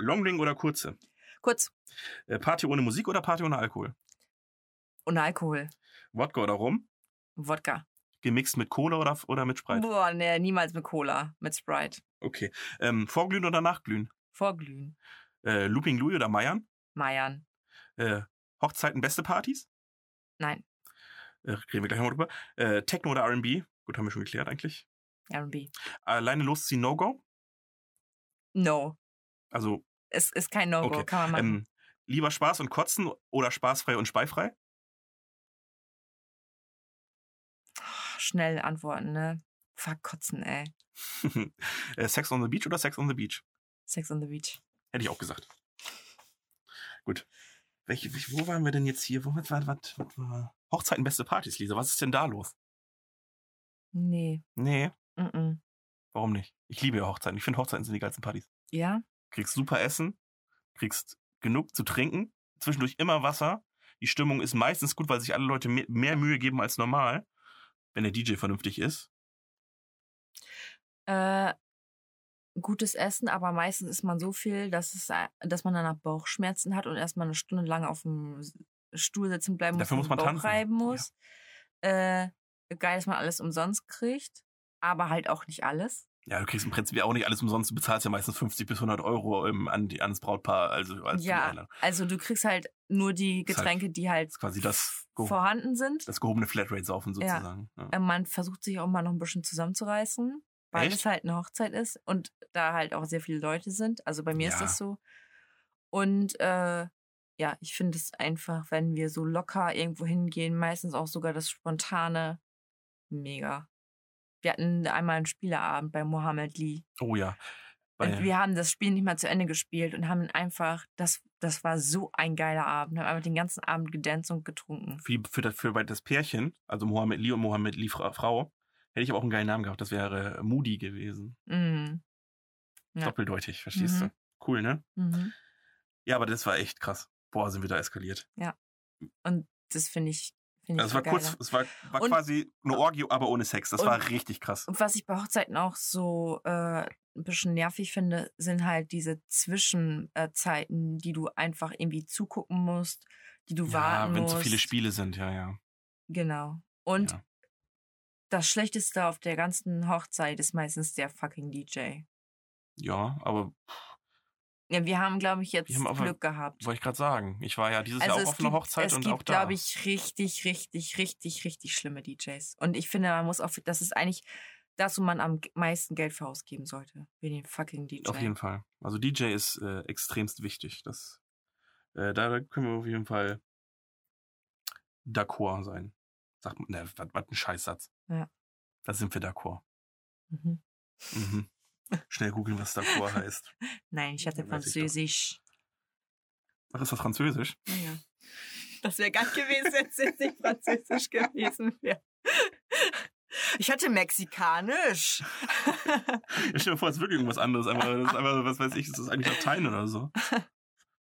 [SPEAKER 3] Longdrink oder kurze?
[SPEAKER 4] Kurz.
[SPEAKER 3] Äh, Party ohne Musik oder Party ohne Alkohol?
[SPEAKER 4] Und Alkohol.
[SPEAKER 3] Wodka oder Rum?
[SPEAKER 4] Wodka.
[SPEAKER 3] Gemixt mit Cola oder, oder mit Sprite?
[SPEAKER 4] Boah, nee, niemals mit Cola. Mit Sprite.
[SPEAKER 3] Okay. Ähm, vorglühen oder nachglühen?
[SPEAKER 4] Vorglühen.
[SPEAKER 3] Äh, Looping Louis oder Meiern?
[SPEAKER 4] Meiern.
[SPEAKER 3] Äh, Hochzeiten beste Partys?
[SPEAKER 4] Nein.
[SPEAKER 3] Äh, reden wir gleich nochmal drüber. Äh, Techno oder RB? Gut, haben wir schon geklärt eigentlich.
[SPEAKER 4] R&B.
[SPEAKER 3] Alleine losziehen, No-Go?
[SPEAKER 4] No.
[SPEAKER 3] Also
[SPEAKER 4] Es ist kein No-Go.
[SPEAKER 3] Okay,
[SPEAKER 4] Kann man machen.
[SPEAKER 3] ähm, lieber Spaß und Kotzen oder spaßfrei und speifrei?
[SPEAKER 4] Oh, Schnell antworten, ne? Fuck, kotzen, ey.
[SPEAKER 3] äh, Sex on the Beach oder Sex on the Beach?
[SPEAKER 4] Sex on the Beach.
[SPEAKER 3] Hätte ich auch gesagt. Gut. Welche, welche, wo waren wir denn jetzt hier? Womit war was? war- Hochzeiten beste Partys, Lisa. Was ist denn da los?
[SPEAKER 4] Nee.
[SPEAKER 3] Nee,
[SPEAKER 4] Mm-mm.
[SPEAKER 3] warum nicht? Ich liebe ja Hochzeiten. Ich finde Hochzeiten sind die geilsten Partys.
[SPEAKER 4] Ja?
[SPEAKER 3] kriegst super Essen, kriegst genug zu trinken, zwischendurch immer Wasser. Die Stimmung ist meistens gut, weil sich alle Leute me- mehr Mühe geben als normal, wenn der DJ vernünftig ist.
[SPEAKER 4] Äh, gutes Essen, aber meistens ist man so viel, dass, es, äh, dass man danach Bauchschmerzen hat und erstmal eine Stunde lang auf dem S- Stuhl sitzen bleiben
[SPEAKER 3] Dafür
[SPEAKER 4] muss,
[SPEAKER 3] muss man
[SPEAKER 4] den Bauch
[SPEAKER 3] tanzen.
[SPEAKER 4] reiben muss. Äh, geil, dass man alles umsonst kriegt, aber halt auch nicht alles.
[SPEAKER 3] Ja, du kriegst im Prinzip ja auch nicht alles umsonst. Du bezahlst ja meistens 50 bis 100 Euro im, an die, ans Brautpaar. Also als
[SPEAKER 4] Ja.
[SPEAKER 3] Das
[SPEAKER 4] Also du kriegst halt nur die
[SPEAKER 3] Ist halt-
[SPEAKER 4] Getränke, die halt
[SPEAKER 3] ist quasi das, Ge-
[SPEAKER 4] vorhanden sind.
[SPEAKER 3] das gehobene Flatrate-Saufen sozusagen. ne? Ja.
[SPEAKER 4] Äh, man versucht sich auch mal noch ein bisschen zusammenzureißen, weil
[SPEAKER 3] Echt?
[SPEAKER 4] es halt eine Hochzeit ist und da halt auch sehr viele Leute sind. Also bei mir ist
[SPEAKER 3] Ja.
[SPEAKER 4] das so. Und äh, ja, ich finde es einfach, wenn wir so locker irgendwo hingehen, meistens auch sogar das Spontane, mega. Wir hatten einmal einen Spieleabend bei Mohammed Lee.
[SPEAKER 3] Oh ja.
[SPEAKER 4] Und
[SPEAKER 3] Weil,
[SPEAKER 4] wir haben das Spiel nicht mal zu Ende gespielt und haben einfach, das, das war so ein geiler Abend. Wir haben einfach den ganzen Abend gedanzt und getrunken.
[SPEAKER 3] für, für, das, für das Pärchen, also Mohammed Lee und Mohammed Lee Fra- Frau, hätte ich aber auch einen geilen Namen gehabt. Das wäre Moody gewesen.
[SPEAKER 4] Mm. Ja.
[SPEAKER 3] Doppeldeutig, verstehst
[SPEAKER 4] Mhm.
[SPEAKER 3] du? Cool, ne?
[SPEAKER 4] Mhm.
[SPEAKER 3] Ja, aber das war echt krass. Boah, sind wir da eskaliert.
[SPEAKER 4] Das finde ich. Find
[SPEAKER 3] Also
[SPEAKER 4] ich
[SPEAKER 3] es war
[SPEAKER 4] geiler.
[SPEAKER 3] kurz, es war, war
[SPEAKER 4] ne? Und-
[SPEAKER 3] quasi eine Orgie, aber ohne Sex. Das war
[SPEAKER 4] Und-
[SPEAKER 3] richtig krass.
[SPEAKER 4] Und was ich bei Hochzeiten auch so äh, ein bisschen nervig finde, sind halt diese Zwischenzeiten, die du einfach irgendwie zugucken musst, die du
[SPEAKER 3] Ja,
[SPEAKER 4] warten
[SPEAKER 3] wenn
[SPEAKER 4] musst.
[SPEAKER 3] zu viele Spiele sind, ja, ja.
[SPEAKER 4] Genau. Und
[SPEAKER 3] Ja.
[SPEAKER 4] das Schlechteste auf der ganzen Hochzeit ist meistens der fucking DJ.
[SPEAKER 3] Ja, aber
[SPEAKER 4] Ja, wir haben, glaube ich, jetzt
[SPEAKER 3] haben aber-
[SPEAKER 4] Glück gehabt. Also
[SPEAKER 3] wollte ich gerade sagen, ich war ja dieses Jahr auch auf einer Hochzeit
[SPEAKER 4] es
[SPEAKER 3] und
[SPEAKER 4] gibt,
[SPEAKER 3] auch da.
[SPEAKER 4] glaube ich, richtig, richtig, richtig, richtig schlimme DJs. Und ich finde, man muss auch, das ist eigentlich das, wo man am meisten Geld für ausgeben sollte. Für den fucking DJ.
[SPEAKER 3] auf jeden Fall. Also DJ ist äh, extremst wichtig. Das, äh, da können wir auf jeden Fall d'accord sein. Sagt man, ne, was, was ein Scheißsatz.
[SPEAKER 4] Ja.
[SPEAKER 3] Da sind wir d'accord.
[SPEAKER 4] Mhm.
[SPEAKER 3] Mhm. Schnell googeln, was d'accord heißt.
[SPEAKER 4] Nein, ich hatte
[SPEAKER 3] Weiß ich doch.
[SPEAKER 4] Französisch.
[SPEAKER 3] Ach, ist das Französisch?
[SPEAKER 4] Ah Ja. Das wäre geil gewesen, wenn es jetzt nicht Französisch gewesen wäre. Ich hatte Mexikanisch.
[SPEAKER 3] Ich stelle mir vor, es ist wirklich irgendwas anderes. Einfach, das ist einfach, was weiß ich, es ist eigentlich Latein oder so.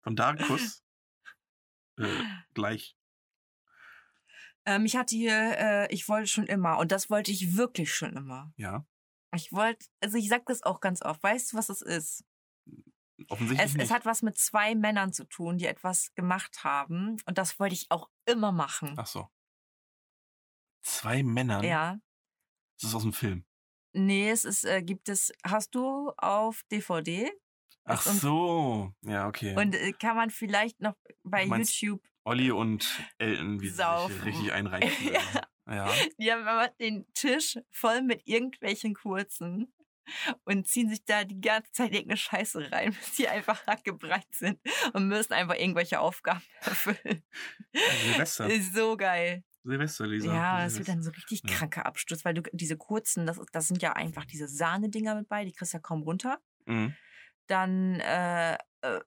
[SPEAKER 3] Von Darkus äh, gleich.
[SPEAKER 4] ähm, ich hatte hier, äh, ich wollte schon immer, und das wollte ich wirklich schon immer.
[SPEAKER 3] Ja,
[SPEAKER 4] Ich wollte, also ich sag das auch ganz oft. Weißt du, was es ist?
[SPEAKER 3] offensichtlich
[SPEAKER 4] Es,
[SPEAKER 3] nicht.
[SPEAKER 4] es hat was mit zwei Männern zu tun, die etwas gemacht haben. Und das wollte ich auch immer machen.
[SPEAKER 3] Ach so. Zwei Männer.
[SPEAKER 4] Ja.
[SPEAKER 3] Das ist aus dem Film.
[SPEAKER 4] Nee, es ist, äh, gibt es, hast du auf DVD?
[SPEAKER 3] Ach
[SPEAKER 4] Aus dem-
[SPEAKER 3] so. Ja, okay.
[SPEAKER 4] Und äh, kann man vielleicht noch bei
[SPEAKER 3] Du meinst-
[SPEAKER 4] YouTube.
[SPEAKER 3] Olli und Elton, wie sie
[SPEAKER 4] Saufen.
[SPEAKER 3] sich richtig einreichen. ja.
[SPEAKER 4] Die haben immer den Tisch voll mit irgendwelchen kurzen und ziehen sich da die ganze Zeit irgendeine Scheiße rein, bis sie einfach hackebreit sind und müssen einfach irgendwelche Aufgaben erfüllen.
[SPEAKER 3] Silvester.
[SPEAKER 4] Ist so geil.
[SPEAKER 3] Silvester, Lisa.
[SPEAKER 4] Ja, das wird
[SPEAKER 3] Silvester.
[SPEAKER 4] dann so richtig
[SPEAKER 3] Ja.
[SPEAKER 4] kranker Absturz, weil du diese kurzen, das, das sind ja einfach diese Sahnedinger mit bei, die kriegst du ja kaum runter.
[SPEAKER 3] Mhm.
[SPEAKER 4] dann äh, äh,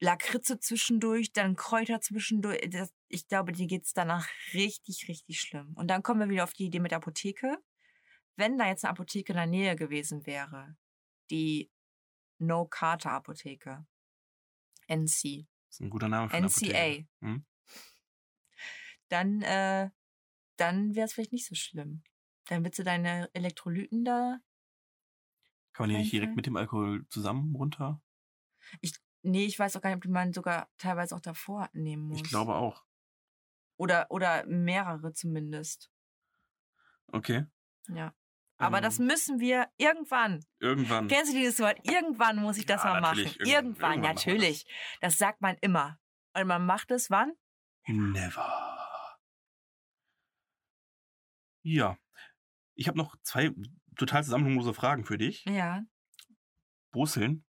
[SPEAKER 4] Lakritze zwischendurch, dann Kräuter zwischendurch. äh, Das, ich glaube, dir geht's danach richtig, richtig schlimm. Und dann kommen wir wieder auf die Idee mit der Apotheke. Wenn da jetzt eine Apotheke in der Nähe gewesen wäre, die No-Carter-Apotheke, NC,
[SPEAKER 3] Das ist ein guter Name für eine Apotheke.
[SPEAKER 4] NCA,
[SPEAKER 3] Hm?
[SPEAKER 4] dann, äh, dann wäre es vielleicht nicht so schlimm. Dann willst du deine Elektrolyten da
[SPEAKER 3] Kann man die nicht direkt
[SPEAKER 4] Einfall.
[SPEAKER 3] mit dem Alkohol zusammen runter?
[SPEAKER 4] Nee, ich weiß auch gar nicht, ob die man sogar teilweise auch davor nehmen muss.
[SPEAKER 3] Ich glaube auch.
[SPEAKER 4] Oder, oder mehrere zumindest.
[SPEAKER 3] Okay.
[SPEAKER 4] Ja. Aber das
[SPEAKER 3] Ähm,
[SPEAKER 4] müssen wir irgendwann.
[SPEAKER 3] irgendwann.
[SPEAKER 4] Kennen Sie dieses Wort? Irgendwann muss ich das
[SPEAKER 3] Mhm. Ja,
[SPEAKER 4] mal machen.
[SPEAKER 3] natürlich.
[SPEAKER 4] Irgendwann,
[SPEAKER 3] Irgendwann- irgendwann machen wir
[SPEAKER 4] natürlich. Das. sagt man immer. Und man macht es wann?
[SPEAKER 3] Never. Ja. Ich habe noch zwei total zusammenhanglose Fragen für dich.
[SPEAKER 4] Ja.
[SPEAKER 3] Brusseln?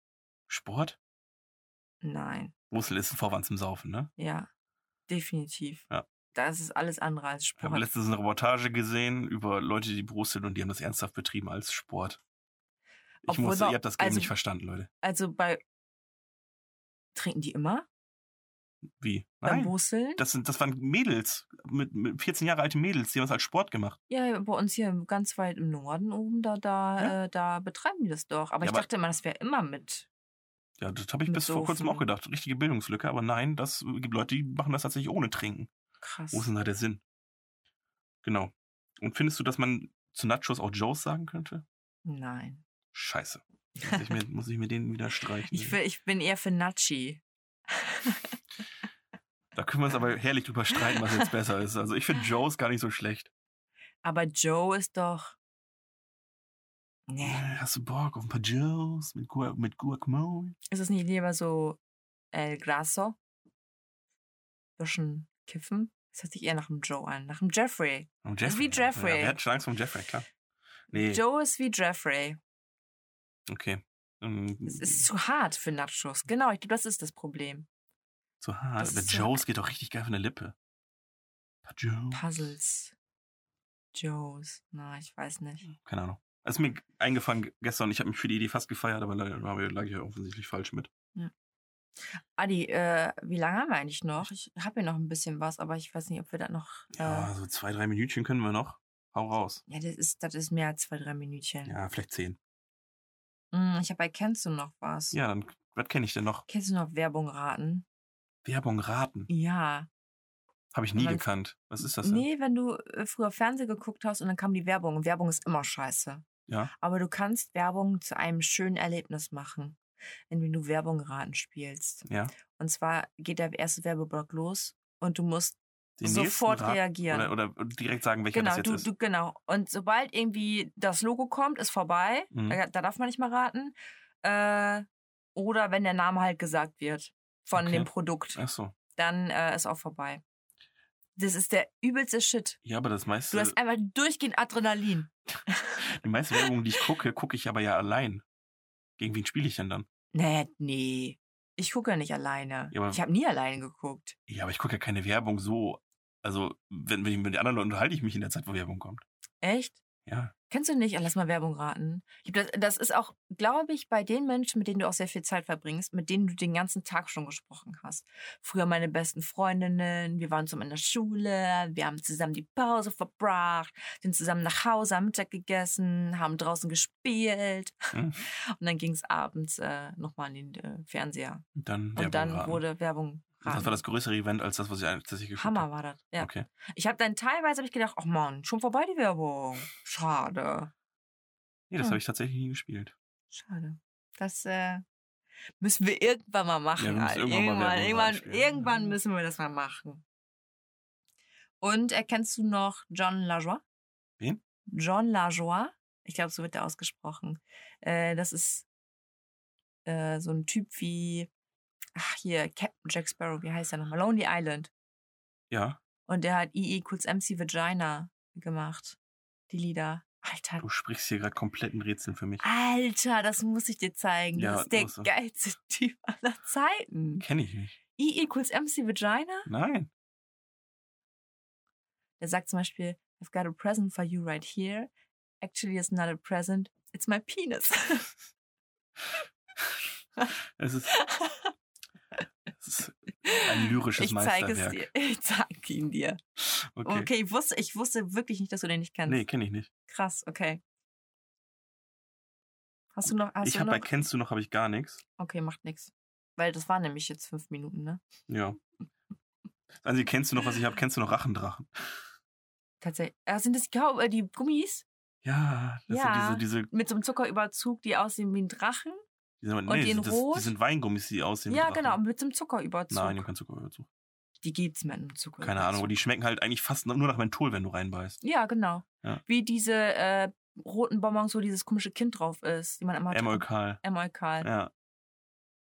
[SPEAKER 3] Sport?
[SPEAKER 4] Nein.
[SPEAKER 3] Brusseln ist ein Vorwand zum Saufen, ne?
[SPEAKER 4] Ja. Definitiv.
[SPEAKER 3] Ja.
[SPEAKER 4] Das ist alles andere als
[SPEAKER 3] Ich habe
[SPEAKER 4] Sport.
[SPEAKER 3] letztens eine Reportage gesehen über Leute, die brusteln und die haben das ernsthaft betrieben als Sport. Ich
[SPEAKER 4] Obwohl
[SPEAKER 3] musste,
[SPEAKER 4] man-
[SPEAKER 3] ihr habt das Game
[SPEAKER 4] also-
[SPEAKER 3] nicht verstanden, Leute.
[SPEAKER 4] Also bei. Trinken die immer?
[SPEAKER 3] Wie?
[SPEAKER 4] Beim
[SPEAKER 3] Nein.
[SPEAKER 4] Brusseln?
[SPEAKER 3] Das, sind, das waren Mädels, mit, mit 14 Jahre alte Mädels, die haben das als Sport gemacht.
[SPEAKER 4] Ja, bei uns hier ganz weit im Norden oben, da, da,
[SPEAKER 3] Ja.
[SPEAKER 4] äh, da betreiben die das doch. Aber
[SPEAKER 3] Ja,
[SPEAKER 4] ich
[SPEAKER 3] aber-
[SPEAKER 4] dachte immer, das wäre immer mit.
[SPEAKER 3] Ja, das habe ich
[SPEAKER 4] Mit
[SPEAKER 3] bis vor kurzem
[SPEAKER 4] Saufen.
[SPEAKER 3] auch gedacht. Richtige Bildungslücke, aber nein, das äh, gibt Leute, die machen das tatsächlich ohne Trinken.
[SPEAKER 4] Krass.
[SPEAKER 3] Wo ist denn da der Sinn? Genau. Und findest du, dass man zu Nachos auch Joes sagen könnte?
[SPEAKER 4] Nein.
[SPEAKER 3] Scheiße. Muss ich mir, muss ich mir den wieder streichen.
[SPEAKER 4] Ich, will, ich bin eher für Nachi.
[SPEAKER 3] da können wir uns aber herrlich drüber streiten, was jetzt besser ist. Also ich finde Joes gar nicht so schlecht.
[SPEAKER 4] Aber Joe ist doch. ne, Nee.
[SPEAKER 3] Ja, Äh, Hast du Bock auf ein paar Joes mit, Guac mit Guacamole?
[SPEAKER 4] Ist es nicht lieber so El Grasso? Bisschen kiffen? Das hört sich eher nach dem Joe an. Nach dem Jeffrey.
[SPEAKER 3] Und
[SPEAKER 4] Das ist wie Jeffrey.
[SPEAKER 3] Ja, wer hat schon Angst vor Jeffrey, klar. Nee,
[SPEAKER 4] Joe ist wie Jeffrey.
[SPEAKER 3] okay. Ähm,
[SPEAKER 4] Es ist zu hart für Nachos. Genau, ich glaube, das ist das Problem.
[SPEAKER 3] zu hart.
[SPEAKER 4] das
[SPEAKER 3] Aber
[SPEAKER 4] ist so-
[SPEAKER 3] Joes geht doch richtig geil von der Lippe. Ein paar Joes.
[SPEAKER 4] Puzzles. Joes. Na, ich weiß nicht.
[SPEAKER 3] Keine Ahnung. Das ist mir eingefallen gestern. Ich habe mich für die Idee fast gefeiert, aber leider war mir- lag ich ja offensichtlich falsch mit.
[SPEAKER 4] Adi, äh, wie lange haben wir eigentlich noch? Ich habe hier noch ein bisschen was, aber ich weiß nicht, ob wir das noch. Äh,
[SPEAKER 3] Ja,
[SPEAKER 4] ja.
[SPEAKER 3] so zwei, drei Minütchen können wir noch. Hau raus.
[SPEAKER 4] das ist, das ist mehr als zwei, drei Minütchen.
[SPEAKER 3] Ja, vielleicht zehn.
[SPEAKER 4] Mm, ich habe bei Kennst du noch was?
[SPEAKER 3] Ja, dann, was kenne ich denn noch?
[SPEAKER 4] Kennst du noch Werbung raten?
[SPEAKER 3] Werbung raten.
[SPEAKER 4] Ja.
[SPEAKER 3] Habe ich nie
[SPEAKER 4] Man-
[SPEAKER 3] gekannt. Was ist das denn?
[SPEAKER 4] Nee, wenn du äh, früher Fernsehen geguckt hast und dann kam die Werbung. Und Werbung ist immer scheiße.
[SPEAKER 3] Ja.
[SPEAKER 4] Aber du kannst Werbung zu einem schönen Erlebnis machen, indem du Werbung raten spielst.
[SPEAKER 3] Ja.
[SPEAKER 4] Und zwar geht der erste Werbeblock los und du musst
[SPEAKER 3] Den nächsten
[SPEAKER 4] sofort
[SPEAKER 3] raten?
[SPEAKER 4] reagieren.
[SPEAKER 3] Oder, oder direkt sagen, welcher
[SPEAKER 4] Genau,
[SPEAKER 3] das jetzt
[SPEAKER 4] du,
[SPEAKER 3] ist.
[SPEAKER 4] du, genau. Und sobald irgendwie das Logo kommt, ist vorbei.
[SPEAKER 3] Mhm.
[SPEAKER 4] Da, da darf man nicht mal raten. Äh, oder wenn der Name halt gesagt wird von
[SPEAKER 3] Okay.
[SPEAKER 4] dem Produkt,
[SPEAKER 3] Ach so.
[SPEAKER 4] dann äh, ist auch vorbei. Das ist der übelste Shit.
[SPEAKER 3] Ja, aber das meiste,
[SPEAKER 4] Du hast einfach durchgehend Adrenalin.
[SPEAKER 3] die meiste Werbung, die ich gucke, gucke ich aber ja allein. Gegen wen spiele ich denn dann?
[SPEAKER 4] Nee, nee. Ich gucke ja nicht alleine.
[SPEAKER 3] Ja, aber-
[SPEAKER 4] ich habe nie alleine geguckt.
[SPEAKER 3] Ja, aber ich gucke ja keine Werbung so. Also, wenn, wenn ich mit den anderen Leuten unterhalte ich mich in der Zeit, wo Werbung kommt.
[SPEAKER 4] Echt?
[SPEAKER 3] Ja.
[SPEAKER 4] Kennst du nicht? Ah, Lass mal Werbung raten. Ich glaub, Das, das ist auch, glaube ich, bei den Menschen, mit denen du auch sehr viel Zeit verbringst, mit denen du den ganzen Tag schon gesprochen hast. Früher meine besten Freundinnen, wir waren zusammen in der Schule, wir haben zusammen die Pause verbracht, sind zusammen nach Hause, haben Mittag gegessen, haben draußen gespielt
[SPEAKER 3] Hm.
[SPEAKER 4] und dann ging es abends äh, nochmal in den äh, Fernseher.
[SPEAKER 3] Und dann
[SPEAKER 4] Und
[SPEAKER 3] Werbung
[SPEAKER 4] dann
[SPEAKER 3] raten.
[SPEAKER 4] wurde Werbung
[SPEAKER 3] Und Das war
[SPEAKER 4] raten.
[SPEAKER 3] das größere Event als das, was ich eigentlich tatsächlich geguckt
[SPEAKER 4] Hammer
[SPEAKER 3] habe.
[SPEAKER 4] war das. Ja.
[SPEAKER 3] Okay.
[SPEAKER 4] Ich habe dann teilweise hab ich gedacht, ach Mann, schon vorbei die Werbung. Schade.
[SPEAKER 3] Nee, das
[SPEAKER 4] Hm.
[SPEAKER 3] habe ich tatsächlich nie gespielt.
[SPEAKER 4] Schade. Das äh, müssen wir irgendwann mal machen.
[SPEAKER 3] wir müssen
[SPEAKER 4] Alter.
[SPEAKER 3] irgendwann mal
[SPEAKER 4] irgendwann,
[SPEAKER 3] Werbung
[SPEAKER 4] irgendwann,
[SPEAKER 3] reinspielen.
[SPEAKER 4] irgendwann müssen wir das mal machen. Und erkennst du noch John Lajoie?
[SPEAKER 3] Wen?
[SPEAKER 4] John Lajoie. Ich glaube, so wird er ausgesprochen. Äh, das ist äh, so ein Typ wie, ach hier, Captain Jack Sparrow, wie heißt er nochmal? Lonely Island.
[SPEAKER 3] Ja,
[SPEAKER 4] Und der hat E EE kurz MC Vagina gemacht. Die Lieder. Alter,
[SPEAKER 3] du sprichst hier gerade kompletten Rätseln für mich.
[SPEAKER 4] Alter, das muss ich dir zeigen.
[SPEAKER 3] Ja,
[SPEAKER 4] das ist der
[SPEAKER 3] musst du.
[SPEAKER 4] geilste Typ aller Zeiten.
[SPEAKER 3] Kenne ich nicht.
[SPEAKER 4] E equals MC Vagina?
[SPEAKER 3] Nein.
[SPEAKER 4] Der sagt zum Beispiel, I've got a present for you right here. Actually, it's not a present, it's my penis.
[SPEAKER 3] Es ist, es ist ein lyrisches
[SPEAKER 4] Ich zeige es
[SPEAKER 3] Meisterwerk.
[SPEAKER 4] dir. Ich zeige ihn dir. Okay,
[SPEAKER 3] Okay.
[SPEAKER 4] ich, wusste, ich wusste wirklich nicht, dass du den nicht kennst.
[SPEAKER 3] Nee, kenne ich nicht.
[SPEAKER 4] Krass, okay. Hast du noch? Hast
[SPEAKER 3] ich
[SPEAKER 4] du
[SPEAKER 3] habe
[SPEAKER 4] noch?
[SPEAKER 3] bei Kennst du noch, habe ich gar nichts.
[SPEAKER 4] Okay, macht nichts. Weil das waren nämlich jetzt fünf Minuten, ne?
[SPEAKER 3] Ja. Also, kennst du noch, was ich habe? Kennst du noch Rachendrachen?
[SPEAKER 4] Tatsächlich. Äh, sind das Gau äh, die Gummis
[SPEAKER 3] Ja, das
[SPEAKER 4] Ja.
[SPEAKER 3] sind diese, diese,
[SPEAKER 4] mit so einem Zuckerüberzug, die aussehen wie ein Drachen?
[SPEAKER 3] die sind,
[SPEAKER 4] die
[SPEAKER 3] nee,
[SPEAKER 4] in
[SPEAKER 3] das,
[SPEAKER 4] Rot?
[SPEAKER 3] die sind Weingummis, die aussehen. wie
[SPEAKER 4] ja,
[SPEAKER 3] Drachen.
[SPEAKER 4] genau, mit so einem Zuckerüberzug.
[SPEAKER 3] Nein, die kannst du dazu.
[SPEAKER 4] Die gibt's mit einem Zuckerüberzug.
[SPEAKER 3] Keine Ahnung, aber die schmecken halt eigentlich fast nur nach Menthol, wenn du reinbeißt.
[SPEAKER 4] Ja, genau.
[SPEAKER 3] Ja.
[SPEAKER 4] Wie diese äh, roten Bonbons, wo dieses komische Kind drauf ist, die man immer
[SPEAKER 3] Emolkal.
[SPEAKER 4] Emolkal. Ja.
[SPEAKER 3] Ja.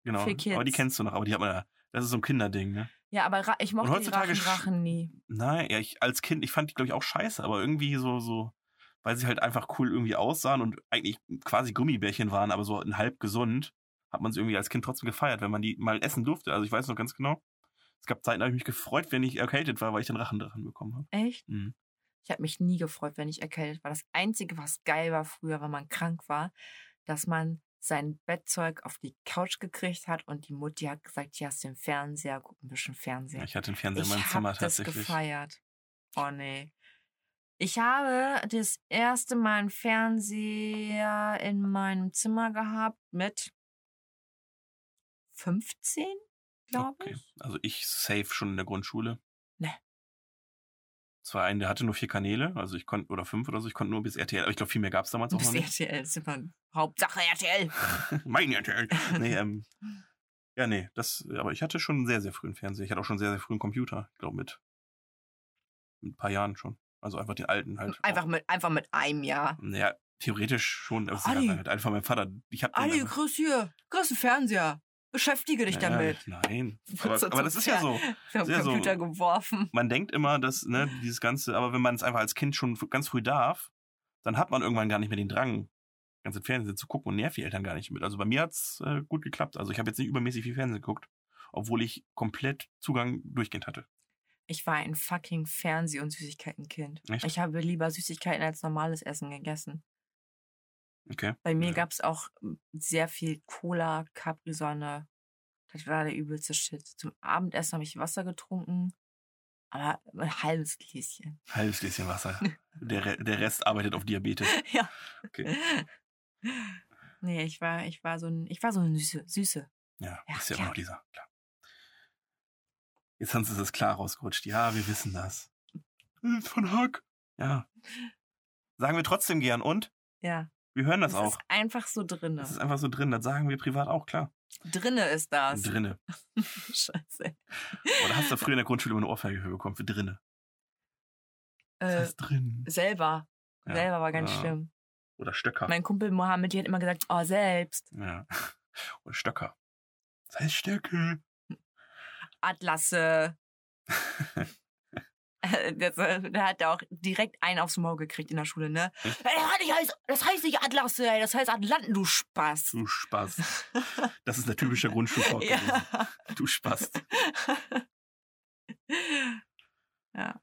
[SPEAKER 3] Genau.
[SPEAKER 4] Für
[SPEAKER 3] Aber die
[SPEAKER 4] Kids.
[SPEAKER 3] kennst du noch, aber die hat man ja. Das ist so ein Kinderding, ne?
[SPEAKER 4] ja, aber Ra ich mochte die
[SPEAKER 3] heutzutage
[SPEAKER 4] Drachen,
[SPEAKER 3] sch-
[SPEAKER 4] Drachen nie.
[SPEAKER 3] Nein, ja, ich als Kind, ich fand die, glaube ich, auch scheiße, aber irgendwie so, so, weil sie halt einfach cool irgendwie aussahen und eigentlich quasi Gummibärchen waren, aber so ein halb gesund, hat man sie irgendwie als Kind trotzdem gefeiert, wenn man die mal essen durfte. Also ich weiß noch ganz genau. Es gab Zeiten, da habe ich mich gefreut, wenn ich erkältet war, weil ich den Rachendrachen bekommen habe.
[SPEAKER 4] Echt?
[SPEAKER 3] Mhm.
[SPEAKER 4] Ich habe mich nie gefreut, wenn ich erkältet war. Das Einzige, was geil war früher, wenn man krank war, dass man sein Bettzeug auf die Couch gekriegt hat und die Mutti hat gesagt, hier hast du den Fernseher, guck ein bisschen Fernseher.
[SPEAKER 3] Ja, ich hatte einen Fernseher
[SPEAKER 4] Ich
[SPEAKER 3] in meinem
[SPEAKER 4] habe
[SPEAKER 3] Zimmer
[SPEAKER 4] das
[SPEAKER 3] tatsächlich.
[SPEAKER 4] gefeiert. Oh nee. Ich habe das erste Mal einen Fernseher in meinem Zimmer gehabt mit 15, glaube
[SPEAKER 3] Okay.
[SPEAKER 4] ich. Ne.
[SPEAKER 3] Also ich safe schon in der Grundschule.
[SPEAKER 4] Nee.
[SPEAKER 3] Es war ein, der hatte nur vier Kanäle, also ich konnte, oder fünf oder so, ich konnte nur bis RTL, aber ich glaube, viel mehr gab es damals auch
[SPEAKER 4] Das
[SPEAKER 3] noch nicht.
[SPEAKER 4] RTL ist immer Hauptsache RTL.
[SPEAKER 3] mein RTL. Nee, ähm, ja, nee, das, aber ich hatte schon einen sehr, sehr frühen Fernseher. Ich hatte auch schon einen sehr, sehr frühen Computer, ich glaube, mit, mit ein paar Jahren schon. Also einfach den alten halt.
[SPEAKER 4] Einfach mit, einfach mit einem Jahr.
[SPEAKER 3] Auch, ja, theoretisch schon, aber es
[SPEAKER 4] Ali.
[SPEAKER 3] ist halt einfach Oh mein Vater. Ich habe
[SPEAKER 4] Ali, grüß hier. Grüß den Fernseher. Beschäftige dich damit.
[SPEAKER 3] Ja, nein.
[SPEAKER 4] Was
[SPEAKER 3] Aber,
[SPEAKER 4] hat
[SPEAKER 3] aber
[SPEAKER 4] so
[SPEAKER 3] das ist ja so.
[SPEAKER 4] Ich hab
[SPEAKER 3] sehr so.
[SPEAKER 4] Computer geworfen.
[SPEAKER 3] man denkt immer, dass ne, dieses Ganze, aber wenn man es einfach als Kind schon fr- ganz früh darf, dann hat man irgendwann gar nicht mehr den Drang, ganze Fernsehen zu gucken und nervt die Eltern gar nicht mit. Also bei mir hat's äh, gut geklappt. Also ich habe jetzt nicht übermäßig viel Fernsehen geguckt, obwohl ich komplett Zugang durchgehend hatte.
[SPEAKER 4] Ich war ein fucking Fernseh- und Süßigkeitenkind.
[SPEAKER 3] Echt?
[SPEAKER 4] Ich habe lieber Süßigkeiten als normales Essen gegessen.
[SPEAKER 3] Okay.
[SPEAKER 4] Bei mir
[SPEAKER 3] Ja.
[SPEAKER 4] gab es auch m, sehr viel Cola, Capri-Sonne. Das war der übelste Shit. Zum Abendessen habe ich Wasser getrunken, aber ein halbes Gläschen.
[SPEAKER 3] Halbes Gläschen Wasser. Der, Re der Rest arbeitet auf Diabetes.
[SPEAKER 4] ja.
[SPEAKER 3] Okay.
[SPEAKER 4] Nee, Ne, ich war, ich war so ein, ich war so eine süße, süße.
[SPEAKER 3] Ja,
[SPEAKER 4] Ja,
[SPEAKER 3] ist ja
[SPEAKER 4] klar.
[SPEAKER 3] auch noch dieser. Klar. Jetzt sonst ist es klar rausgerutscht. Ja, wir wissen das. Von Hack. Ja. Sagen wir trotzdem gern und
[SPEAKER 4] Ja.
[SPEAKER 3] wir hören das,
[SPEAKER 4] Das,
[SPEAKER 3] auch.
[SPEAKER 4] ist einfach so drinne.
[SPEAKER 3] Das ist einfach so drin, das sagen wir privat auch, klar.
[SPEAKER 4] Drinne ist das.
[SPEAKER 3] Drinne.
[SPEAKER 4] Scheiße.
[SPEAKER 3] Oder hast du früher in der Grundschule immer eine Ohrfeige für bekommen für drinne? Das
[SPEAKER 4] Äh,
[SPEAKER 3] heißt drin.
[SPEAKER 4] selber.
[SPEAKER 3] Ja.
[SPEAKER 4] Selber war ganz
[SPEAKER 3] Ja.
[SPEAKER 4] schlimm.
[SPEAKER 3] Oder Stöcker.
[SPEAKER 4] Mein Kumpel Mohammed, die hat immer gesagt, oh, selbst.
[SPEAKER 3] Ja. Oder Stöcker. Das heißt Stöcke.
[SPEAKER 4] Atlasse. Äh, das, äh, da hat er auch direkt einen aufs Maul gekriegt in der Schule, ne?
[SPEAKER 3] Hm.
[SPEAKER 4] Ey, das hat nicht heißt- das heißt nicht Atlasse, ey, das heißt Atlanten, du Spaß.
[SPEAKER 3] Du Spaß. Das ist ein typischer Grundschultalk gewesen.
[SPEAKER 4] ja.
[SPEAKER 3] Du Spaß.
[SPEAKER 4] ja.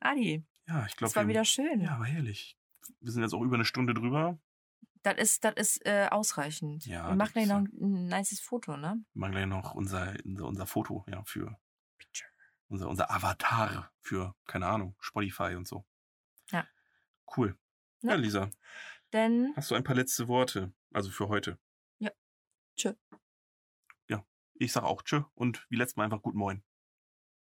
[SPEAKER 4] Adi,
[SPEAKER 3] Ja, ich glaube.
[SPEAKER 4] das war wieder schön.
[SPEAKER 3] Ja, war herrlich. Wir sind jetzt auch über eine Stunde drüber.
[SPEAKER 4] Das ist, das ist äh, ausreichend.
[SPEAKER 3] Ja,
[SPEAKER 4] Wir machen
[SPEAKER 3] das
[SPEAKER 4] gleich
[SPEAKER 3] ist
[SPEAKER 4] noch ein, ein nices Foto, ne?
[SPEAKER 3] Wir machen gleich noch unser, unser, unser Foto, ja, für. Unser, unser Avatar für, keine Ahnung, Spotify und so.
[SPEAKER 4] Ja.
[SPEAKER 3] Cool. Ja,
[SPEAKER 4] Ja.
[SPEAKER 3] Lisa.
[SPEAKER 4] Denn
[SPEAKER 3] Hast du ein paar letzte Worte? Also für heute.
[SPEAKER 4] Mhm. Ja. Tschö.
[SPEAKER 3] Ja, ich sag auch tschö und wie letztes Mal einfach gut moin.